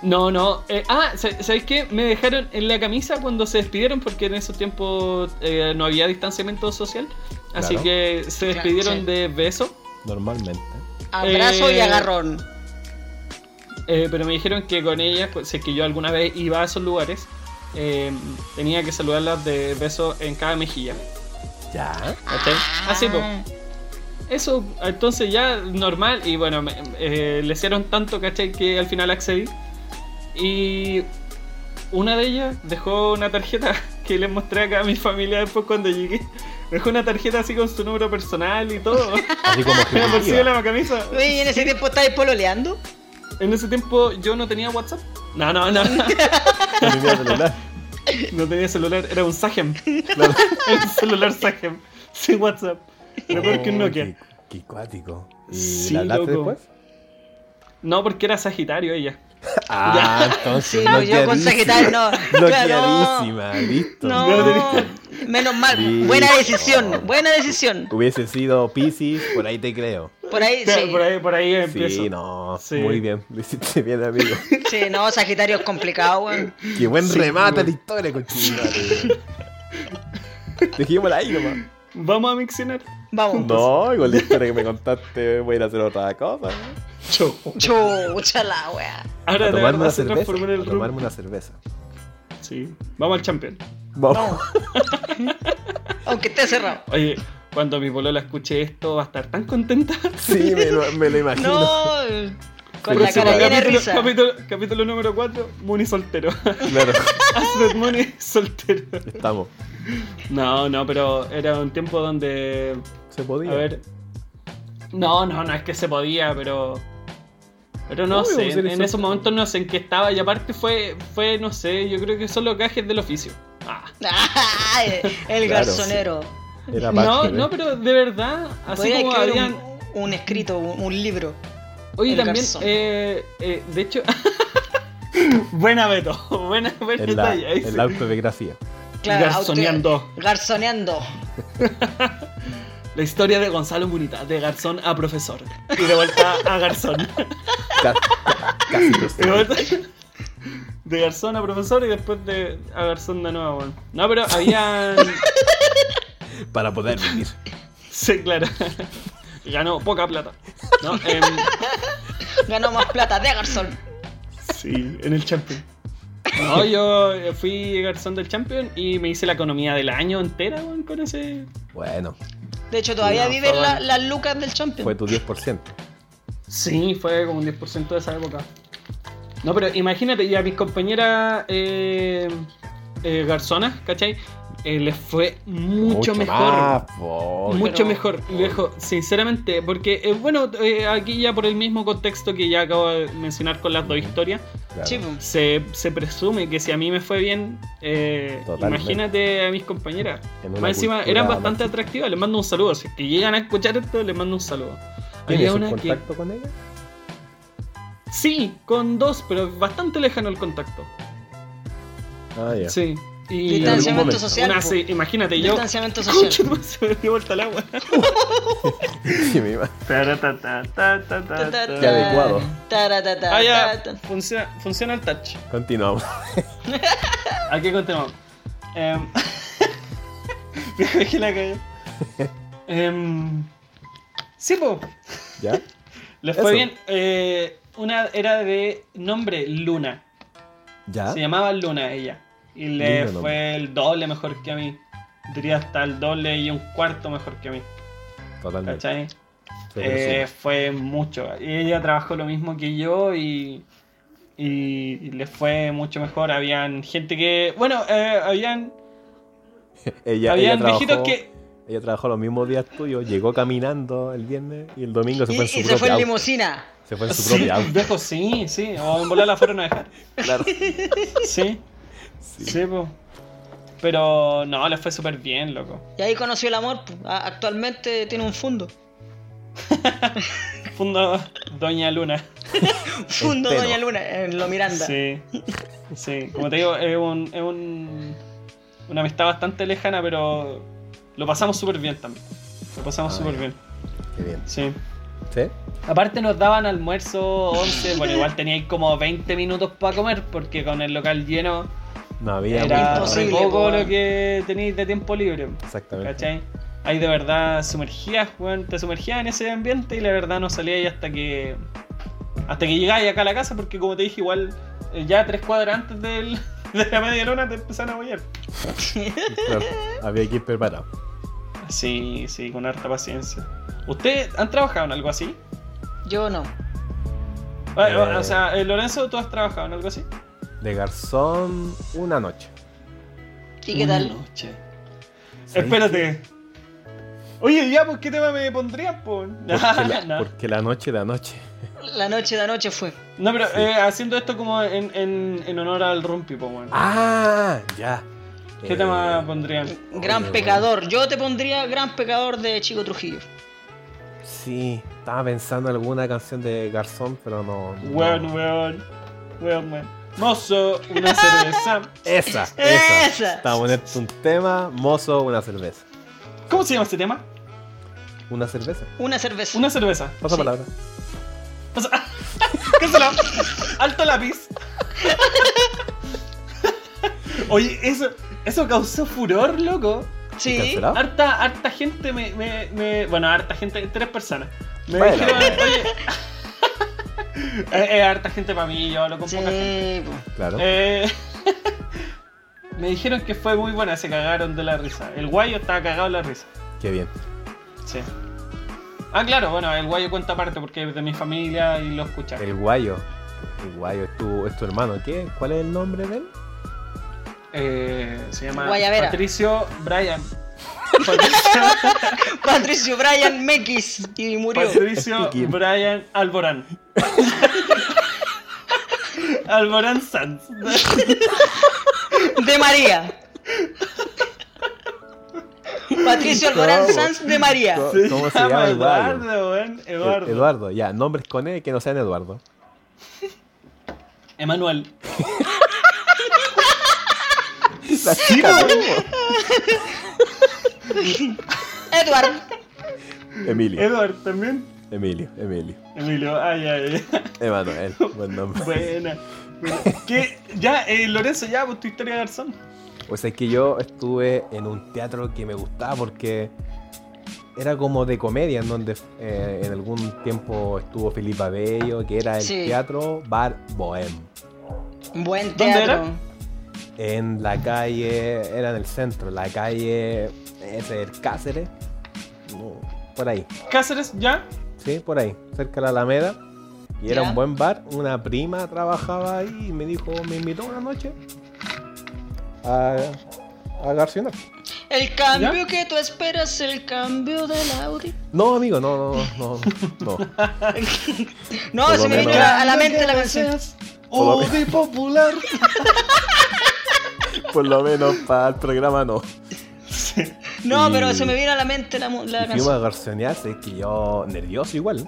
Speaker 1: No, no. eh, ah, sa- ¿sabéis qué? Me dejaron en la camisa cuando se despidieron porque en esos tiempos eh, no había distanciamiento social. Así
Speaker 3: Claro.
Speaker 1: que se
Speaker 2: Claro,
Speaker 1: despidieron
Speaker 2: sí.
Speaker 1: de beso.
Speaker 3: Normalmente.
Speaker 2: Abrazo y
Speaker 1: Eh,
Speaker 2: agarrón.
Speaker 1: Eh, pero me dijeron que con ellas, pues, si es que yo alguna vez iba a esos lugares, eh, tenía que saludarlas de beso en cada mejilla.
Speaker 3: Ya.
Speaker 1: ¿cachai?
Speaker 2: Ah.
Speaker 1: Así pues. Eso, entonces ya normal. Y bueno, me- eh, le hicieron tanto, ¿cachai? Que al final accedí. Y una de ellas dejó una tarjeta que les mostré acá a mi familia después cuando llegué. Dejó una tarjeta así con su número personal y todo.
Speaker 3: Así como
Speaker 1: En el bolsillo de
Speaker 3: ejecutiva.
Speaker 1: la camisa.
Speaker 2: Oye, ¿y en ese tiempo estabas pololeando?
Speaker 1: En ese tiempo yo no tenía WhatsApp. No, no, no.
Speaker 3: Tenía celular.
Speaker 1: No tenía celular, era un Sagem.
Speaker 3: Claro.
Speaker 1: Era un celular Sagem. Sin WhatsApp. Era peor que un
Speaker 3: Oh,
Speaker 1: Nokia.
Speaker 3: Qué, qué cuático. ¿Y
Speaker 1: Sí,
Speaker 3: la hablaste
Speaker 1: loco.
Speaker 3: después?
Speaker 1: No, porque era Sagitario ella.
Speaker 3: Ah, entonces.
Speaker 2: Sí, no, yo con
Speaker 3: noqueadísima.
Speaker 2: Sagitario no. Claro.
Speaker 3: Noqueadísima, listo.
Speaker 2: No, menos mal.
Speaker 3: Sí.
Speaker 2: Buena decisión, buena decisión.
Speaker 3: Hubiese sido Pisces, por ahí te creo.
Speaker 2: Por ahí, sí.
Speaker 1: Por ahí, por ahí empiezo.
Speaker 3: Sí, no.
Speaker 1: Sí.
Speaker 3: Muy bien, lo hiciste bien, amigo.
Speaker 2: Sí, no, Sagitario es complicado, weón.
Speaker 3: Qué buen
Speaker 1: Sí,
Speaker 3: remate a
Speaker 1: güey.
Speaker 3: la historia, conchito. Dejémosla ahí nomás.
Speaker 1: Vamos a miccionar.
Speaker 2: Vamos.
Speaker 3: No, con la historia que me contaste, voy a ir a hacer otra cosa.
Speaker 1: Chau.
Speaker 2: Chucha la wea.
Speaker 1: Ahora
Speaker 3: A
Speaker 1: de
Speaker 3: tomarme
Speaker 1: verdad
Speaker 3: una
Speaker 1: se
Speaker 3: cerveza.
Speaker 1: transformó en el
Speaker 3: A tomarme
Speaker 1: room.
Speaker 3: una cerveza.
Speaker 1: Sí. Vamos al champion.
Speaker 3: Vamos.
Speaker 2: Aunque esté cerrado.
Speaker 1: Oye, cuando mi polola escuche esto va a estar tan contenta.
Speaker 3: Sí, me lo, me lo imagino.
Speaker 2: No. Con
Speaker 3: Pero
Speaker 2: la
Speaker 3: sí,
Speaker 2: cara
Speaker 3: para-
Speaker 2: llena de
Speaker 1: capítulo,
Speaker 2: risa.
Speaker 1: capítulo, capítulo número 4, Muni soltero.
Speaker 3: Claro,
Speaker 1: Astrid Muni soltero.
Speaker 3: estamos.
Speaker 1: No, no, pero era un tiempo donde.
Speaker 3: Se podía.
Speaker 1: A ver. No, no, no es que se podía, pero. Pero no
Speaker 3: Obvio,
Speaker 1: sé,
Speaker 3: ser
Speaker 1: en,
Speaker 3: eso-
Speaker 1: esos momentos no sé en qué estaba. Y aparte fue, fue no sé, yo creo que son los gajes del oficio. Ah.
Speaker 2: Ay, el
Speaker 3: Claro,
Speaker 2: garzonero.
Speaker 3: Era
Speaker 1: No,
Speaker 3: parte de-
Speaker 1: no, pero de verdad, así
Speaker 2: Podría
Speaker 1: como
Speaker 2: escribir
Speaker 1: habían.
Speaker 2: un, un escrito, un, un libro.
Speaker 1: Oye,
Speaker 2: el
Speaker 1: también,
Speaker 2: garzón.
Speaker 1: eh, eh, de hecho. buena Beto, buena, buena
Speaker 3: en la,
Speaker 1: talla,
Speaker 3: en
Speaker 1: dice.
Speaker 3: la autobiografía.
Speaker 2: Claro,
Speaker 1: Garzoneando.
Speaker 2: auto- garzoneando.
Speaker 1: La historia de Gonzalo Murita, de garzón a profesor. Y de vuelta a garzón.
Speaker 3: Ca- ca- Casi
Speaker 1: Y de,
Speaker 3: presente.
Speaker 1: vuelta- de garzón a profesor y después de a garzón de nuevo, weón. No, pero había.
Speaker 3: Para poder vivir.
Speaker 1: Sí, claro. Ganó poca plata. No, em,
Speaker 2: Ganó más plata de garzón.
Speaker 1: sí, en el Champion. No, yo eh, fui garzón del Champion y me hice la economía del año entera, weón, con ese.
Speaker 3: Bueno,
Speaker 2: De hecho, todavía
Speaker 1: No,
Speaker 2: viven
Speaker 1: está
Speaker 2: la-
Speaker 1: bueno.
Speaker 2: las lucas del champion.
Speaker 3: fue tu 10%.
Speaker 1: Sí, fue como un 10% de esa época. No, pero imagínate, y a mis compañeras eh, eh, garzonas, ¿cachai? Eh, les fue mucho, mejor.
Speaker 3: más, po.
Speaker 1: mucho
Speaker 2: pero-
Speaker 1: mejor, viejo, sinceramente, porque, eh, bueno, eh, aquí ya por el mismo contexto que ya acabo de mencionar con las dos historias,
Speaker 3: Claro.
Speaker 2: Sí, pues.
Speaker 1: se, se presume que si a mí me fue bien, eh,
Speaker 3: Totalmente.
Speaker 1: imagínate a mis compañeras.
Speaker 3: En una
Speaker 1: Más encima,
Speaker 3: cultura
Speaker 1: eran bastante
Speaker 3: machista.
Speaker 1: atractivas, les mando un saludo. Si es que llegan a escuchar esto, les mando un saludo.
Speaker 3: ¿Tienes
Speaker 1: Había
Speaker 3: un
Speaker 1: una que-
Speaker 3: contacto con ella?
Speaker 1: Sí, con dos, pero bastante lejano el contacto.
Speaker 3: Ah, ya.
Speaker 1: Sí. Y
Speaker 2: Distanciamiento
Speaker 1: algún momento.
Speaker 2: social,
Speaker 1: Una,
Speaker 2: po.
Speaker 1: sí, imagínate yo.
Speaker 2: Distanciamiento social.
Speaker 1: Concha, tu madre, se me dio vuelta el agua.
Speaker 3: Sí, mi ma-
Speaker 2: Ta, ta, ta,
Speaker 3: Qué adecuado.
Speaker 2: ta, ta, ta,
Speaker 1: Ah, ya.
Speaker 2: ta, ta.
Speaker 1: Funciona, funciona el touch.
Speaker 3: Continuamos.
Speaker 1: Aquí continuamos. Em, Me dejé la cagué. Em, Sí, po.
Speaker 3: ¿Ya?
Speaker 1: Les fue
Speaker 3: Eso.
Speaker 1: bien. Eh, una era de nombre Luna.
Speaker 3: ¿Ya?
Speaker 1: Se llamaba Luna ella. Y le
Speaker 3: ¿Ah? Lindo
Speaker 1: fue el doble mejor que a mí. Diría hasta el doble y un cuarto mejor que a mí.
Speaker 3: Totalmente.
Speaker 1: ¿Cachai?
Speaker 3: Se
Speaker 1: Eh,
Speaker 3: presume.
Speaker 1: fue mucho. Y Ella trabajó lo mismo que yo y, y, y le fue mucho mejor. Habían gente que. Bueno, eh, habían,
Speaker 3: ella,
Speaker 1: Eh, habían
Speaker 3: ella
Speaker 1: viejitos
Speaker 3: trabajó,
Speaker 1: que.
Speaker 3: Ella trabajó los mismos días tuyos, llegó caminando el viernes y el domingo se
Speaker 2: Y,
Speaker 3: fue en su
Speaker 2: y se
Speaker 3: propia
Speaker 2: fue en
Speaker 3: auto.
Speaker 2: limusina.
Speaker 3: Se fue en su
Speaker 1: Sí,
Speaker 3: propia auto.
Speaker 1: viejos, sí, sí. O en volar la fueron a dejar.
Speaker 3: Claro.
Speaker 1: Sí. Sí, po. Pero no, le fue súper bien, loco.
Speaker 2: Y ahí conoció el amor. pu. A- Actualmente tiene un fondo.
Speaker 1: Fundó Doña Luna.
Speaker 2: Fundo
Speaker 3: Entero.
Speaker 2: Doña Luna en Lo Miranda.
Speaker 1: Sí, sí, como te digo, es, un, es un- una amistad bastante lejana, pero lo pasamos súper bien también. Lo pasamos
Speaker 3: Ah,
Speaker 1: súper
Speaker 3: ya.
Speaker 1: bien,
Speaker 3: Qué bien.
Speaker 1: sí.
Speaker 3: ¿Sí?
Speaker 1: Aparte nos daban almuerzo 11, bueno, igual teníais como 20 minutos para comer, porque con el local lleno
Speaker 3: No había
Speaker 1: era
Speaker 3: mucho-
Speaker 1: re
Speaker 2: imposible, po,
Speaker 1: poco lo
Speaker 2: weón.
Speaker 1: que teníais de tiempo libre,
Speaker 3: Exactamente.
Speaker 1: ¿cachai? Ahí de verdad sumergías, weón, te sumergías en ese ambiente y la verdad no salíais hasta que... Hasta que llegáis acá a la casa, porque como te dije, igual eh, ya tres cuadras antes del- de la media luna te empezaron a apoyar.
Speaker 3: Claro, había que ir preparado.
Speaker 1: Sí, sí, con harta paciencia. ¿Ustedes han trabajado en algo así?
Speaker 2: Yo no.
Speaker 1: Ah,
Speaker 3: Eh.
Speaker 1: O sea, eh, Lorenzo, ¿tú has trabajado en algo así?
Speaker 3: De garzón, una noche.
Speaker 2: ¿Y qué tal?
Speaker 1: Noche.
Speaker 3: ¿Sabes
Speaker 1: Espérate. Oye, ya, pues, ¿qué tema me pondrías, po?
Speaker 3: Porque la,
Speaker 1: no.
Speaker 3: porque la noche, la noche.
Speaker 2: La noche de anoche fue.
Speaker 1: No, pero eh, haciendo esto como en, en- en honor al Rumpi, po, weón.
Speaker 3: ¡Ah! Ya.
Speaker 1: ¿Qué
Speaker 3: Eh,
Speaker 1: tema pondrían?
Speaker 2: Gran
Speaker 3: Oye,
Speaker 2: pecador. Yo te pondría gran pecador de Chico Trujillo.
Speaker 3: Sí, estaba pensando en alguna canción de Garzón, pero no. no.
Speaker 1: Weón, weón. Weón, weón. Mozo, una cerveza.
Speaker 3: Esa, esa.
Speaker 2: Esa.
Speaker 3: Estaba poniendo un tema, mozo, una cerveza.
Speaker 1: ¿Cómo se llama este tema?
Speaker 3: Una cerveza.
Speaker 2: Una cerveza.
Speaker 1: Una cerveza.
Speaker 3: Pasa
Speaker 2: Sí.
Speaker 3: palabra.
Speaker 1: Pasa- Cásala. Alto lápiz. Oye, eso, eso causó furor, loco.
Speaker 2: Sí.
Speaker 3: ¿Cancelado?
Speaker 1: Harta, harta gente me, me- me- Bueno, harta gente, tres personas. Me
Speaker 3: Bueno.
Speaker 1: dijeron, oye. Eh, eh, harta gente para mí, yo hablo con poca gente.
Speaker 2: Sí. po.
Speaker 3: Claro.
Speaker 1: Eh, me dijeron que fue muy buena, se cagaron de la risa. El guayo estaba cagado de la risa.
Speaker 3: Qué bien.
Speaker 1: Sí. Ah, claro, bueno, el guayo cuenta aparte porque es de mi familia y lo escucha.
Speaker 3: El guayo. El guayo es tu, es tu hermano. ¿Qué? ¿Cuál es el nombre de él?
Speaker 1: Eh, se llama
Speaker 2: Guayabera.
Speaker 1: Patricio Bryan. Patricio,
Speaker 2: Patricio Brian Mekis y murió.
Speaker 1: Patricio
Speaker 3: Sticky.
Speaker 1: Bryan Alborán. Alborán Sanz.
Speaker 2: De María. Patricio Alborán
Speaker 3: ¿Cómo?
Speaker 2: Sanz de María.
Speaker 3: ¿Cómo? ¿Cómo se llama Eduardo?
Speaker 1: Eduardo, weón. Eduardo.
Speaker 3: Eduardo. ya, nombres con E que no sean Eduardo.
Speaker 1: Emanuel.
Speaker 3: La chica,
Speaker 2: Edward.
Speaker 3: Emilio,
Speaker 1: Eduardo también.
Speaker 3: Emilio, Emilio.
Speaker 1: Emilio, ay, ay, ay.
Speaker 3: Emanuel, buen nombre.
Speaker 1: Buena. Bueno, ¿Qué? Ya, eh, Lorenzo, ya, pues tu historia de Garzón.
Speaker 3: Pues es que yo estuve en un teatro que me gustaba porque era como de comedia, en donde eh, en algún tiempo estuvo Filipa Bello, que era el
Speaker 2: Sí.
Speaker 3: teatro Bar Bohem.
Speaker 2: Buen
Speaker 1: ¿Dónde
Speaker 2: teatro.
Speaker 1: era?
Speaker 3: En la calle, era en el centro, la calle es el Cáceres, no, por ahí,
Speaker 1: Cáceres, ya.
Speaker 3: sí, por ahí, cerca de la Alameda. Y era
Speaker 2: Ya.
Speaker 3: un buen bar, una prima trabajaba ahí y me dijo, me invitó una noche a, a garcionar.
Speaker 2: El cambio que tú esperas, el cambio del Audi.
Speaker 3: No, amigo, no, no, no, no. no.
Speaker 2: No,
Speaker 3: Por
Speaker 2: se
Speaker 3: lo
Speaker 2: me vino
Speaker 3: menos.
Speaker 2: a, a la mente la canción.
Speaker 1: Oh, de popular.
Speaker 3: Por lo menos para el programa no.
Speaker 2: No,
Speaker 3: Y-
Speaker 2: pero se me vino a la mente la, mu- la
Speaker 3: Y fuimos
Speaker 2: canción.
Speaker 3: a garzonear, sé que yo nervioso igual.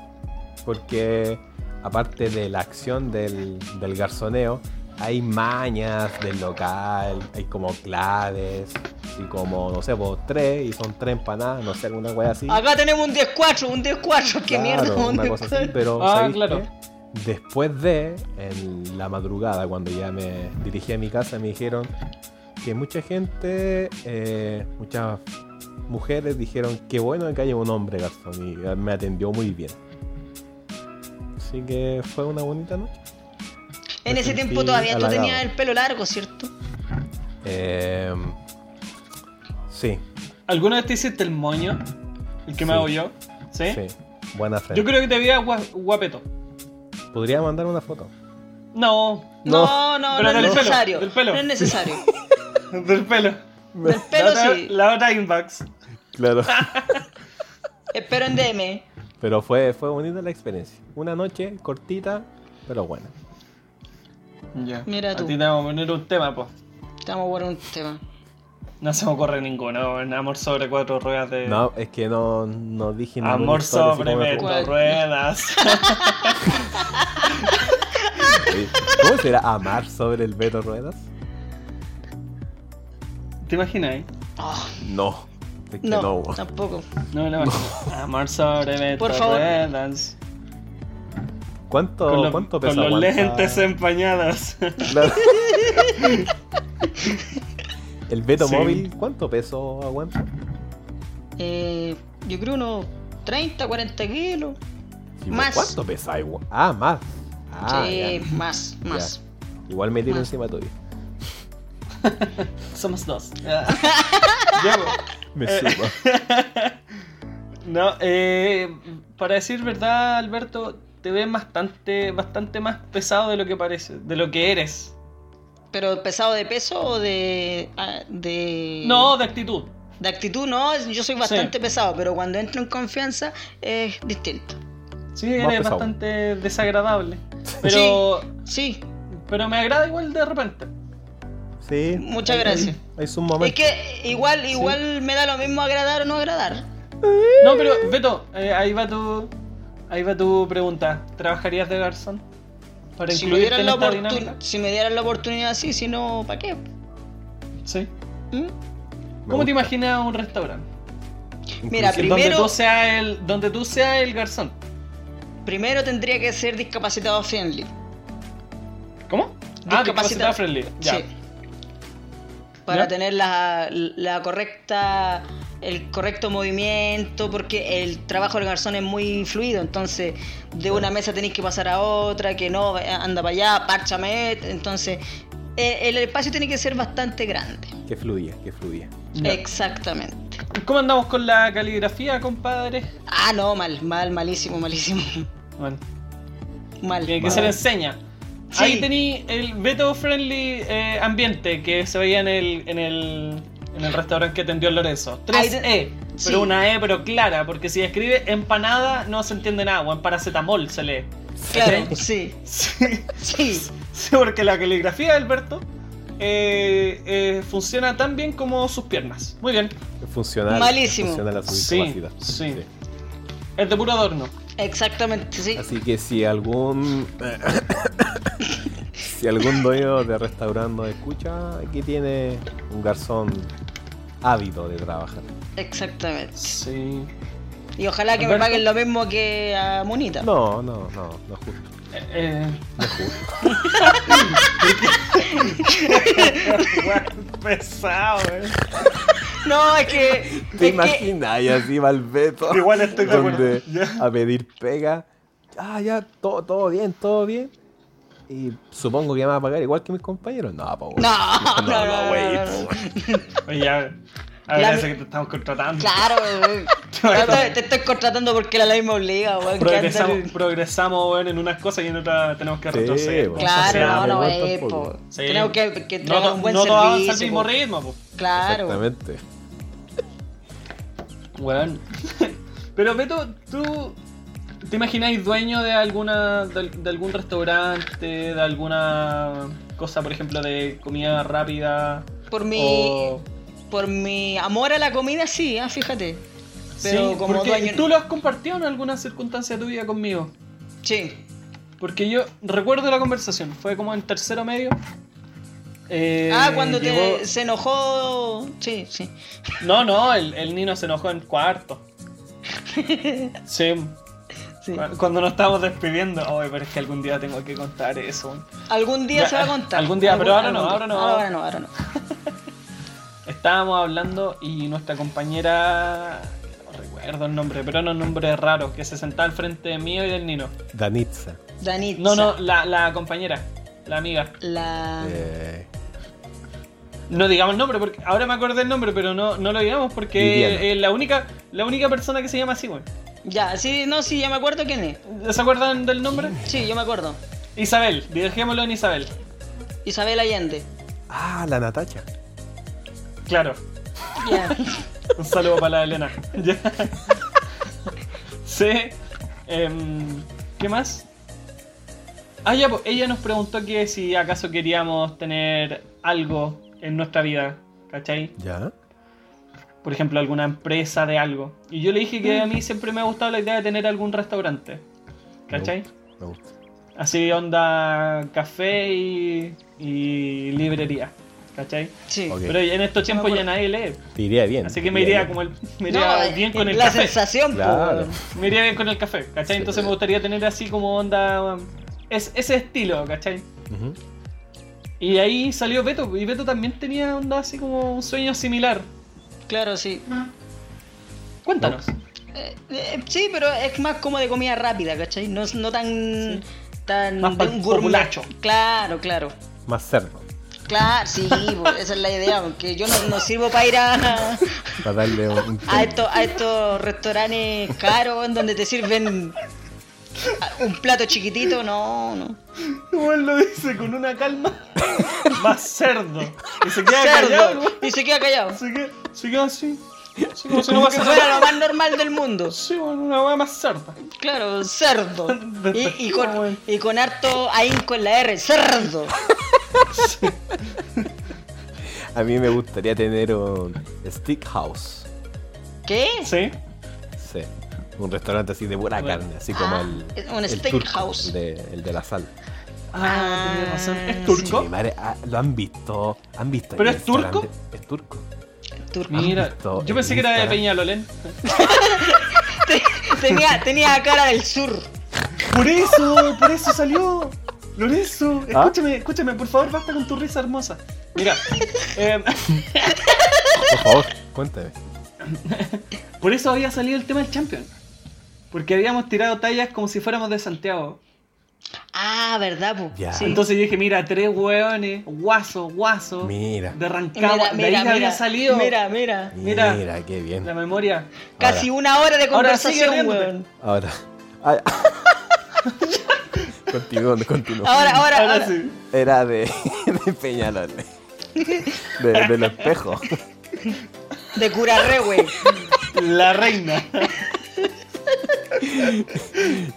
Speaker 3: Porque aparte de la acción del, del garzoneo, hay mañas del local, hay como claves, y como, no sé, vos tres, y son tres empanadas, no sé, alguna wea así.
Speaker 2: Acá tenemos un 10-4, un 10-4. Qué
Speaker 3: Claro,
Speaker 2: mierda, un
Speaker 3: una cosa así,
Speaker 2: 10-4.
Speaker 3: pero
Speaker 1: Ah,
Speaker 3: ¿sabéis
Speaker 1: claro.
Speaker 3: qué? después de en la madrugada cuando ya me dirigí a mi casa me dijeron que mucha gente eh, muchas mujeres dijeron que bueno que haya un hombre garzón y me atendió muy bien así que fue una bonita noche
Speaker 2: En ese tiempo
Speaker 3: sentí
Speaker 2: todavía tú
Speaker 3: halagado.
Speaker 2: tenías el pelo largo, ¿cierto?
Speaker 3: Eh, sí,
Speaker 1: ¿Alguna vez te hiciste el moño? El que me
Speaker 3: Sí.
Speaker 1: hago yo. ¿Sí?
Speaker 3: sí buena frente
Speaker 1: Yo creo que te veía gua- guapeto.
Speaker 3: podría mandar una foto
Speaker 1: No,
Speaker 2: No, no, no,
Speaker 1: Pero
Speaker 2: es
Speaker 1: del pelo,
Speaker 2: necesario.
Speaker 1: del pelo.
Speaker 2: No es necesario.
Speaker 1: del pelo.
Speaker 2: Del pelo
Speaker 1: la otra,
Speaker 2: sí.
Speaker 1: La otra Inbox.
Speaker 3: claro
Speaker 2: Espero en DM.
Speaker 3: pero fue fue bonita la experiencia una noche cortita pero buena
Speaker 1: Ya.
Speaker 2: Mira tú.
Speaker 1: A ti te vamos a poner un tema, po.
Speaker 2: Estamos por un tema.
Speaker 1: No se me ocurre ninguno. En amor sobre cuatro ruedas de.
Speaker 3: No, es que no, no dije nada.
Speaker 1: Eh, Amor sobre
Speaker 2: ¿Cuál?
Speaker 1: cuatro ruedas.
Speaker 3: ¿Cómo será amar sobre el Beto Ruedas?
Speaker 1: ¿Te imaginas, eh?
Speaker 2: Ah,
Speaker 3: No. Es que
Speaker 2: no,
Speaker 3: no.
Speaker 2: tampoco.
Speaker 1: No me lo imagino. Amor sobre
Speaker 2: Por
Speaker 1: cuatro
Speaker 2: favor.
Speaker 1: ruedas.
Speaker 3: ¿Cuánto,
Speaker 1: Con, los-
Speaker 3: Oh, cuánto
Speaker 1: con
Speaker 3: pesa
Speaker 1: los
Speaker 3: aguanta?
Speaker 1: lentes empañados.
Speaker 3: Claro. ¿El Beto
Speaker 1: Sí.
Speaker 3: móvil cuánto peso aguanta?
Speaker 2: Eh, yo creo unos 30, 40 kilos.
Speaker 3: Sí, pues,
Speaker 2: Más.
Speaker 3: ¿Cuánto pesa igual? Ah, más. Ah,
Speaker 2: sí,
Speaker 3: ya.
Speaker 2: más, más.
Speaker 3: Igual me tiro
Speaker 2: Más.
Speaker 3: encima tuyo.
Speaker 1: Somos dos. Ya, po.
Speaker 3: Me
Speaker 1: Eh.
Speaker 3: subo.
Speaker 1: No, eh, para decir verdad, Alberto, te ves bastante, bastante más pesado de lo que parece, de lo que eres.
Speaker 2: Pero pesado de peso o de. ah, de
Speaker 1: No, de actitud.
Speaker 2: De actitud, no. Yo soy bastante pesado, pero cuando entro en confianza es distinto.
Speaker 1: Sí,
Speaker 3: Más
Speaker 1: eres
Speaker 3: pesado.
Speaker 1: bastante desagradable. Pero,
Speaker 2: Sí,
Speaker 1: pero me agrada igual de repente.
Speaker 3: Sí.
Speaker 2: Muchas
Speaker 3: hay-
Speaker 2: gracias.
Speaker 3: hay- Es un momento.
Speaker 2: es que igual igual me da lo mismo agradar o no agradar.
Speaker 1: No, pero Beto, eh, ahí va tu, ahí va tu pregunta. ¿Trabajarías de garzón para
Speaker 2: Si me,
Speaker 1: incluirte
Speaker 2: dieran
Speaker 1: en
Speaker 2: la
Speaker 1: esta
Speaker 2: oportun-
Speaker 1: dinámica?
Speaker 2: si me dieran la oportunidad, sí, si no, ¿para qué?
Speaker 1: Sí.
Speaker 2: ¿Mm?
Speaker 3: Me
Speaker 1: ¿Cómo te
Speaker 3: gusta.
Speaker 1: imaginas un restaurante
Speaker 2: Mira,
Speaker 3: Inclusive-
Speaker 1: donde
Speaker 2: Primero-
Speaker 1: tú seas el, donde tú seas el garzón?
Speaker 2: Primero tendría que ser discapacitado friendly.
Speaker 1: ¿Cómo? Ah,
Speaker 2: Discapacitado.
Speaker 1: discapacitado friendly. Ya.
Speaker 2: Sí. Para
Speaker 1: ¿Ya?
Speaker 2: tener la, la correcta el correcto movimiento, porque el trabajo del garzón es muy fluido, entonces de una mesa tenéis que pasar a otra, que no, eh, anda para allá, párchame, entonces eh, el, espacio tiene que ser bastante grande.
Speaker 3: Que fluya, que fluya.
Speaker 1: Ya.
Speaker 2: Exactamente.
Speaker 1: ¿Cómo andamos con la caligrafía, compadre?
Speaker 2: Ah, no, mal, mal, malísimo, malísimo.
Speaker 1: Bueno,
Speaker 2: Mal.
Speaker 1: tiene que
Speaker 3: Mal.
Speaker 1: ser enseña.
Speaker 2: Sí.
Speaker 1: Ahí tení el veto friendly eh, ambiente que se veía en el, en el, en el restaurante que atendió Lorenzo.
Speaker 2: Ahí
Speaker 1: 3E,
Speaker 2: te-
Speaker 1: pero
Speaker 2: sí.
Speaker 1: una E pero clara, porque si escribe empanada no se entiende nada, o en paracetamol se lee.
Speaker 2: Claro, sí,
Speaker 1: Sí,
Speaker 2: sí.
Speaker 1: sí, porque la caligrafía de Alberto eh, eh, funciona tan bien como sus piernas. Muy bien,
Speaker 3: Funcional.
Speaker 2: Malísimo.
Speaker 3: Funcional a su
Speaker 1: Sí,
Speaker 3: discapacidad.
Speaker 1: sí. es de puro adorno.
Speaker 2: Exactamente, sí.
Speaker 3: Así que si algún. si algún dueño de restaurante nos escucha, aquí tiene un garzón ávido de trabajar.
Speaker 2: Exactamente.
Speaker 1: Sí.
Speaker 2: Y ojalá que me
Speaker 1: Alberto.
Speaker 2: paguen lo mismo que a Monita.
Speaker 3: No, no, no, no es justo.
Speaker 1: Eh, eh,
Speaker 3: No es justo.
Speaker 1: pesado, eh.
Speaker 2: No, es que.
Speaker 3: ¿Te
Speaker 2: es que
Speaker 3: imaginas? Y así va el Beto.
Speaker 1: Igual estoy de acuerdo.
Speaker 3: donde
Speaker 1: Ya.
Speaker 3: A pedir pega. Ah, ya, todo, todo bien, todo bien. Y supongo que me va a pagar igual que mis compañeros. No, po, weón.
Speaker 2: No, no, no, no,
Speaker 3: wey,
Speaker 2: no, no.
Speaker 3: po, weón.
Speaker 1: Oye, a ver, a ver,
Speaker 2: La-
Speaker 1: ese que te estamos contratando.
Speaker 2: Claro, weón. Te- te estoy contratando porque la ley me obliga, weón. que anda
Speaker 1: Progresamos,
Speaker 2: el-
Speaker 1: progresamos weón, en unas cosas y en otras tenemos que
Speaker 3: Sí,
Speaker 1: retroceder.
Speaker 3: weón.
Speaker 2: Claro,
Speaker 1: Sociedad,
Speaker 2: no, no,
Speaker 3: weón,
Speaker 2: es,
Speaker 3: tampoco.
Speaker 2: po.
Speaker 1: Sí.
Speaker 2: Tenemos que, que
Speaker 1: No,
Speaker 2: entregar
Speaker 1: to-
Speaker 2: un buen
Speaker 1: no todos avanzan al
Speaker 2: servicio.
Speaker 1: mismo
Speaker 2: po.
Speaker 1: ritmo, po.
Speaker 2: Claro.
Speaker 3: Exactamente.
Speaker 1: Weón. Pero Beto, ¿tú te imagináis dueño de alguna de, de algún restaurante, de alguna cosa, por ejemplo, de comida rápida?
Speaker 2: Por mi,
Speaker 1: O-
Speaker 2: por mi amor a la comida, sí, ah, fíjate. Pero
Speaker 1: Sí,
Speaker 2: como
Speaker 1: porque
Speaker 2: dueño-
Speaker 1: tú lo has compartido en alguna circunstancia de tu vida conmigo.
Speaker 2: Sí.
Speaker 1: Porque yo recuerdo la conversación, fue como en tercero medio. Eh,
Speaker 2: ah, cuando
Speaker 1: llegó-
Speaker 2: te, se enojó. Sí, sí.
Speaker 1: No, no, el, el Nino se enojó en cuarto. Sí,
Speaker 2: sí.
Speaker 1: cu- cuando nos estábamos despidiendo. Ay, pero es que algún día tengo que contar eso.
Speaker 2: Algún día
Speaker 1: Ya,
Speaker 2: se va a contar.
Speaker 1: algún día, pero ahora no,
Speaker 2: algún
Speaker 1: ahora no.
Speaker 2: Ahora no, ahora no.
Speaker 1: Estábamos hablando y nuestra compañera. No recuerdo el nombre, pero era un nombre raro, que se sentaba al frente mío y del Nino.
Speaker 3: Danitza.
Speaker 2: Danitza.
Speaker 1: No, no, la, la compañera, la amiga.
Speaker 2: La.
Speaker 3: Eh,
Speaker 1: No digamos el nombre, porque ahora me acordé el nombre, pero no, no lo digamos
Speaker 3: Viviana.
Speaker 1: porque es la única, la única persona que se llama así, güey.
Speaker 2: Ya, sí, no, sí, ya me acuerdo quién es.
Speaker 1: ¿Se acuerdan del nombre?
Speaker 2: Sí, yo me acuerdo.
Speaker 1: Isabel, dejémoslo en Isabel.
Speaker 2: Isabel Allende.
Speaker 3: Ah, la Natacha.
Speaker 1: Claro,
Speaker 2: Ya.
Speaker 1: Un saludo para la Elena. Ya. sí. em, ¿Qué más? Ah, ya, pues, ella nos preguntó que si acaso queríamos tener algo en nuestra vida, ¿cachai?
Speaker 3: Ya.
Speaker 1: Por ejemplo, alguna empresa de algo. Y yo le dije que a mí siempre me ha gustado la idea de tener algún restaurante, ¿cachai?
Speaker 3: Me gusta.
Speaker 1: Así onda café y, y librería, ¿cachai?
Speaker 2: Sí.
Speaker 3: Ok.
Speaker 1: Pero en estos tiempos ya
Speaker 2: acuerdo.
Speaker 1: nadie lee,
Speaker 3: Te iría bien.
Speaker 1: así que me
Speaker 3: te
Speaker 1: iría como el, me iría
Speaker 2: No, eh,
Speaker 1: bien con el
Speaker 2: la
Speaker 1: café.
Speaker 2: sensación,
Speaker 3: Claro.
Speaker 2: po.
Speaker 1: Me iría bien con el café, ¿cachai? Entonces me gustaría tener así como onda. um, Es, ese estilo, ¿cachai?
Speaker 3: Ujú.
Speaker 1: Y de ahí salió Beto, y Beto también tenía onda así como un sueño similar.
Speaker 2: Claro, sí.
Speaker 1: Cuéntanos.
Speaker 2: Eh, eh, sí, pero es más como de comida rápida, ¿cachai? No, no tan. tan
Speaker 1: Más
Speaker 2: de
Speaker 1: pal-
Speaker 2: un gourmet.
Speaker 1: populacho.
Speaker 2: Claro, claro.
Speaker 3: Más cerdo.
Speaker 2: Claro, sí, po, esa es la idea, porque yo no, no sirvo para ir a,
Speaker 3: Para darle un. un-
Speaker 2: a, estos, a estos restaurantes caros en donde te sirven a- un plato chiquitito, no, no.
Speaker 1: Como él lo dice con una calma. Más cerdo. Y se queda callado,
Speaker 2: Cerdo.
Speaker 1: weón.
Speaker 2: Y se queda callado.
Speaker 1: Se queda, se queda así. Así como si no
Speaker 2: Como que
Speaker 1: pasa
Speaker 2: fuera lo
Speaker 1: nada.
Speaker 2: más normal del mundo.
Speaker 1: Sí, bueno, una weá más cerda.
Speaker 2: Claro, cerdo. Y, y con, y con harto ahínco en la R, cerdo.
Speaker 3: A mí me gustaría tener un stick house.
Speaker 2: ¿Qué?
Speaker 1: Sí.
Speaker 3: Sí. Un restaurante así de buena
Speaker 1: Bueno.
Speaker 3: carne, así como
Speaker 2: Ah,
Speaker 3: el.
Speaker 2: es un
Speaker 3: el
Speaker 2: steak
Speaker 3: turco,
Speaker 2: house.
Speaker 3: El de, el de la sal.
Speaker 1: Ah, tenías razón.
Speaker 2: Ah,
Speaker 1: ¿Es
Speaker 3: Sí, mi
Speaker 1: turco?
Speaker 3: madre, ah, lo han visto. Han visto.
Speaker 1: ¿Pero
Speaker 3: el
Speaker 1: es turco?
Speaker 3: restaurante. Es turco.
Speaker 2: Turco.
Speaker 1: Mira,
Speaker 3: Esto,
Speaker 1: yo pensé que era de
Speaker 3: Instagram.
Speaker 1: Peñalolén.
Speaker 2: Tenía, tenía cara del sur.
Speaker 1: Por eso, por eso salió. Lorenzo,
Speaker 3: ¿Ah?
Speaker 1: escúchame, escúchame, por favor, basta con tu risa hermosa. Mira, eh,
Speaker 3: Por favor, cuéntame.
Speaker 1: por eso había salido el tema del Champion. Porque habíamos tirado tallas como si fuéramos de Santiago.
Speaker 2: Ah, ¿verdad, po?
Speaker 3: Ya.
Speaker 2: Sí.
Speaker 1: Entonces yo dije, mira, tres hueones, guaso, guaso,
Speaker 3: Mira.
Speaker 1: de Rancagua. de
Speaker 2: mira,
Speaker 1: ahí
Speaker 2: mira,
Speaker 1: había
Speaker 2: mira,
Speaker 1: salido
Speaker 2: mira, mira.
Speaker 1: Mira.
Speaker 3: Mira, qué bien.
Speaker 1: la memoria.
Speaker 2: Casi una hora de
Speaker 1: Ahora sigue riéndote.
Speaker 2: conversación, weón.
Speaker 3: Ahora. Ay, Continúo, continúo.
Speaker 2: Ahora, ahora, ahora.
Speaker 1: Ahora sí.
Speaker 3: Era de, de Peñalol. De, del espejo.
Speaker 2: De curarre, güey.
Speaker 1: La reina.
Speaker 2: De
Speaker 3: Ya,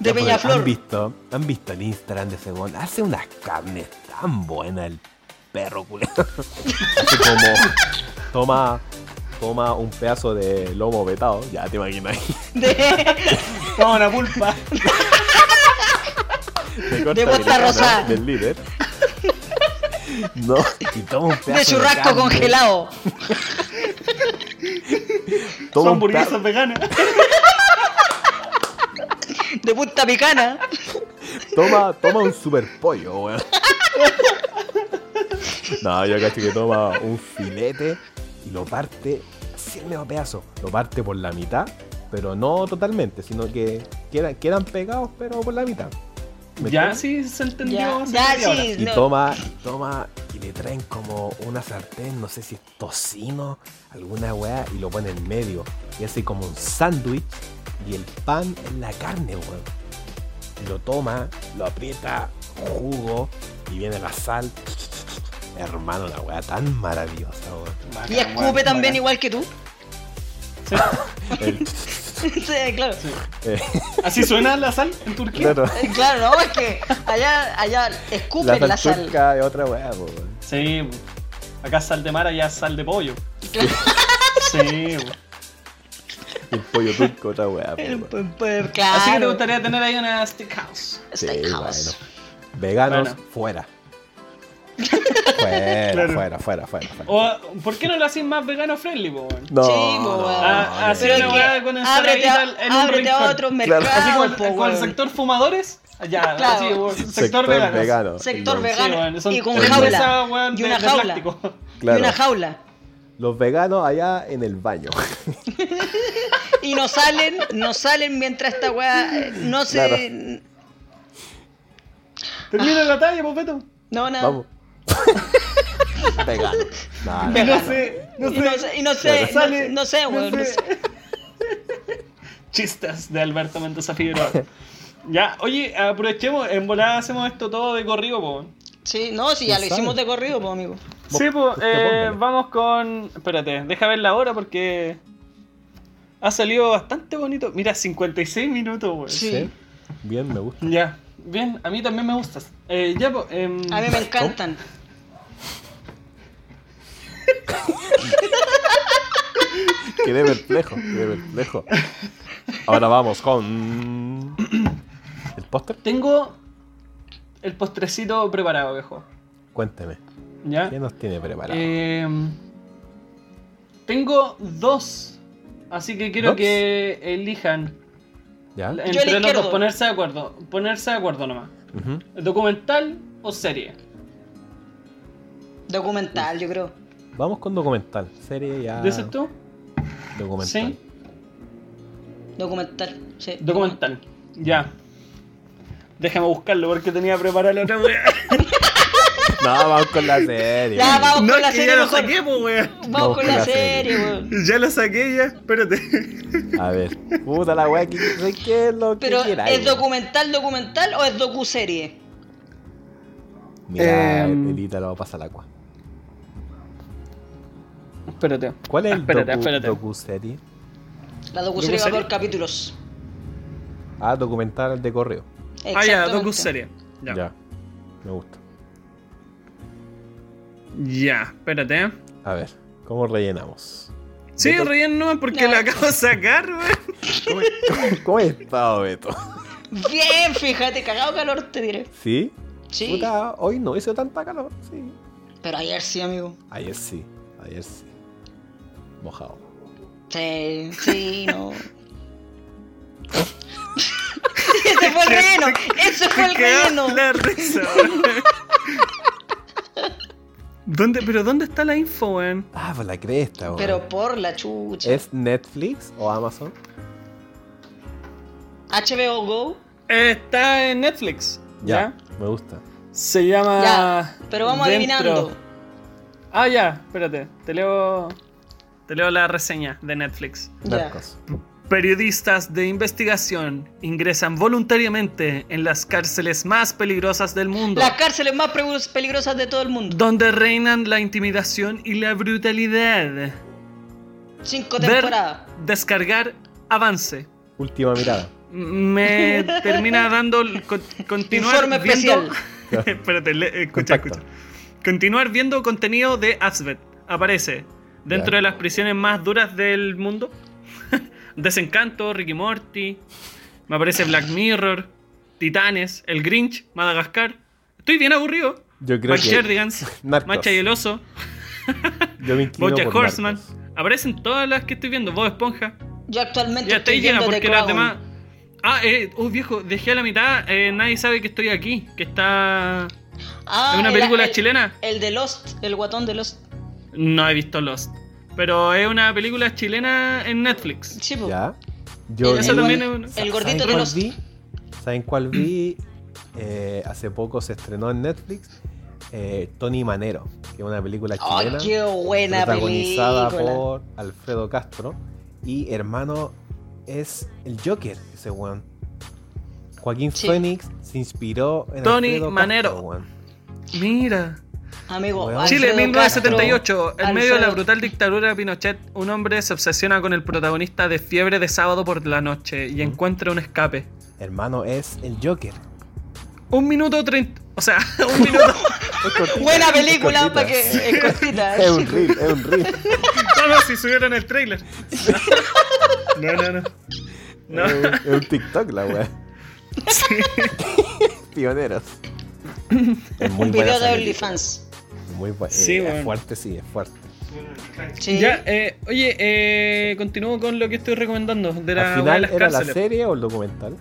Speaker 3: pues,
Speaker 2: Peñaflor.
Speaker 3: ¿Han visto, han visto el Instagram de ese weón? Hace unas carnes tan buenas el perro culero. Así como toma, toma un pedazo de lomo vetado. Ya te imaginas.
Speaker 2: De,
Speaker 1: Toma una pulpa.
Speaker 3: De,
Speaker 2: bosta
Speaker 3: corta americana
Speaker 2: rosada.
Speaker 3: Del líder. No, y toma un pedazo
Speaker 2: de churrasco
Speaker 3: carne.
Speaker 2: congelado.
Speaker 1: Son
Speaker 3: Toma un peda-
Speaker 1: hamburguesas veganas.
Speaker 2: De punta picana.
Speaker 3: Toma, toma un super pollo, weón. No, yo cacho que toma un filete y lo parte así en medio pedazo. Lo parte por la mitad, pero no totalmente, sino que quedan, quedan pegados, pero por la mitad. ¿Me
Speaker 1: Ya
Speaker 3: entiendes?
Speaker 1: sí se entendió.
Speaker 2: Ya,
Speaker 1: hace
Speaker 2: ya
Speaker 1: media hora.
Speaker 2: sí.
Speaker 3: Y
Speaker 2: no.
Speaker 3: toma, y toma, y le traen como una sartén, no sé si es tocino, alguna weá, y lo pone en medio. Y hace como un sándwich, y el pan es la carne, weón. Y Lo toma, lo aprieta, jugo, y viene la sal. Hermano, la weá tan maravillosa, weón.
Speaker 1: Bacán,
Speaker 2: Y
Speaker 1: weón,
Speaker 2: escupe también
Speaker 1: bacán.
Speaker 2: igual que tú.
Speaker 3: El-
Speaker 2: Sí, claro.
Speaker 3: eh,
Speaker 1: ¿Así suena la sal en Turquía?
Speaker 3: claro,
Speaker 2: Eh, Claro, no, es que allá, allá escupen la,
Speaker 3: la sal
Speaker 2: sal.
Speaker 3: turca es otra weá, po, weón.
Speaker 1: Sí. bu. Acá sal de mar, allá sal de pollo. Sí. bu.
Speaker 3: Y el pollo turco, otra weá, po,
Speaker 2: El-
Speaker 3: weón.
Speaker 2: pues, pues, claro.
Speaker 1: Así que te gustaría tener ahí una steakhouse.
Speaker 3: Sí,
Speaker 2: Steakhouse.
Speaker 3: bueno. Veganos,
Speaker 1: Bueno.
Speaker 3: fuera. fuera,
Speaker 1: Claro. Oh.
Speaker 3: fuera, fuera, fuera, fuera.
Speaker 1: O, ¿Por qué no lo hacís más vegano friendly, po, weón?
Speaker 3: No,
Speaker 2: Sí,
Speaker 3: no,
Speaker 2: po, pues, weón.
Speaker 1: Ah,
Speaker 3: no,
Speaker 1: así
Speaker 2: Pero
Speaker 3: no,
Speaker 2: es
Speaker 1: una
Speaker 3: no.
Speaker 2: que
Speaker 1: weá con
Speaker 2: ábrete a,
Speaker 1: ensaladita en un
Speaker 2: ábrete a
Speaker 1: rincón.
Speaker 2: otros
Speaker 3: Claro.
Speaker 2: mercados.
Speaker 1: Así como el,
Speaker 2: po,
Speaker 1: con el
Speaker 2: weón.
Speaker 1: sector fumadores. Allá,
Speaker 2: Claro.
Speaker 1: así, weón, sector,
Speaker 3: Sector
Speaker 1: vegano.
Speaker 3: vegano.
Speaker 2: Sector
Speaker 3: Los-
Speaker 2: vegano.
Speaker 1: weón, son
Speaker 2: y con
Speaker 1: tres
Speaker 2: jaula.
Speaker 1: mesas, weón,
Speaker 2: y
Speaker 1: de-
Speaker 2: una
Speaker 1: de
Speaker 2: jaula.
Speaker 1: plástico.
Speaker 3: Claro.
Speaker 2: Y una jaula.
Speaker 3: Los veganos allá en el baño.
Speaker 2: Y no salen, no salen mientras esta weá eh, no se.
Speaker 3: Claro.
Speaker 1: Termina la talla, pues, Beto.
Speaker 2: No, nada.
Speaker 3: Vamos. vegano. No, no,
Speaker 1: Y no
Speaker 2: Vegano.
Speaker 1: sé, no
Speaker 2: Y no
Speaker 1: sé.
Speaker 2: sé, y no sé,
Speaker 1: Claro. Sale,
Speaker 2: no, no sé,
Speaker 1: no
Speaker 2: weón. no
Speaker 1: sé.
Speaker 2: sé.
Speaker 1: Chistas de Alberto Mendoza Figueroa. ya, oye, aprovechemos, en volada hacemos esto todo de corrido, po.
Speaker 2: Sí, no, sí, ya
Speaker 3: No
Speaker 2: lo
Speaker 3: sale.
Speaker 2: hicimos de corrido, pues, amigo.
Speaker 1: Sí, pues,
Speaker 3: Usted póngale.
Speaker 1: vamos con... Espérate, deja ver la hora porque... Ha salido bastante bonito. Mira, 56 minutos, weón.
Speaker 2: Sí.
Speaker 3: Bien, me gusta.
Speaker 1: Ya, bien, a mí también me gustas. Eh, ya, po, em,
Speaker 2: A mí me encantan.
Speaker 3: Quedé perplejo, quedé perplejo. Ahora vamos con. ¿El póster?
Speaker 1: tengo el postrecito preparado, viejo.
Speaker 3: Cuénteme.
Speaker 1: ¿Ya?
Speaker 3: ¿Qué nos tiene preparado?
Speaker 1: Em, tengo dos, así que quiero
Speaker 3: ¿Dos?
Speaker 1: que elijan
Speaker 3: ¿Ya?
Speaker 1: entre los
Speaker 2: izquierdo.
Speaker 1: dos, ponerse de acuerdo, ponerse de acuerdo nomás.
Speaker 3: Ujú.
Speaker 1: ¿Documental o serie?
Speaker 2: Documental, yo creo.
Speaker 3: Vamos con documental. Serie ya.
Speaker 1: ¿Dices tú?
Speaker 3: Documental.
Speaker 1: Sí.
Speaker 2: Documental, sí.
Speaker 1: Documental. Ya. Déjame buscarlo porque tenía preparado la otra wea.
Speaker 3: No, vamos con la serie.
Speaker 2: Ya,
Speaker 3: weón.
Speaker 2: vamos con la serie mejor.
Speaker 1: pues, weón.
Speaker 2: Vamos con la serie, weón.
Speaker 1: Ya la saqué ya, espérate.
Speaker 3: A ver, puta la weá, que sé qué es lo que
Speaker 2: Pero,
Speaker 3: queráis,
Speaker 2: ¿es
Speaker 3: weón.
Speaker 2: documental, documental o es docuserie?
Speaker 3: Mira,
Speaker 1: Em.
Speaker 3: el Ítalo pasa al agua.
Speaker 1: Espérate.
Speaker 3: ¿Cuál es el
Speaker 1: Espérate,
Speaker 3: docu,
Speaker 1: espérate.
Speaker 3: docuserie?
Speaker 2: La docuserie va
Speaker 1: ¿Docuserie?
Speaker 2: por capítulos.
Speaker 3: Ah, documental de correo.
Speaker 1: Ah, ya,
Speaker 2: Exactamente.
Speaker 1: docuserie. Ya. ya.
Speaker 3: Me gusta.
Speaker 1: espérate.
Speaker 3: A ver, ¿cómo rellenamos?
Speaker 1: Sí,
Speaker 3: Beto-
Speaker 1: ríen nomás porque
Speaker 2: No.
Speaker 1: la acabo de sacar, weón.
Speaker 3: ¿Cómo, cómo he estado, Beto?
Speaker 2: Bien, fíjate, cagado calor te diré.
Speaker 3: ¿Sí?
Speaker 2: Sí,
Speaker 3: Puta, hoy no hizo tanta calor. Sí.
Speaker 2: pero ayer sí, amigo.
Speaker 3: Ayer sí, ayer sí. Mojado.
Speaker 2: Sí, sí, no. Ese Este fue el relleno, ese fue el relleno.
Speaker 1: la risa, weón. ¿Dónde, pero ¿dónde está la info, weón?
Speaker 3: Ah, por la cresta, weón.
Speaker 2: Pero por la chucha.
Speaker 3: ¿Es Netflix o Amazon?
Speaker 2: HBO Go.
Speaker 1: Está en Netflix.
Speaker 3: Ya, me gusta.
Speaker 1: Se
Speaker 2: Ah,
Speaker 1: llama.
Speaker 2: Ya, pero vamos
Speaker 1: Dentro.
Speaker 2: adivinando.
Speaker 1: Ah, ya, espérate. Te leo. Te leo la reseña de Netflix.
Speaker 2: Ya.
Speaker 3: Narcos.
Speaker 1: Periodistas de investigación ingresan voluntariamente en las cárceles más peligrosas del mundo,
Speaker 2: Las cárceles más pre- peligrosas de todo el mundo.
Speaker 1: donde reinan la intimidación y la brutalidad.
Speaker 2: Cinco
Speaker 1: Ver,
Speaker 2: temporadas.
Speaker 1: descargar, avance.
Speaker 3: Última mirada.
Speaker 1: Me termina dando el con- continuar
Speaker 2: Informe
Speaker 1: viendo.
Speaker 2: especial.
Speaker 1: Espérate, le- eh, escucha,
Speaker 3: Contacto.
Speaker 1: escucha. Continuar viendo contenido de Asvet. Aparece dentro
Speaker 3: Ya.
Speaker 1: de las prisiones más duras del mundo. Desencanto, Ricky Morty. Me aparece Black Mirror, Titanes, El Grinch, Madagascar. Estoy bien aburrido.
Speaker 3: Yo creo
Speaker 1: Mike
Speaker 3: que-
Speaker 1: Sherdigans,
Speaker 3: Narcos.
Speaker 1: Macha y el Oso,
Speaker 3: Yo me inclino
Speaker 1: Bojack
Speaker 3: por
Speaker 1: Horseman.
Speaker 3: Narcos.
Speaker 1: Aparecen todas las que estoy viendo. Bob Esponja.
Speaker 2: Yo actualmente
Speaker 1: Ya
Speaker 2: estoy
Speaker 1: estoy llena
Speaker 2: viendo The
Speaker 1: porque las
Speaker 2: Crown.
Speaker 1: demás. Ah, eh, oh viejo, dejé a la mitad, eh, nadie sabe que estoy aquí, que está.
Speaker 2: Ah,
Speaker 1: ¿Es una
Speaker 2: el-
Speaker 1: película
Speaker 2: el-
Speaker 1: chilena?
Speaker 2: El de Lost, el guatón de Lost.
Speaker 1: No he visto Lost. Pero es una película chilena en Netflix.
Speaker 2: Sí, po.
Speaker 3: Ya. Yo
Speaker 2: el,
Speaker 1: Eso
Speaker 2: el-
Speaker 1: también es un-
Speaker 2: el
Speaker 1: ¿saben
Speaker 2: gordito
Speaker 3: ¿Saben
Speaker 2: de
Speaker 3: cuál
Speaker 2: Lost.
Speaker 3: vi? ¿Saben cuál vi? Eh, hace poco se estrenó en Netflix. eh, Tony Manero, que es una película
Speaker 2: Ay,
Speaker 3: chilena.
Speaker 2: qué buena
Speaker 3: protagonizada
Speaker 2: película.
Speaker 3: por Alfredo Castro. Y hermano, es el Joker, ese weón. Joaquín
Speaker 2: Sí.
Speaker 3: Phoenix se inspiró en
Speaker 1: Tony
Speaker 3: Alfredo Castro,
Speaker 1: Manero.
Speaker 3: weón.
Speaker 1: Mira.
Speaker 2: Amigo,
Speaker 3: Weón.
Speaker 2: Alfredo
Speaker 1: Chile,
Speaker 2: Castro.
Speaker 1: 1978. En medio de la
Speaker 2: Alfredo-
Speaker 1: brutal dictadura de Pinochet, un hombre se obsesiona con el protagonista de Fiebre de Sábado por la Noche y encuentra un escape.
Speaker 3: Hermano, es el Joker.
Speaker 1: Un minuto treinta. O sea, un minuto.
Speaker 2: Buena película para que es ¿eh? cortita.
Speaker 3: Es un rip, es un rip.
Speaker 1: No, no, si subieron el trailer. No, no, no. No.
Speaker 3: Es, un, es un TikTok la weá. Pioneros. Es muy
Speaker 2: un
Speaker 3: buena
Speaker 2: video
Speaker 3: esa
Speaker 2: de
Speaker 3: película.
Speaker 2: OnlyFans.
Speaker 3: Muy buena.
Speaker 1: Sí, weón.
Speaker 3: Es fuerte, sí, es fuerte.
Speaker 2: Sí.
Speaker 1: Ya, eh, oye, eh, continúo con lo que estoy recomendando de la
Speaker 3: Al
Speaker 1: weá de
Speaker 3: final,
Speaker 1: las
Speaker 3: ¿era la
Speaker 1: cárceles.
Speaker 3: serie o el documental?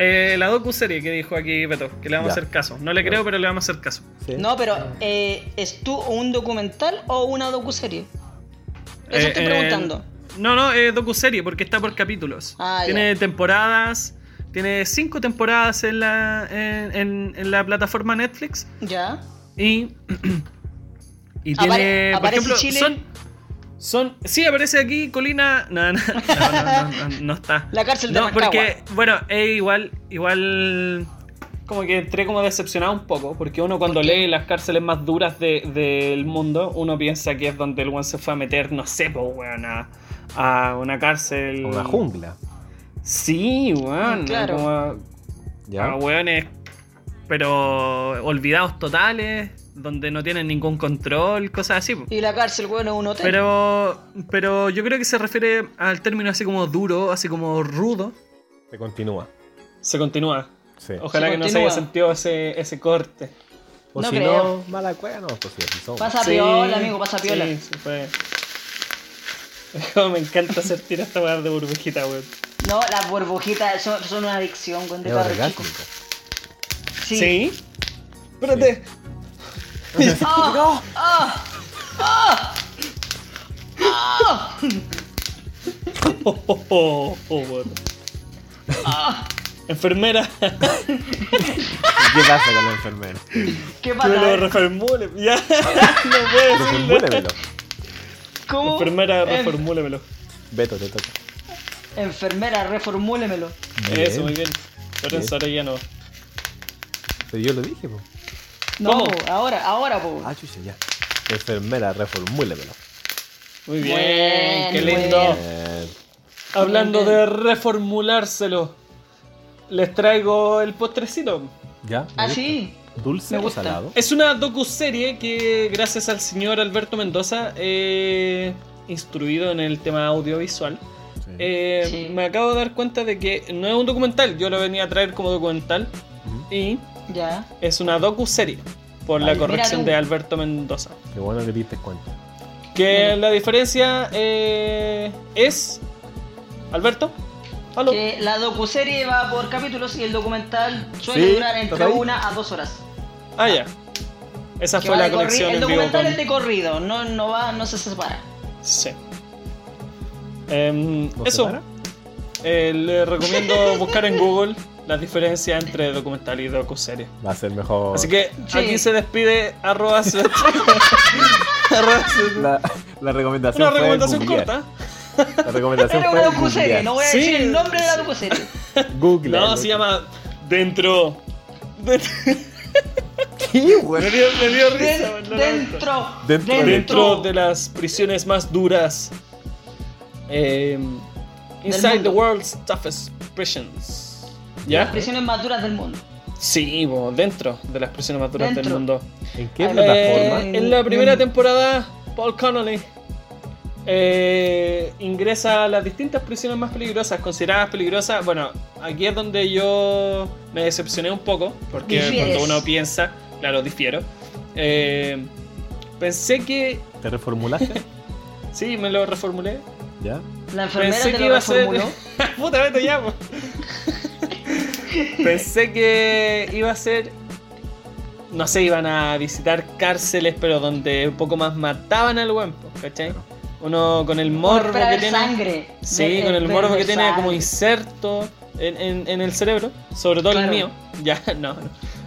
Speaker 1: Eh, la docu-serie que dijo aquí Beto, que le vamos a
Speaker 3: Ya.
Speaker 1: hacer caso. No le
Speaker 3: Ya.
Speaker 1: creo, pero le vamos a hacer caso.
Speaker 3: Sí.
Speaker 2: No, pero eh, ¿es tú un documental o una docuserie? Eso
Speaker 1: Eh,
Speaker 2: estoy
Speaker 1: eh,
Speaker 2: preguntando.
Speaker 1: no, no, es docu-serie porque está por capítulos.
Speaker 2: Ah,
Speaker 1: tiene temporadas, tiene cinco temporadas en la, en, en- en la plataforma Netflix
Speaker 2: Ya.
Speaker 1: y. y
Speaker 2: Apare-
Speaker 1: tiene. por
Speaker 2: ¿aparece
Speaker 1: ejemplo,
Speaker 2: Chile?
Speaker 1: son. Son, sí, aparece aquí Colina. No, no, no, no, no, no, no está.
Speaker 2: La cárcel de
Speaker 1: No,
Speaker 2: Rancagua.
Speaker 1: porque, bueno, es igual, igual como que entré como decepcionado un poco, porque uno cuando lee las cárceles más duras de- del mundo, uno piensa que es donde el weón se fue a meter, no sé, pues weón, a, a una cárcel.
Speaker 3: Una jungla.
Speaker 1: Sí, weón.
Speaker 2: Ah, Claro.
Speaker 1: como a-
Speaker 3: ¿Ya?
Speaker 1: a weones, pero olvidados totales, donde no tienen ningún control, cosas así. po.
Speaker 2: Y la cárcel, bueno, es un hotel.
Speaker 1: Pero, pero yo creo que se refiere al término así como duro, así como rudo.
Speaker 3: Se continúa.
Speaker 1: Se continúa.
Speaker 3: Sí.
Speaker 1: Ojalá
Speaker 2: Se
Speaker 1: que no se
Speaker 2: continúa.
Speaker 1: haya sentido ese, ese corte.
Speaker 3: O
Speaker 2: No
Speaker 3: si
Speaker 2: creo.
Speaker 3: no, mala cueva, no, pues sí, así somos.
Speaker 2: Pasa piola, amigo, pasa piola.
Speaker 1: Sí, sí fue. Como me encanta hacer tirar esta weá de burbujita, weón.
Speaker 2: No, las burbujitas son, son una adicción, güey, de
Speaker 3: Es
Speaker 2: cabros chicos.
Speaker 3: orgásmico.
Speaker 2: Sí.
Speaker 1: Espérate.
Speaker 2: ¡Ah! ¡Ah! ¡Ah! ¡Ah!
Speaker 1: Oh, oh, oh, oh, weón.
Speaker 2: Ah.
Speaker 1: Enfermera.
Speaker 3: ¿Qué pasa con la enfermera?
Speaker 2: ¿Qué
Speaker 1: Yo lo
Speaker 2: pasa?
Speaker 1: reformule. Ya. No puedo decirlo.
Speaker 3: Desenvuélvemelo.
Speaker 2: ¿Cómo?
Speaker 1: Enfermera,
Speaker 2: En-
Speaker 1: reformúlemelo.
Speaker 3: Beto, te toca.
Speaker 2: enfermera, reformúlemelo.
Speaker 1: Eso, muy bien.
Speaker 3: Bien.
Speaker 1: Lorenzo Arellano.
Speaker 3: Pero yo lo dije, pues.
Speaker 2: No,
Speaker 1: ¿Cómo?
Speaker 2: po, ahora, ahora, po.
Speaker 3: Ah, chucha, ya. Enfermera, reformúlemelo.
Speaker 1: Muy
Speaker 2: Muy
Speaker 1: bien,
Speaker 2: bien,
Speaker 1: qué
Speaker 2: muy
Speaker 1: lindo.
Speaker 2: bien.
Speaker 3: Eh,
Speaker 1: Hablando
Speaker 2: Muy bien.
Speaker 1: de reformulárselo, les traigo el postrecito.
Speaker 3: ¿Ya? me
Speaker 2: Ah,
Speaker 3: gusta.
Speaker 2: sí.
Speaker 3: ¿Dulce
Speaker 2: Me
Speaker 3: o
Speaker 2: gusta.
Speaker 3: salado?
Speaker 1: Es una docuserie que, gracias al señor Alberto Mendoza, eh, instruido en el tema audiovisual,
Speaker 3: Sí.
Speaker 1: eh,
Speaker 2: Sí.
Speaker 1: me acabo de dar cuenta de que no es un documental, yo lo venía a traer como documental,
Speaker 3: Ujú.
Speaker 1: y
Speaker 2: Ya.
Speaker 1: es una docuserie, por
Speaker 2: Ay,
Speaker 1: la
Speaker 2: mira
Speaker 1: corrección
Speaker 2: tú.
Speaker 1: de Alberto Mendoza.
Speaker 3: Qué bueno que te diste cuenta.
Speaker 1: Que
Speaker 2: Bueno.
Speaker 1: la diferencia eh, es... Alberto, aló.
Speaker 2: Que la docuserie va por capítulos y el documental suele
Speaker 3: Sí,
Speaker 2: durar entre
Speaker 3: ¿estás ahí?
Speaker 2: una a dos horas.
Speaker 1: Ah, ya. Esa
Speaker 2: Que
Speaker 1: fue
Speaker 2: va
Speaker 1: la
Speaker 2: de corri-
Speaker 1: conexión
Speaker 2: el
Speaker 1: en vivo.
Speaker 2: documental
Speaker 1: con-
Speaker 2: es de corrido, no, no va, no se separa.
Speaker 1: Sí. Em,
Speaker 3: ¿No se
Speaker 1: eso.
Speaker 3: para?
Speaker 1: Eh, le recomiendo buscar en Google las diferencias entre documental y docuserie.
Speaker 3: Va a ser mejor.
Speaker 1: Así que
Speaker 2: Sí.
Speaker 1: aquí se despide arroba su- arroba su-
Speaker 3: La, la recomendación.
Speaker 1: Una
Speaker 3: fue
Speaker 1: recomendación
Speaker 3: googlear.
Speaker 1: corta.
Speaker 3: La recomendación
Speaker 2: Era
Speaker 3: fue
Speaker 2: una docuserie,
Speaker 3: googlear.
Speaker 2: no voy a
Speaker 1: Sí.
Speaker 2: decir el nombre de la docuserie.
Speaker 3: Google.
Speaker 1: No, se llama Dentro.
Speaker 3: ¿Qué, weón?
Speaker 1: Me dio, me dio risa,
Speaker 2: Den-
Speaker 1: no, no, no.
Speaker 2: dentro,
Speaker 3: Dentro.
Speaker 1: Dentro de las prisiones más duras. Eh, inside the
Speaker 2: mundo.
Speaker 1: world's toughest prisons.
Speaker 2: Las
Speaker 1: ¿Ya?
Speaker 2: prisiones más duras del mundo.
Speaker 1: Sí, bo, dentro de las prisiones más duras del
Speaker 2: Dentro.
Speaker 1: mundo.
Speaker 3: ¿En qué
Speaker 2: Eh,
Speaker 3: plataforma?
Speaker 1: Eh, en la primera
Speaker 2: Mm.
Speaker 1: temporada, Paul Connolly eh, ingresa a las distintas prisiones más peligrosas, consideradas peligrosas. Bueno, aquí es donde yo me decepcioné un poco, porque
Speaker 2: Difieres.
Speaker 1: cuando uno piensa, claro, difiero. Eh, pensé que.
Speaker 3: ¿Te reformulaste?
Speaker 1: Sí, me lo reformulé.
Speaker 3: ¿Ya?
Speaker 2: La enfermera
Speaker 1: Pensé
Speaker 2: te
Speaker 1: que
Speaker 2: lo
Speaker 1: iba a ser.
Speaker 2: reformuló.
Speaker 1: Puta, vete ya, po. Pensé que iba a ser. No sé, iban a visitar cárceles, pero donde un poco más mataban al weón, po, ¿cachai? Uno con el morbo
Speaker 2: Para
Speaker 1: que
Speaker 2: ver
Speaker 1: tiene.
Speaker 2: sangre.
Speaker 1: Sí,
Speaker 2: Ver-
Speaker 1: con el
Speaker 2: ver-
Speaker 1: morbo
Speaker 2: ver
Speaker 1: que tiene como
Speaker 2: sangre.
Speaker 1: inserto en, en- en el cerebro, sobre todo el
Speaker 2: Claro.
Speaker 1: mío. Ya, no, no.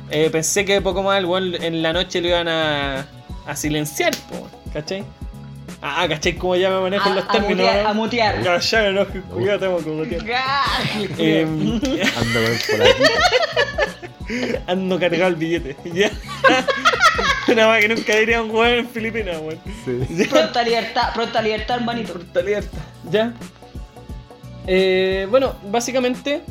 Speaker 1: Eh, pensé que poco más el weón en la noche lo iban a, a silenciar, po, ¿cachai? Ah, ¿cachai? Como ya me manejo en los
Speaker 2: a, a
Speaker 1: términos.
Speaker 2: mutear.
Speaker 1: ¿no?
Speaker 2: A mutear.
Speaker 1: Ya, ya, no, cuidado, tengo como tiempo.
Speaker 2: Gah,
Speaker 1: Em,
Speaker 3: Ando con el polaquito.
Speaker 1: ando cargado el billete. Ya. Una más que nunca diría un weón en Filipinas, weón.
Speaker 3: Sí.
Speaker 2: Pronta libertad, pronta libertad, hermanito.
Speaker 1: Ya. Eh, bueno, básicamente.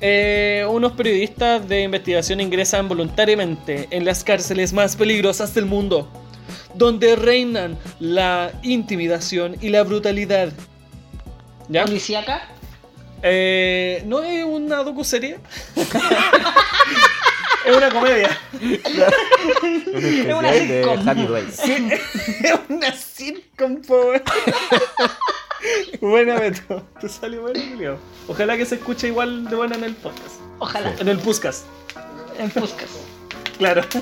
Speaker 1: eh, unos periodistas de investigación ingresan voluntariamente en las cárceles más peligrosas del mundo, donde reinan la intimidación y la brutalidad. ¿Ya?
Speaker 2: Policíaca.
Speaker 1: Eh, no es una docuserie. es una comedia.
Speaker 3: Un
Speaker 2: Es una
Speaker 3: especial de
Speaker 2: sitcom.
Speaker 3: Sammy Reyes.
Speaker 1: es una sitcom, pobre. buena, Beto. Te salió bueno, Julio. Ojalá que se escuche igual de buena en el podcast.
Speaker 2: Ojalá.
Speaker 1: En el podcast,
Speaker 2: En Fuscas.
Speaker 1: claro.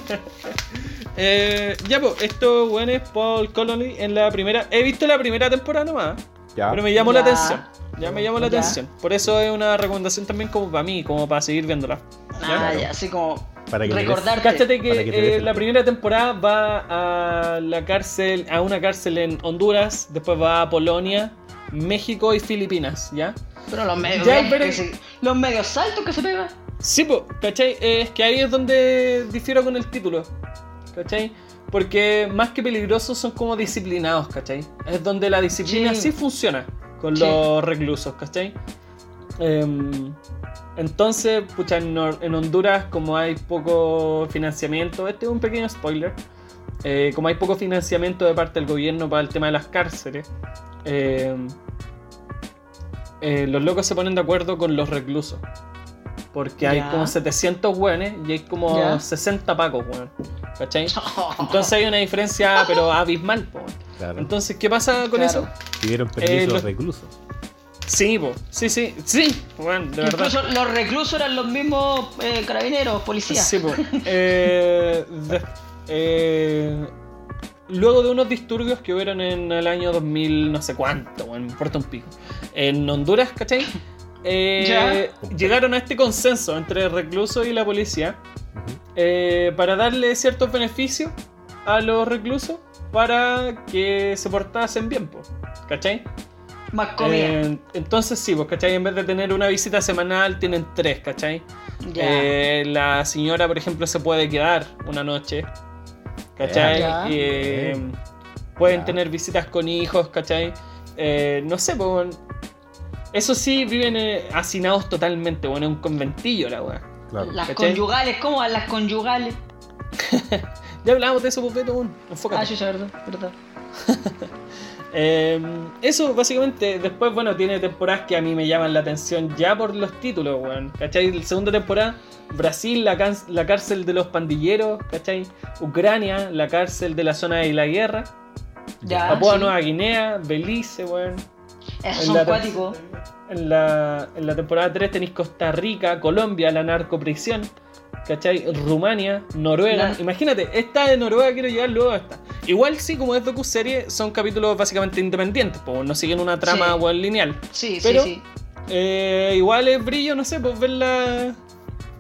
Speaker 1: Eh, ya, pues, esto, bueno, es Paul Colony en la primera. He visto la primera temporada nomás.
Speaker 3: Ya.
Speaker 1: Pero me llamó la
Speaker 2: Ya.
Speaker 1: atención. Ya me llamó la
Speaker 2: Ya.
Speaker 1: atención. Por eso es una recomendación también como para mí, como para seguir viéndola.
Speaker 2: Ah, ya, así como
Speaker 3: Para que le des-
Speaker 2: recordarte.
Speaker 1: Cáchate que,
Speaker 3: Para que te
Speaker 1: eh,
Speaker 3: dejen.
Speaker 1: la primera temporada va a la cárcel, a una cárcel en Honduras, después va a Polonia, México y Filipinas, ¿ya?
Speaker 2: Pero los medios,
Speaker 1: Ya,
Speaker 2: que
Speaker 1: pero-
Speaker 2: se- los medios saltos que se pega.
Speaker 1: Sí, po, ¿cachai? Eh, es que ahí es donde difiero con el título, ¿cachai? Porque más que peligrosos son como disciplinados, ¿cachai? Es donde la disciplina sí,
Speaker 2: Sí.
Speaker 1: funciona con
Speaker 2: Sí.
Speaker 1: los reclusos, ¿cachai? Em, entonces, pucha, en, Hon- en Honduras como hay poco financiamiento, este es un pequeño spoiler, eh, como hay poco financiamiento de parte del gobierno para el tema de las cárceles, em, eh, los locos se ponen de acuerdo con los reclusos. Porque hay
Speaker 2: Ya.
Speaker 1: como 700 hueones y hay como
Speaker 2: Ya.
Speaker 1: 60 pacos, hueón. ¿Cachai? Entonces hay una diferencia, pero abismal, po, hueón.
Speaker 3: Claro.
Speaker 1: Entonces, ¿qué pasa con
Speaker 2: Claro.
Speaker 1: eso?
Speaker 3: Pidieron permiso
Speaker 1: eh, lo-
Speaker 3: reclusos.
Speaker 1: Sí, po. Sí, sí, sí. Bueno, de verdad.
Speaker 2: Incluso los reclusos eran los mismos eh, carabineros, policías.
Speaker 1: Sí, po. Eh, de- eh, luego de unos disturbios que hubieron en el año 2000, no sé cuánto, bueno, me importa un pico. En Honduras, ¿cachai? Eh,
Speaker 3: Ya.
Speaker 1: llegaron a este consenso entre el recluso y la policía
Speaker 3: Ujú.
Speaker 1: eh, para darle ciertos beneficios a los reclusos para que se portasen bien, po, ¿cachai?
Speaker 2: Más comida.
Speaker 1: Eh, entonces sí, pues, ¿cachai? En vez de tener una visita semanal, tienen tres, ¿cachai?
Speaker 2: ya.
Speaker 1: Eh, la señora, por ejemplo, se puede quedar una noche. ¿Cachai?
Speaker 2: Ya.
Speaker 1: Y, eh,
Speaker 3: Ya.
Speaker 1: pueden
Speaker 3: Ya.
Speaker 1: tener visitas con hijos, ¿cachai? Eh, no sé, pues. weón. Eso sí, viven eh, hacinados totalmente, bueno, es un conventillo la weá.
Speaker 3: Claro.
Speaker 2: las
Speaker 1: ¿cachai?
Speaker 2: conyugales, ¿cómo van las conyugales?
Speaker 1: Ya hablábamos de eso, pues, Beto, weón. Enfócate.
Speaker 2: Ah, yo ya, verdad, verdad.
Speaker 1: Eh, eso, básicamente, después, bueno, tiene temporadas que a mí me llaman la atención ya por los títulos, weón. ¿Cachai? La segunda temporada, Brasil, la, can- la cárcel de los pandilleros, ¿cachai? Ucrania, la cárcel de la zona de la guerra.
Speaker 2: Ya.
Speaker 1: Papua
Speaker 2: Ah, sí.
Speaker 1: Nueva Guinea, Belice, weón.
Speaker 2: Esos
Speaker 1: En
Speaker 2: son
Speaker 1: la-
Speaker 2: cuáticos.
Speaker 1: En la, en la temporada 3 tenéis Costa Rica, Colombia, la narcoprisión. ¿Cachai? Rumania, Noruega.
Speaker 2: La-
Speaker 1: Imagínate, esta de Noruega quiero llegar luego a esta. Igual sí, como es docu-serie, son capítulos básicamente independientes, pues no siguen una trama
Speaker 2: Sí.
Speaker 1: weón, lineal.
Speaker 2: Sí,
Speaker 1: Pero-
Speaker 2: sí, sí.
Speaker 1: Eh, igual es brillo, no sé, pues verla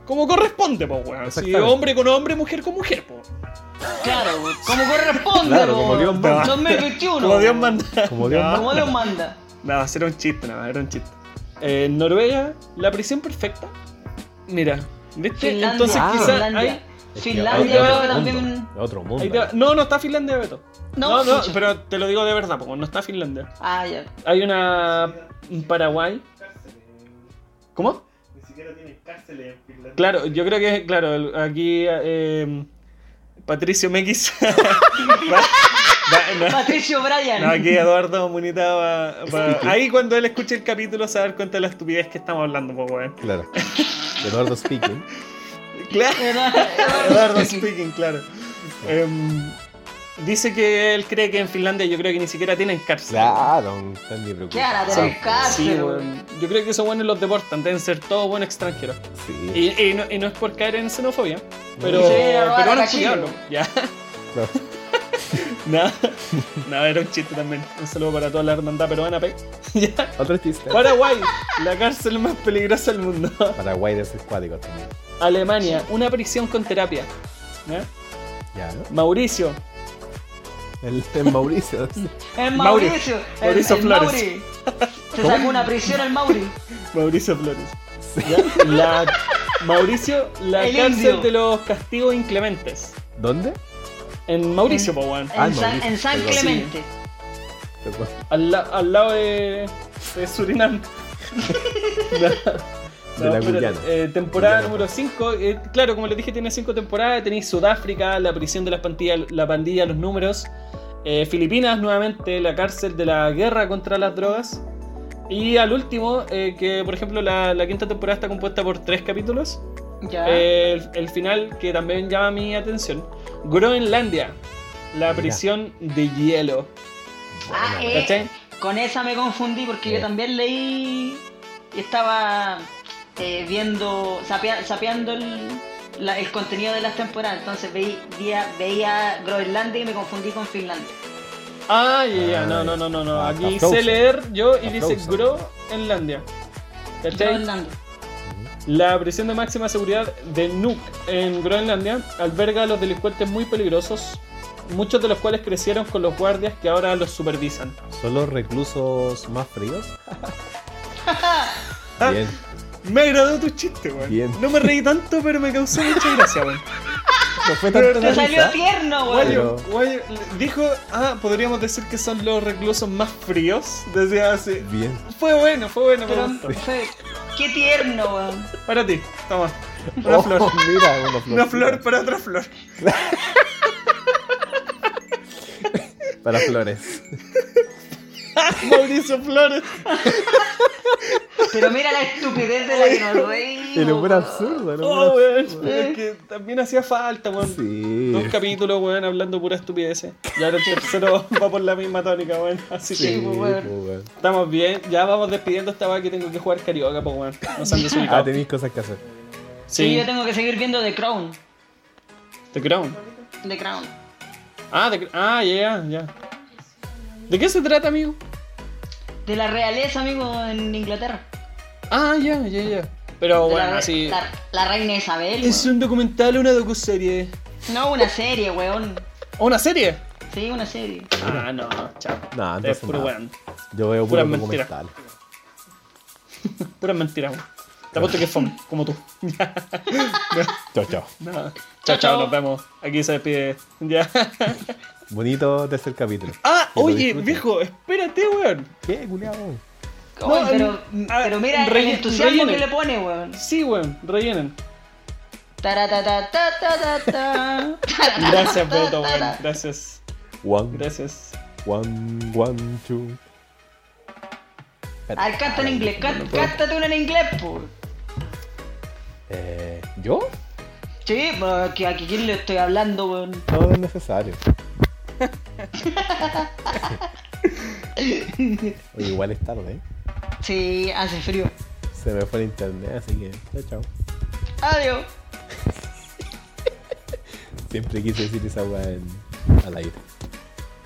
Speaker 1: como corresponde, pues, weón. Si
Speaker 3: Exactamente.
Speaker 1: hombre con hombre, mujer con mujer, pues.
Speaker 2: Claro, como corresponde,
Speaker 3: Claro,
Speaker 2: po,
Speaker 3: como Dios
Speaker 2: weón.
Speaker 3: manda.
Speaker 2: 2021.
Speaker 1: Como Dios
Speaker 2: weón.
Speaker 1: manda.
Speaker 3: Como Dios
Speaker 2: Como Dios manda.
Speaker 1: No, ese era un chiste, nada más, era un chiste. Eh, Noruega, la prisión perfecta. Mira, ¿viste?
Speaker 2: Finlandia.
Speaker 1: Entonces
Speaker 3: Ah,
Speaker 1: quizás
Speaker 2: Finlandia.
Speaker 1: hay.
Speaker 3: Es que
Speaker 2: Finlandia
Speaker 3: es
Speaker 1: ahí te
Speaker 2: creo
Speaker 1: va
Speaker 2: que
Speaker 3: otro
Speaker 2: también.
Speaker 3: mundo, es otro mundo.
Speaker 1: ahí te va- No, no está Finlandia, Beto.
Speaker 2: No,
Speaker 1: No, no,
Speaker 2: chucha.
Speaker 1: pero te lo digo de verdad, porque no está Finlandia.
Speaker 2: Ah, ya.
Speaker 1: Hay una en Paraguay. ¿Cómo?
Speaker 4: Ni siquiera tienen cárceles en Finlandia.
Speaker 1: Claro, yo creo que, claro, el- aquí eh, Patricio Mex.
Speaker 2: Patricio Bryan.
Speaker 1: No, aquí Eduardo Munita va, va- Ahí cuando él escuche el capítulo se va a dar cuenta de la estupidez que estamos hablando, po, weón.
Speaker 3: Claro. Eduardo speaking.
Speaker 1: Claro. Eduardo
Speaker 2: Eduardo
Speaker 1: speaking, claro. Em, dice que él cree que en Finlandia yo creo que ni siquiera tienen cárcel.
Speaker 3: Claro, no están ni preocupados.
Speaker 2: ¿Qué hará de
Speaker 1: Son-
Speaker 2: la cárcel?
Speaker 1: Sí,
Speaker 2: weón?
Speaker 1: weón. Yo creo que esos buenos los deportan, deben ser todos buenos extranjeros.
Speaker 3: Sí,
Speaker 1: Y, y no, y no es por caer en xenofobia, pero.
Speaker 2: Sí,
Speaker 1: pero
Speaker 2: robar a
Speaker 1: no,
Speaker 2: Cachillo.
Speaker 1: cuidado, Ya.
Speaker 3: claro.
Speaker 1: No, no, era un chiste también. Un saludo para toda la hermandad peruana, pe. Ya.
Speaker 3: Otro chiste.
Speaker 1: Paraguay, la cárcel más peligrosa del mundo.
Speaker 3: Paraguay de ese acuático también.
Speaker 1: Alemania, una prisión con terapia. ¿Ya?
Speaker 3: Ya, ¿no?
Speaker 1: Mauricio,
Speaker 3: El, el Mauricio.
Speaker 2: El
Speaker 1: Mauri.
Speaker 2: Mauricio. el-
Speaker 1: Mauricio
Speaker 2: el
Speaker 1: Flores.
Speaker 2: Mauri. Se sacó una prisión el Mauri.
Speaker 1: Mauricio Flores. ¿Ya? La, Mauricio, la
Speaker 2: El
Speaker 1: cárcel
Speaker 2: indio.
Speaker 1: de los castigos inclementes.
Speaker 3: ¿Dónde?
Speaker 1: En Mauricio,
Speaker 2: En-
Speaker 1: po, weón.
Speaker 2: En,
Speaker 3: Ah,
Speaker 2: San,
Speaker 3: Mauricio,
Speaker 2: en San
Speaker 3: perdón.
Speaker 2: Clemente.
Speaker 3: Perdón.
Speaker 1: Al, la- al lado de, de Surinam. No,
Speaker 3: De la
Speaker 1: pero,
Speaker 3: Guyana.
Speaker 1: eh, temporada
Speaker 3: Guyana.
Speaker 1: número 5. claro, como les dije, tiene 5 temporadas. Tenéis Sudáfrica, la prisión de las pandillas, la pandilla, los números. Eh, Filipinas, nuevamente, la cárcel de la guerra contra las drogas. Y al último, eh, que por ejemplo la, la quinta temporada está compuesta por tres capítulos.
Speaker 2: Ya.
Speaker 1: Eh, el, el final, que también llama mi atención. Groenlandia, la
Speaker 3: Mira.
Speaker 1: prisión de hielo.
Speaker 2: ah,
Speaker 3: Bueno,
Speaker 2: eh,
Speaker 1: ¿Cachai?
Speaker 2: con esa me confundí porque yo
Speaker 3: Eh.
Speaker 2: también leí y estaba eh, viendo, sapea- sapeando el, la- el contenido de las temporadas. Entonces veía, veía Groenlandia y me confundí con Finlandia.
Speaker 1: Ah, ya, ya,
Speaker 3: Ah,
Speaker 1: no,
Speaker 3: ya.
Speaker 1: no, no, no, no.
Speaker 3: Ah,
Speaker 1: Aquí
Speaker 3: está
Speaker 1: sé
Speaker 3: Frozen.
Speaker 1: leer yo y
Speaker 3: Está
Speaker 1: dice
Speaker 3: Frozen.
Speaker 1: Groenlandia. ¿Cachai?
Speaker 2: Groenlandia.
Speaker 1: La prisión de máxima seguridad de Nuuk en Groenlandia alberga a los delincuentes muy peligrosos, muchos de los cuales crecieron con los guardias que ahora los supervisan.
Speaker 3: ¿Son los reclusos más fríos? Bien.
Speaker 1: Me agradó tu chiste, weón.
Speaker 3: Bien.
Speaker 1: No me reí tanto, pero me causó mucha gracia, weón.
Speaker 3: No fue
Speaker 2: Te
Speaker 3: tanto la
Speaker 2: salió
Speaker 3: risa.
Speaker 2: tierno, güey.
Speaker 1: Guayo, Guayo dijo, ah, podríamos decir que son los reclusos más fríos. Decía así.
Speaker 3: Bien.
Speaker 1: Fue bueno, fue bueno, me
Speaker 2: Pero
Speaker 1: gustó.
Speaker 2: fue- qué tierno, weón.
Speaker 1: Para ti, toma. Una
Speaker 3: Oh,
Speaker 1: flor.
Speaker 3: Mira, una flor.
Speaker 1: Una flor para otra flor.
Speaker 3: Para flores.
Speaker 1: Mauricio Flores.
Speaker 2: Pero mira la estupidez de la que nos reímos.
Speaker 3: El humor
Speaker 2: weón.
Speaker 3: absurdo, el
Speaker 1: Oh,
Speaker 3: humor
Speaker 1: weón.
Speaker 3: absurdo.
Speaker 1: Es que también hacía falta, weón.
Speaker 3: Sí.
Speaker 1: Dos capítulos, weón, hablando pura estupidez. Y ahora el tercero va por la misma tónica, weón. Así que,
Speaker 3: Sí,
Speaker 2: pues,
Speaker 3: pues,
Speaker 2: weón.
Speaker 3: weón.
Speaker 1: estamos bien. Ya vamos despidiendo esta weá que tengo que jugar carioca, pues, weón. Nos han
Speaker 3: Ah,
Speaker 1: desubicado.
Speaker 3: tenéis cosas que hacer.
Speaker 2: Sí,
Speaker 1: Sí,
Speaker 2: yo tengo que seguir viendo The Crown.
Speaker 1: The Crown.
Speaker 2: The Crown.
Speaker 1: Ah, The Cr- Ah, ya, ya, ya. ¿De qué se trata, amigo?
Speaker 2: De la realeza, amigo, en Inglaterra.
Speaker 1: Ah, ya, ya, ya. Pero
Speaker 2: De
Speaker 1: Oh, bueno,
Speaker 2: la,
Speaker 1: así.
Speaker 2: la, la reina Isabel.
Speaker 1: Es
Speaker 2: weón.
Speaker 1: un documental o una docuserie.
Speaker 2: No, una serie, weón.
Speaker 1: ¿O una serie?
Speaker 2: Sí, una serie.
Speaker 1: Ah, no, chao. es
Speaker 3: No, entonces
Speaker 1: puro
Speaker 3: nada.
Speaker 1: weón.
Speaker 3: Yo veo
Speaker 1: Pura
Speaker 3: puro
Speaker 1: mentira.
Speaker 3: documental.
Speaker 1: Pura mentira, weón. Te apuesto que es fome, como tú.
Speaker 3: Chao, chao.
Speaker 1: Nada. Chao,
Speaker 2: Chao, chao.
Speaker 1: chao, nos vemos. Aquí se despide. Ya.
Speaker 3: Bonito tercer capítulo.
Speaker 1: Ah,
Speaker 3: Que lo
Speaker 1: oye,
Speaker 3: disfruten.
Speaker 1: viejo, espérate, weón.
Speaker 3: ¿Qué, culiao?
Speaker 1: No,
Speaker 2: Oy, pero,
Speaker 1: mm, ah,
Speaker 2: pero mira el
Speaker 1: relle-
Speaker 2: entusiasmo
Speaker 1: rellenen.
Speaker 2: que le pone, weón.
Speaker 1: Sí, weón, rellenen.
Speaker 2: Taratatatata.
Speaker 1: Gracias, Beto, weón. Gracias,
Speaker 3: One,
Speaker 1: gracias.
Speaker 3: one, one, two.
Speaker 2: Ay, canta en inglés,
Speaker 1: No
Speaker 2: can-
Speaker 1: puedo.
Speaker 2: cántate una en inglés, pues. por.
Speaker 3: Eh, ¿Yo?
Speaker 2: Sí, pues, pero que aquí quién le estoy hablando, weón.
Speaker 3: No es necesario. Oye, igual es tarde, ¿eh?
Speaker 2: Sí, hace frío.
Speaker 3: Se me fue el internet, así que chao, chao.
Speaker 2: Adiós.
Speaker 3: Siempre quise decir esa weá en... al aire.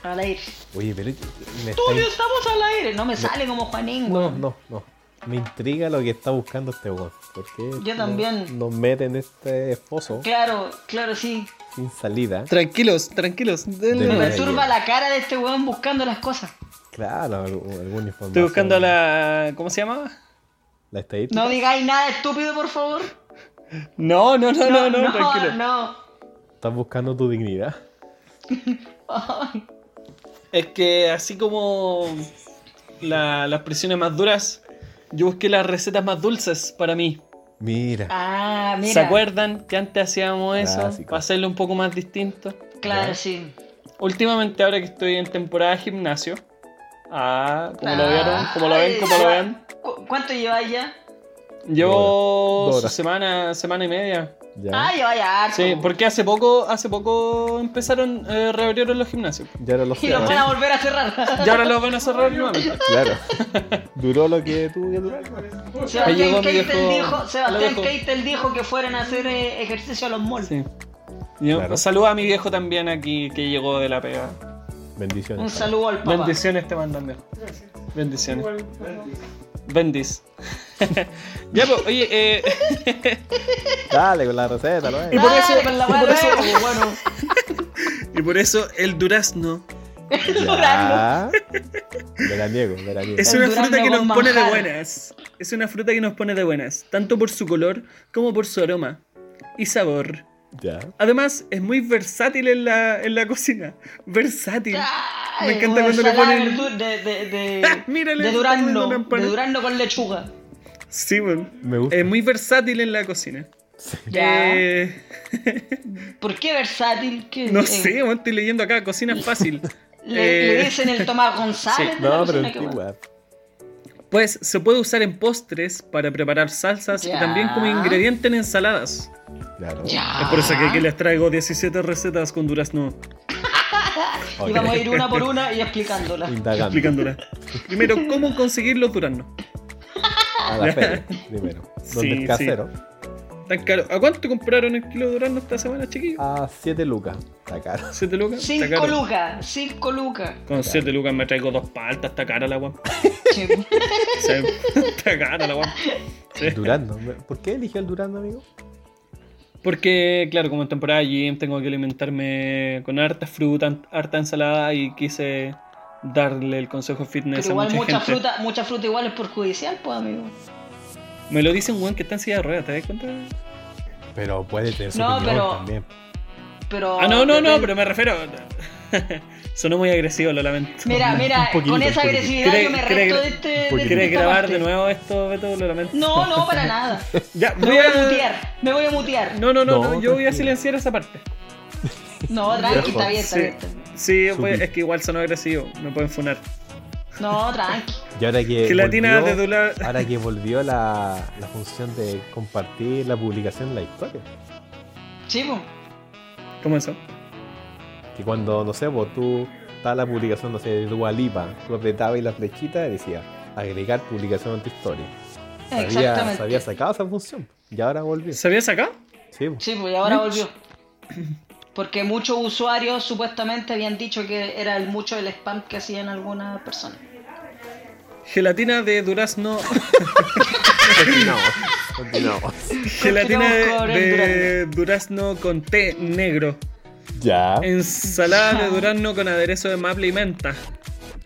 Speaker 2: Al aire.
Speaker 3: Oye, pero me está...
Speaker 2: Tulio, estamos al aire. No me sale como Juanín,
Speaker 3: No,
Speaker 2: weón.
Speaker 3: no, no. Me intriga lo que está buscando este weón. ¿Por qué
Speaker 2: Yo
Speaker 3: no-
Speaker 2: también.
Speaker 3: nos mete en este esposo?
Speaker 2: Claro, claro, sí.
Speaker 3: sin salida.
Speaker 1: Tranquilos, tranquilos. denle
Speaker 3: De
Speaker 1: nomás.
Speaker 2: Me
Speaker 3: Ahí.
Speaker 2: turba la cara de este weón buscando las cosas.
Speaker 3: Claro, algún- alguna información.
Speaker 1: Estoy buscando la. ¿Cómo se llamaba?
Speaker 3: La estadística.
Speaker 2: No digáis nada estúpido, por favor.
Speaker 1: No, no, no, no, no, tranquilo.
Speaker 2: no.
Speaker 3: Estás buscando tu dignidad.
Speaker 2: Ay,
Speaker 1: Es que así como la- las presiones más duras, yo busqué las recetas más dulces para mí.
Speaker 3: Mira.
Speaker 2: Ah, mira.
Speaker 1: ¿Se acuerdan que antes hacíamos eso?
Speaker 3: Clásico.
Speaker 1: Para hacerlo un poco más distinto.
Speaker 2: Claro, sí.
Speaker 1: Últimamente, ahora que estoy en temporada de gimnasio. Ah, como lo vieron, como lo ven,
Speaker 2: Ay.
Speaker 1: como lo ven.
Speaker 2: ¿Cu- ¿Cuánto lleváis ya?
Speaker 1: Llevo
Speaker 3: Dora. Dora.
Speaker 1: semana, semana y media.
Speaker 3: Ya.
Speaker 2: Ah, lleváis harto.
Speaker 1: Sí, porque hace poco, hace poco empezaron, eh, reabrieron los gimnasios.
Speaker 3: Ya era los
Speaker 2: Y los
Speaker 3: clavos.
Speaker 2: van a volver a cerrar.
Speaker 1: Y ahora los van a cerrar nuevamente.
Speaker 3: Claro. Duró lo que tuvo que durar.
Speaker 1: Ahí llegó
Speaker 2: Sebastián
Speaker 1: mi
Speaker 2: Keitel
Speaker 1: viejo-
Speaker 2: dijo, Sebastián
Speaker 1: lo dejó.
Speaker 2: Keitel dijo que fueran a hacer eh, ejercicio a los malls.
Speaker 1: Sí. Yo-
Speaker 3: Claro.
Speaker 1: Saluda a mi viejo también aquí que llegó de la pega.
Speaker 3: Bendiciones.
Speaker 2: Un saludo al papá.
Speaker 1: Bendiciones te mandan también. Bendiciones. Bendis. ya, pues, oye, eh,
Speaker 3: Dale con la receta, ¿no?
Speaker 1: y por
Speaker 2: Dale,
Speaker 1: eso,
Speaker 2: con la
Speaker 1: y por
Speaker 2: buena.
Speaker 1: eso, bueno, y por eso el durazno
Speaker 3: Ya. Veraniego, veraniego.
Speaker 1: es
Speaker 2: El
Speaker 1: una
Speaker 2: durazno
Speaker 1: fruta que
Speaker 2: con
Speaker 1: nos pone de
Speaker 2: manjar.
Speaker 1: buenas. Es una fruta que nos pone de buenas, tanto por su color como por su aroma y sabor.
Speaker 3: Ya.
Speaker 1: Además, es muy versátil en la, en la cocina. Versátil.
Speaker 2: Ay,
Speaker 1: Me encanta
Speaker 2: una
Speaker 1: cuando le
Speaker 2: ensalada de
Speaker 1: ponen-
Speaker 2: verdu- de, de,
Speaker 1: Ah,
Speaker 2: de,
Speaker 1: mira, le
Speaker 2: de
Speaker 1: está poniendo
Speaker 2: durazno,
Speaker 1: una empanada.
Speaker 2: de durazno con lechuga.
Speaker 1: Sí, weón.
Speaker 3: Me gusta.
Speaker 1: Es muy versátil en la cocina.
Speaker 2: Ya.
Speaker 1: Eh,
Speaker 2: ¿Por qué versátil? ¿Qué-
Speaker 1: no
Speaker 2: eh,
Speaker 1: sé, weón, estoy leyendo acá, cocina fácil.
Speaker 2: Le, le
Speaker 1: Eh,
Speaker 2: dicen el Tomás González.
Speaker 1: sí.
Speaker 2: de la
Speaker 3: No, pero
Speaker 2: cocina,
Speaker 3: el
Speaker 2: qué bueno.
Speaker 3: tío,
Speaker 1: Pues se puede usar en postres para preparar salsas y
Speaker 2: Ya.
Speaker 1: también como ingrediente en ensaladas.
Speaker 3: Claro.
Speaker 2: Ya.
Speaker 1: Es por eso que
Speaker 2: Ah.
Speaker 1: aquí les traigo 17 recetas con durazno,
Speaker 2: Y vamos a ir una por una y explicándola.
Speaker 3: Indagando.
Speaker 1: explicándolas. Primero, cómo conseguir los duraznos.
Speaker 3: A la feria, primero. Donde
Speaker 1: Sí,
Speaker 3: el casero.
Speaker 1: Tan caro. ¿A cuánto compraron el kilo de durazno esta semana, chiquillos?
Speaker 3: A 7 lucas. Está caro.
Speaker 1: ¿7 lucas? Está
Speaker 2: Cinco
Speaker 1: caro.
Speaker 2: lucas, cinco lucas.
Speaker 1: Con 7 lucas me traigo dos paltas, está cara la guapa.
Speaker 2: Sí.
Speaker 1: Sí, está cara la weá. Sí.
Speaker 3: Durando. ¿Por qué eligió el Durando, amigo?
Speaker 1: Porque, claro, como en temporada gym tengo que alimentarme con harta fruta, harta ensalada y quise darle el consejo fitness
Speaker 2: Pero
Speaker 1: a
Speaker 2: igual
Speaker 1: mucha,
Speaker 2: mucha
Speaker 1: gente.
Speaker 2: fruta, mucha fruta igual es por judicial, pues amigo.
Speaker 1: Me lo dice un weón que está en silla de ruedas, ¿te das cuenta?
Speaker 3: Pero puede tener su
Speaker 2: No,
Speaker 3: opinión
Speaker 2: pero-
Speaker 3: también.
Speaker 2: Pero
Speaker 1: ah, no, no, no,
Speaker 2: depende-
Speaker 1: pero me refiero. Sonó muy agresivo, lo lamento.
Speaker 2: Mira, mira,
Speaker 3: Un poquito,
Speaker 2: con esa
Speaker 3: un poquito.
Speaker 2: agresividad
Speaker 1: ¿Quieres-
Speaker 2: yo me
Speaker 1: quieres-
Speaker 2: reto de este. de
Speaker 3: ¿quieres
Speaker 2: esta
Speaker 1: ¿Quieres grabar
Speaker 2: parte.
Speaker 1: de nuevo esto, Beto? Lo lamento.
Speaker 2: No, no, para nada.
Speaker 1: Ya,
Speaker 2: Me
Speaker 1: voy
Speaker 2: voy a
Speaker 1: a.
Speaker 2: mutear, me voy a mutear.
Speaker 1: No, no, no, no, yo
Speaker 3: No,
Speaker 1: voy a
Speaker 3: tranquilo.
Speaker 1: silenciar esa parte.
Speaker 2: No, tranqui, está bien, está
Speaker 1: Sí,
Speaker 2: bien.
Speaker 1: sí
Speaker 3: Subí.
Speaker 1: pues, es que igual sonó agresivo, me pueden funar.
Speaker 2: No, tranqui.
Speaker 3: Y ahora que.
Speaker 1: Gelatina
Speaker 3: volvió-
Speaker 1: de dular.
Speaker 3: Ahora que volvió la, la función de compartir la publicación en la historia.
Speaker 2: Chivo.
Speaker 1: ¿Cómo eso?
Speaker 3: Que cuando, no sé, vos tú estaba la publicación, no sé, de Dua Lipa, tú apretabas y la flechita y decía agregar publicación en tu historia. Se había, se
Speaker 2: Exactamente.
Speaker 3: había sacado esa función y ahora volvió.
Speaker 1: ¿Se había sacado?
Speaker 3: Sí, po.
Speaker 2: Sí, pues y ahora volvió. Porque muchos usuarios supuestamente habían dicho que era el mucho el spam que hacían algunas personas.
Speaker 1: Gelatina de durazno.
Speaker 3: continuamos. Continuamos.
Speaker 1: Gelatina
Speaker 2: Continuamos con el
Speaker 1: de, de durazno con té negro.
Speaker 3: Ya.
Speaker 1: Eh, Ensalada
Speaker 2: Ya.
Speaker 1: de durazno con aderezo de maple y menta.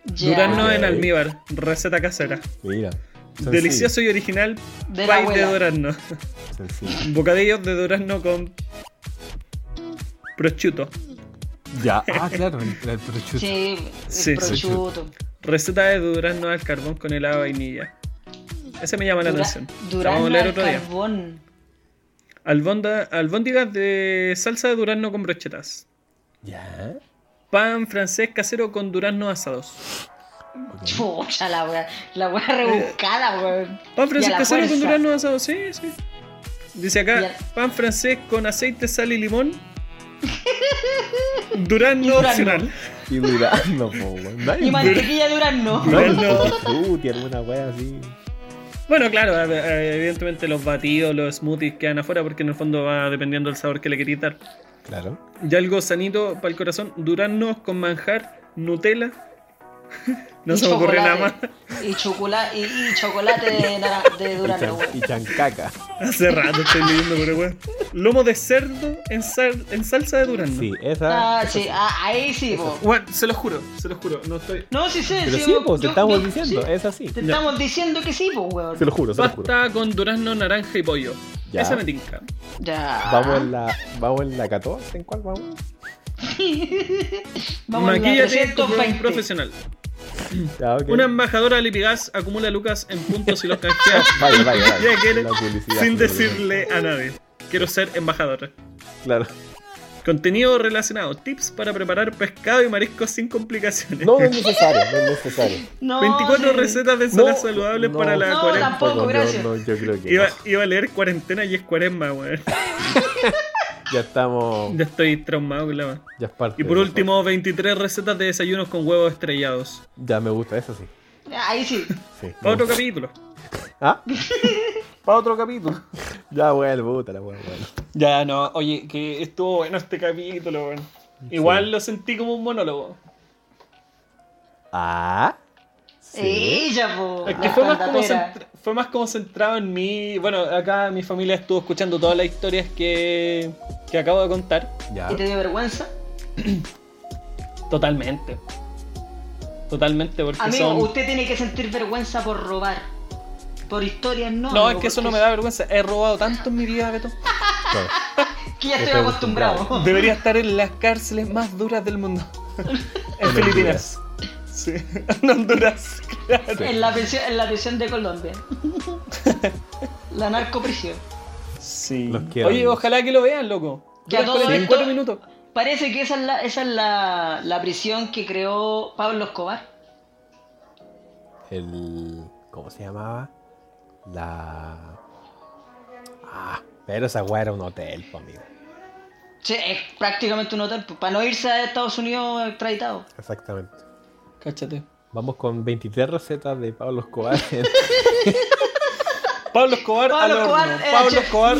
Speaker 2: Ya.
Speaker 1: Durazno en
Speaker 3: Ok.
Speaker 1: almíbar. Receta casera.
Speaker 3: Mira. Sencillo,
Speaker 1: Delicioso y original
Speaker 2: De la
Speaker 1: pie de
Speaker 2: abuela.
Speaker 1: durazno.
Speaker 3: Sencillo.
Speaker 1: Bocadillos de durazno con prosciutto.
Speaker 3: Ya. Ah, claro, el, el prosciutto.
Speaker 2: Sí, el
Speaker 1: Sí, sí.
Speaker 2: prosciutto.
Speaker 1: Receta de durazno al carbón con helado de vainilla. Ese me llama la
Speaker 2: Dura-
Speaker 1: atención. La vamos a
Speaker 2: Durazno
Speaker 1: leer
Speaker 2: al
Speaker 1: otro día.
Speaker 2: carbón.
Speaker 1: Albonda, albóndigas de salsa de durazno con brochetas.
Speaker 3: Ya.
Speaker 1: Pan francés casero con durazno asados.
Speaker 2: Chucha, la wea, la wea rebuscada, weón.
Speaker 1: Pan francés
Speaker 2: Y a la
Speaker 1: casero con
Speaker 2: fuerza.
Speaker 1: durazno asados, sí, sí. Dice
Speaker 2: Y
Speaker 1: acá,
Speaker 2: a-
Speaker 1: pan francés con aceite, sal y limón. Durazno
Speaker 2: Durazno.
Speaker 1: opcional.
Speaker 3: Y durando, po, weón. No hay
Speaker 2: Y
Speaker 3: un-
Speaker 2: mantequilla de durazno.
Speaker 3: no hay un
Speaker 1: Durando.
Speaker 3: tutti frutti, alguna wea así.
Speaker 1: Bueno, claro, a- a- evidentemente los batidos, los smoothies quedan afuera porque en el fondo va dependiendo del sabor que le queréis dar.
Speaker 3: Claro.
Speaker 1: Y algo sanito para el corazón, duraznos con manjar, Nutella
Speaker 5: No
Speaker 2: Y
Speaker 5: se me ocurrió nada más.
Speaker 2: chocolate. Y, chocolate y, y chocolate de, nara- de
Speaker 3: Y,
Speaker 2: durazno,
Speaker 3: chan- y
Speaker 2: weón.
Speaker 3: chancaca.
Speaker 5: Hace rato estoy leyendo, pero weón. Lomo de cerdo en, sal- en salsa de durazno.
Speaker 3: Sí, esa.
Speaker 2: Ah, sí, ah, ahí sí, po.
Speaker 1: Bueno, se los juro, se los juro, no estoy.
Speaker 2: No, sí, sí,
Speaker 3: Pero
Speaker 2: sí,
Speaker 3: sí,
Speaker 2: yo-
Speaker 3: pues, te
Speaker 2: yo-
Speaker 3: estamos
Speaker 2: yo-
Speaker 3: diciendo,
Speaker 2: sí,
Speaker 3: es así.
Speaker 2: Te
Speaker 5: Ya.
Speaker 2: estamos diciendo que sí, pues, weón.
Speaker 3: Se lo juro, se lo juro.
Speaker 5: Pasta con durazno, naranja y pollo.
Speaker 3: Ya.
Speaker 5: Esa me tinca.
Speaker 2: Ya.
Speaker 3: Vamos en la, vamos en la 14, ¿en cuál vamos?
Speaker 2: Vamos a la
Speaker 5: Maquíllate como un
Speaker 2: 320.
Speaker 5: profesional.
Speaker 3: Ya, ok.
Speaker 5: Una embajadora de Lipigas acumula lucas en puntos y los canjea.
Speaker 3: Vaya, vaya, vaya.
Speaker 5: Ya quiere,
Speaker 3: La publicidad,
Speaker 5: sin
Speaker 3: sí,
Speaker 5: decirle a nadie. Quiero ser embajadora.
Speaker 3: Claro.
Speaker 5: Contenido relacionado. Tips para preparar pescado y mariscos sin complicaciones.
Speaker 3: No, no es necesario, no es necesario.
Speaker 2: No,
Speaker 5: 24
Speaker 2: sí.
Speaker 5: recetas de ensaladas
Speaker 3: No,
Speaker 5: saludables
Speaker 3: no,
Speaker 5: para la
Speaker 2: No,
Speaker 5: cuarentena.
Speaker 2: tampoco,
Speaker 3: yo-
Speaker 2: gracias.
Speaker 3: no, yo creo que
Speaker 5: Iba,
Speaker 3: no.
Speaker 5: iba a leer cuarentena y es cuaresma, weón.
Speaker 3: ya estamos.
Speaker 5: Ya estoy traumado, claro.
Speaker 3: Ya es parte.
Speaker 5: Y por
Speaker 3: de-
Speaker 5: último, 23 recetas de desayunos con huevos estrellados.
Speaker 3: Ya me gusta, eso sí.
Speaker 2: Ahí sí.
Speaker 3: sí me
Speaker 5: Otro
Speaker 3: gusta.
Speaker 5: capítulo.
Speaker 3: ¿Ah?
Speaker 1: Para otro capítulo.
Speaker 3: Ya, bueno, puta la wea, bueno.
Speaker 1: Ya, no, oye, que estuvo bueno este capítulo, weón. Igual lo sentí como un monólogo.
Speaker 3: Ah. Sí.
Speaker 2: Ella, po.
Speaker 1: Es que
Speaker 2: la
Speaker 1: fue más, como
Speaker 2: estandatera.
Speaker 1: centra- fue más como centrado en mí. Bueno, acá mi familia estuvo escuchando todas las historias que, que acabo de contar.
Speaker 3: Ya.
Speaker 2: ¿Y te dio vergüenza?
Speaker 1: Totalmente. Totalmente, porque
Speaker 2: Amigo,
Speaker 1: son.
Speaker 2: usted tiene que sentir vergüenza por robar. Por historias no.
Speaker 1: No, es
Speaker 2: amigo,
Speaker 1: que eso no
Speaker 2: porque
Speaker 1: me da vergüenza. He robado tanto en mi vida, Beto.
Speaker 3: Claro.
Speaker 2: Que ya estoy
Speaker 3: Estoy
Speaker 2: acostumbrado.
Speaker 3: acostumbrado.
Speaker 1: Debería estar en las cárceles más duras del mundo. en
Speaker 3: En
Speaker 1: Filipinas. Sí, en Honduras. Claro.
Speaker 2: en, la prisión, en la prisión de Colombia. la narcoprisión.
Speaker 1: Sí.
Speaker 3: Los quiero,
Speaker 1: Oye,
Speaker 3: amigos.
Speaker 1: ojalá que lo vean, loco.
Speaker 2: Que a
Speaker 1: Duran
Speaker 2: todo
Speaker 1: 44
Speaker 2: esto-
Speaker 1: minutos.
Speaker 2: Parece que esa es, la, esa es la, la prisión que creó Pablo Escobar.
Speaker 3: El. ¿Cómo se llamaba? La. Ah, pero esa wea era un hotel, pues, amigo.
Speaker 2: Sí, es prácticamente un hotel. pues, Para no irse a Estados Unidos extraditado.
Speaker 3: Exactamente.
Speaker 1: Cáchate.
Speaker 3: Vamos con 23 recetas de Pablo Escobar. en-
Speaker 1: Pablo Escobar
Speaker 2: Pablo
Speaker 1: al horno.
Speaker 2: Escobar, eh,
Speaker 1: Pablo
Speaker 2: chef.
Speaker 1: Escobar.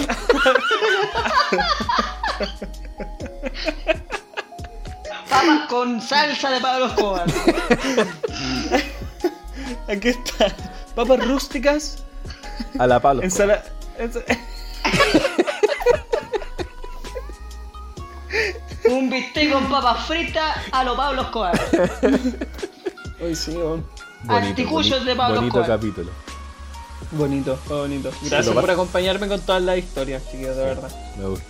Speaker 2: Papas con salsa de Pablo Escobar.
Speaker 1: Aquí está. Papas rústicas.
Speaker 3: a la Pablo. Escobar.
Speaker 1: Ensalada.
Speaker 2: un bistec con papas fritas a lo Pablo Escobar.
Speaker 1: Hoy sí, weón.
Speaker 2: Articullos
Speaker 3: boni-
Speaker 2: de Pablo
Speaker 3: bonito
Speaker 2: Escobar.
Speaker 3: capítulo.
Speaker 1: Bonito, fue bonito.
Speaker 3: lo
Speaker 1: Gracias
Speaker 3: pas-
Speaker 1: por acompañarme con todas las historias, chiquillos, de verdad.
Speaker 3: Me gusta.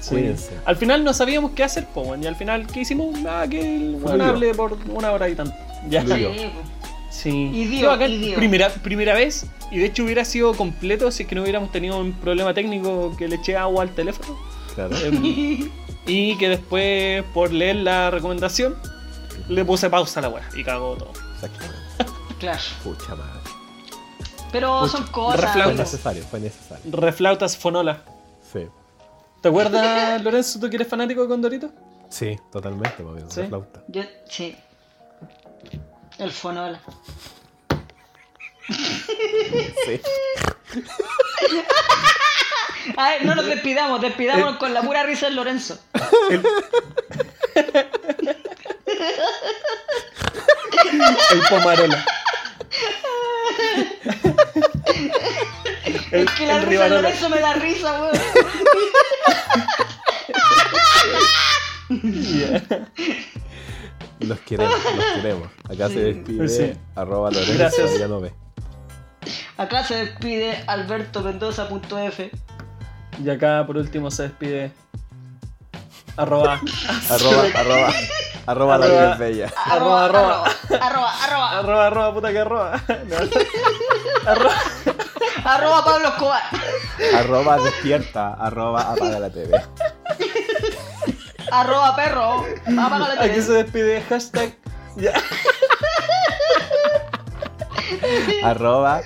Speaker 1: Sí.
Speaker 3: Cuídense.
Speaker 1: Al final no sabíamos qué hacer, po, weón. Y al final, ¿qué hicimos? Nada, que el weón
Speaker 3: Fluido.
Speaker 1: hable por una hora y tanto. Ya.
Speaker 3: Fluido.
Speaker 2: Sí, pues.
Speaker 1: Sí.
Speaker 2: Y dio,
Speaker 1: Qué bacán.
Speaker 2: y dio.
Speaker 1: Primera, primera vez, y de hecho hubiera sido completo si es que no hubiéramos tenido un problema técnico que le eché agua al teléfono.
Speaker 3: Claro.
Speaker 1: Em, y que después, por leer la recomendación, le puse pausa a la weá y cagó todo.
Speaker 3: Exactamente.
Speaker 2: Claro.
Speaker 3: Pucha madre.
Speaker 2: Pero son cosas.
Speaker 3: Fue
Speaker 1: Reflautas.
Speaker 2: amigo.
Speaker 3: necesario, fue necesario.
Speaker 1: Reflautas Fonola.
Speaker 3: Sí.
Speaker 1: ¿Te acuerdas, Lorenzo, tú que eres fanático de Condorito?
Speaker 3: Sí, totalmente, pues, amigo.
Speaker 1: Sí.
Speaker 3: La flauta.
Speaker 2: Yo, sí. El fonola.
Speaker 3: Sí.
Speaker 2: A ver, no nos despidamos, despidamos con la pura risa de Lorenzo.
Speaker 1: El Pomarola.
Speaker 2: es que la
Speaker 1: el
Speaker 2: risa de
Speaker 1: Rivarola.
Speaker 2: Lorenzo me da risa, weón.
Speaker 3: Los queremos, los queremos. Acá se despide
Speaker 1: Sí.
Speaker 3: arroba Lorenzo
Speaker 1: Gracias.
Speaker 3: Villanove.
Speaker 2: Acá se despide albertomendoza.f.
Speaker 1: Y acá, por último, se despide. Arroba.
Speaker 3: Arroba, arroba, arroba la
Speaker 1: Arroba.
Speaker 3: Virgen bella.
Speaker 1: Arroba, arroba.
Speaker 2: Arroba, arroba. Arroba,
Speaker 1: Arroba, arroba, puta que arroba.
Speaker 2: arroba Pablo Escobar.
Speaker 3: Arroba despierta, arroba apaga la TV.
Speaker 2: Arroba perro. Apaga la
Speaker 1: Aquí se
Speaker 2: tele.
Speaker 1: despide. Hashtag. Ya.
Speaker 3: Arroba,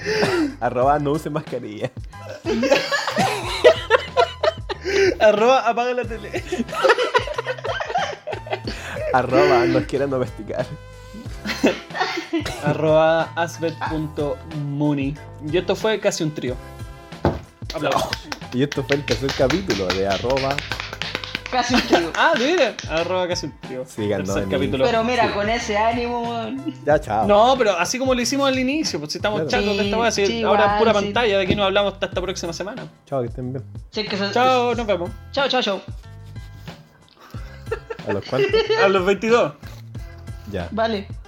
Speaker 3: arroba no use mascarilla.
Speaker 1: Arroba, apaga la tele.
Speaker 3: Arroba nos quieren domesticar.
Speaker 1: Arroba asbet.muni. Y esto fue casi un trío. Aplausos.
Speaker 2: Oh.
Speaker 3: Y esto fue el tercer capítulo de arroba
Speaker 2: Casi un trigo.
Speaker 1: Ah, mira. Arroba casi un trío.
Speaker 3: Síganos
Speaker 1: Tercer
Speaker 3: en-
Speaker 1: capítulo.
Speaker 2: Pero mira, con ese ánimo, weón.
Speaker 3: Ya, chao.
Speaker 1: No, pero así como lo hicimos al inicio, pues si estamos
Speaker 3: Ah. Claro.
Speaker 1: chatos de esta weá, si
Speaker 2: Sí,
Speaker 1: ahora
Speaker 2: igual,
Speaker 1: pura
Speaker 2: sí.
Speaker 1: pantalla, de aquí nos hablamos hasta esta próxima semana.
Speaker 3: Chao, que estén bien.
Speaker 2: Sí, que se-
Speaker 1: Chao, nos vemos.
Speaker 2: chao, chao, chao.
Speaker 3: ¿A los cuantos?
Speaker 1: A los 22.
Speaker 3: Ya.
Speaker 2: Vale.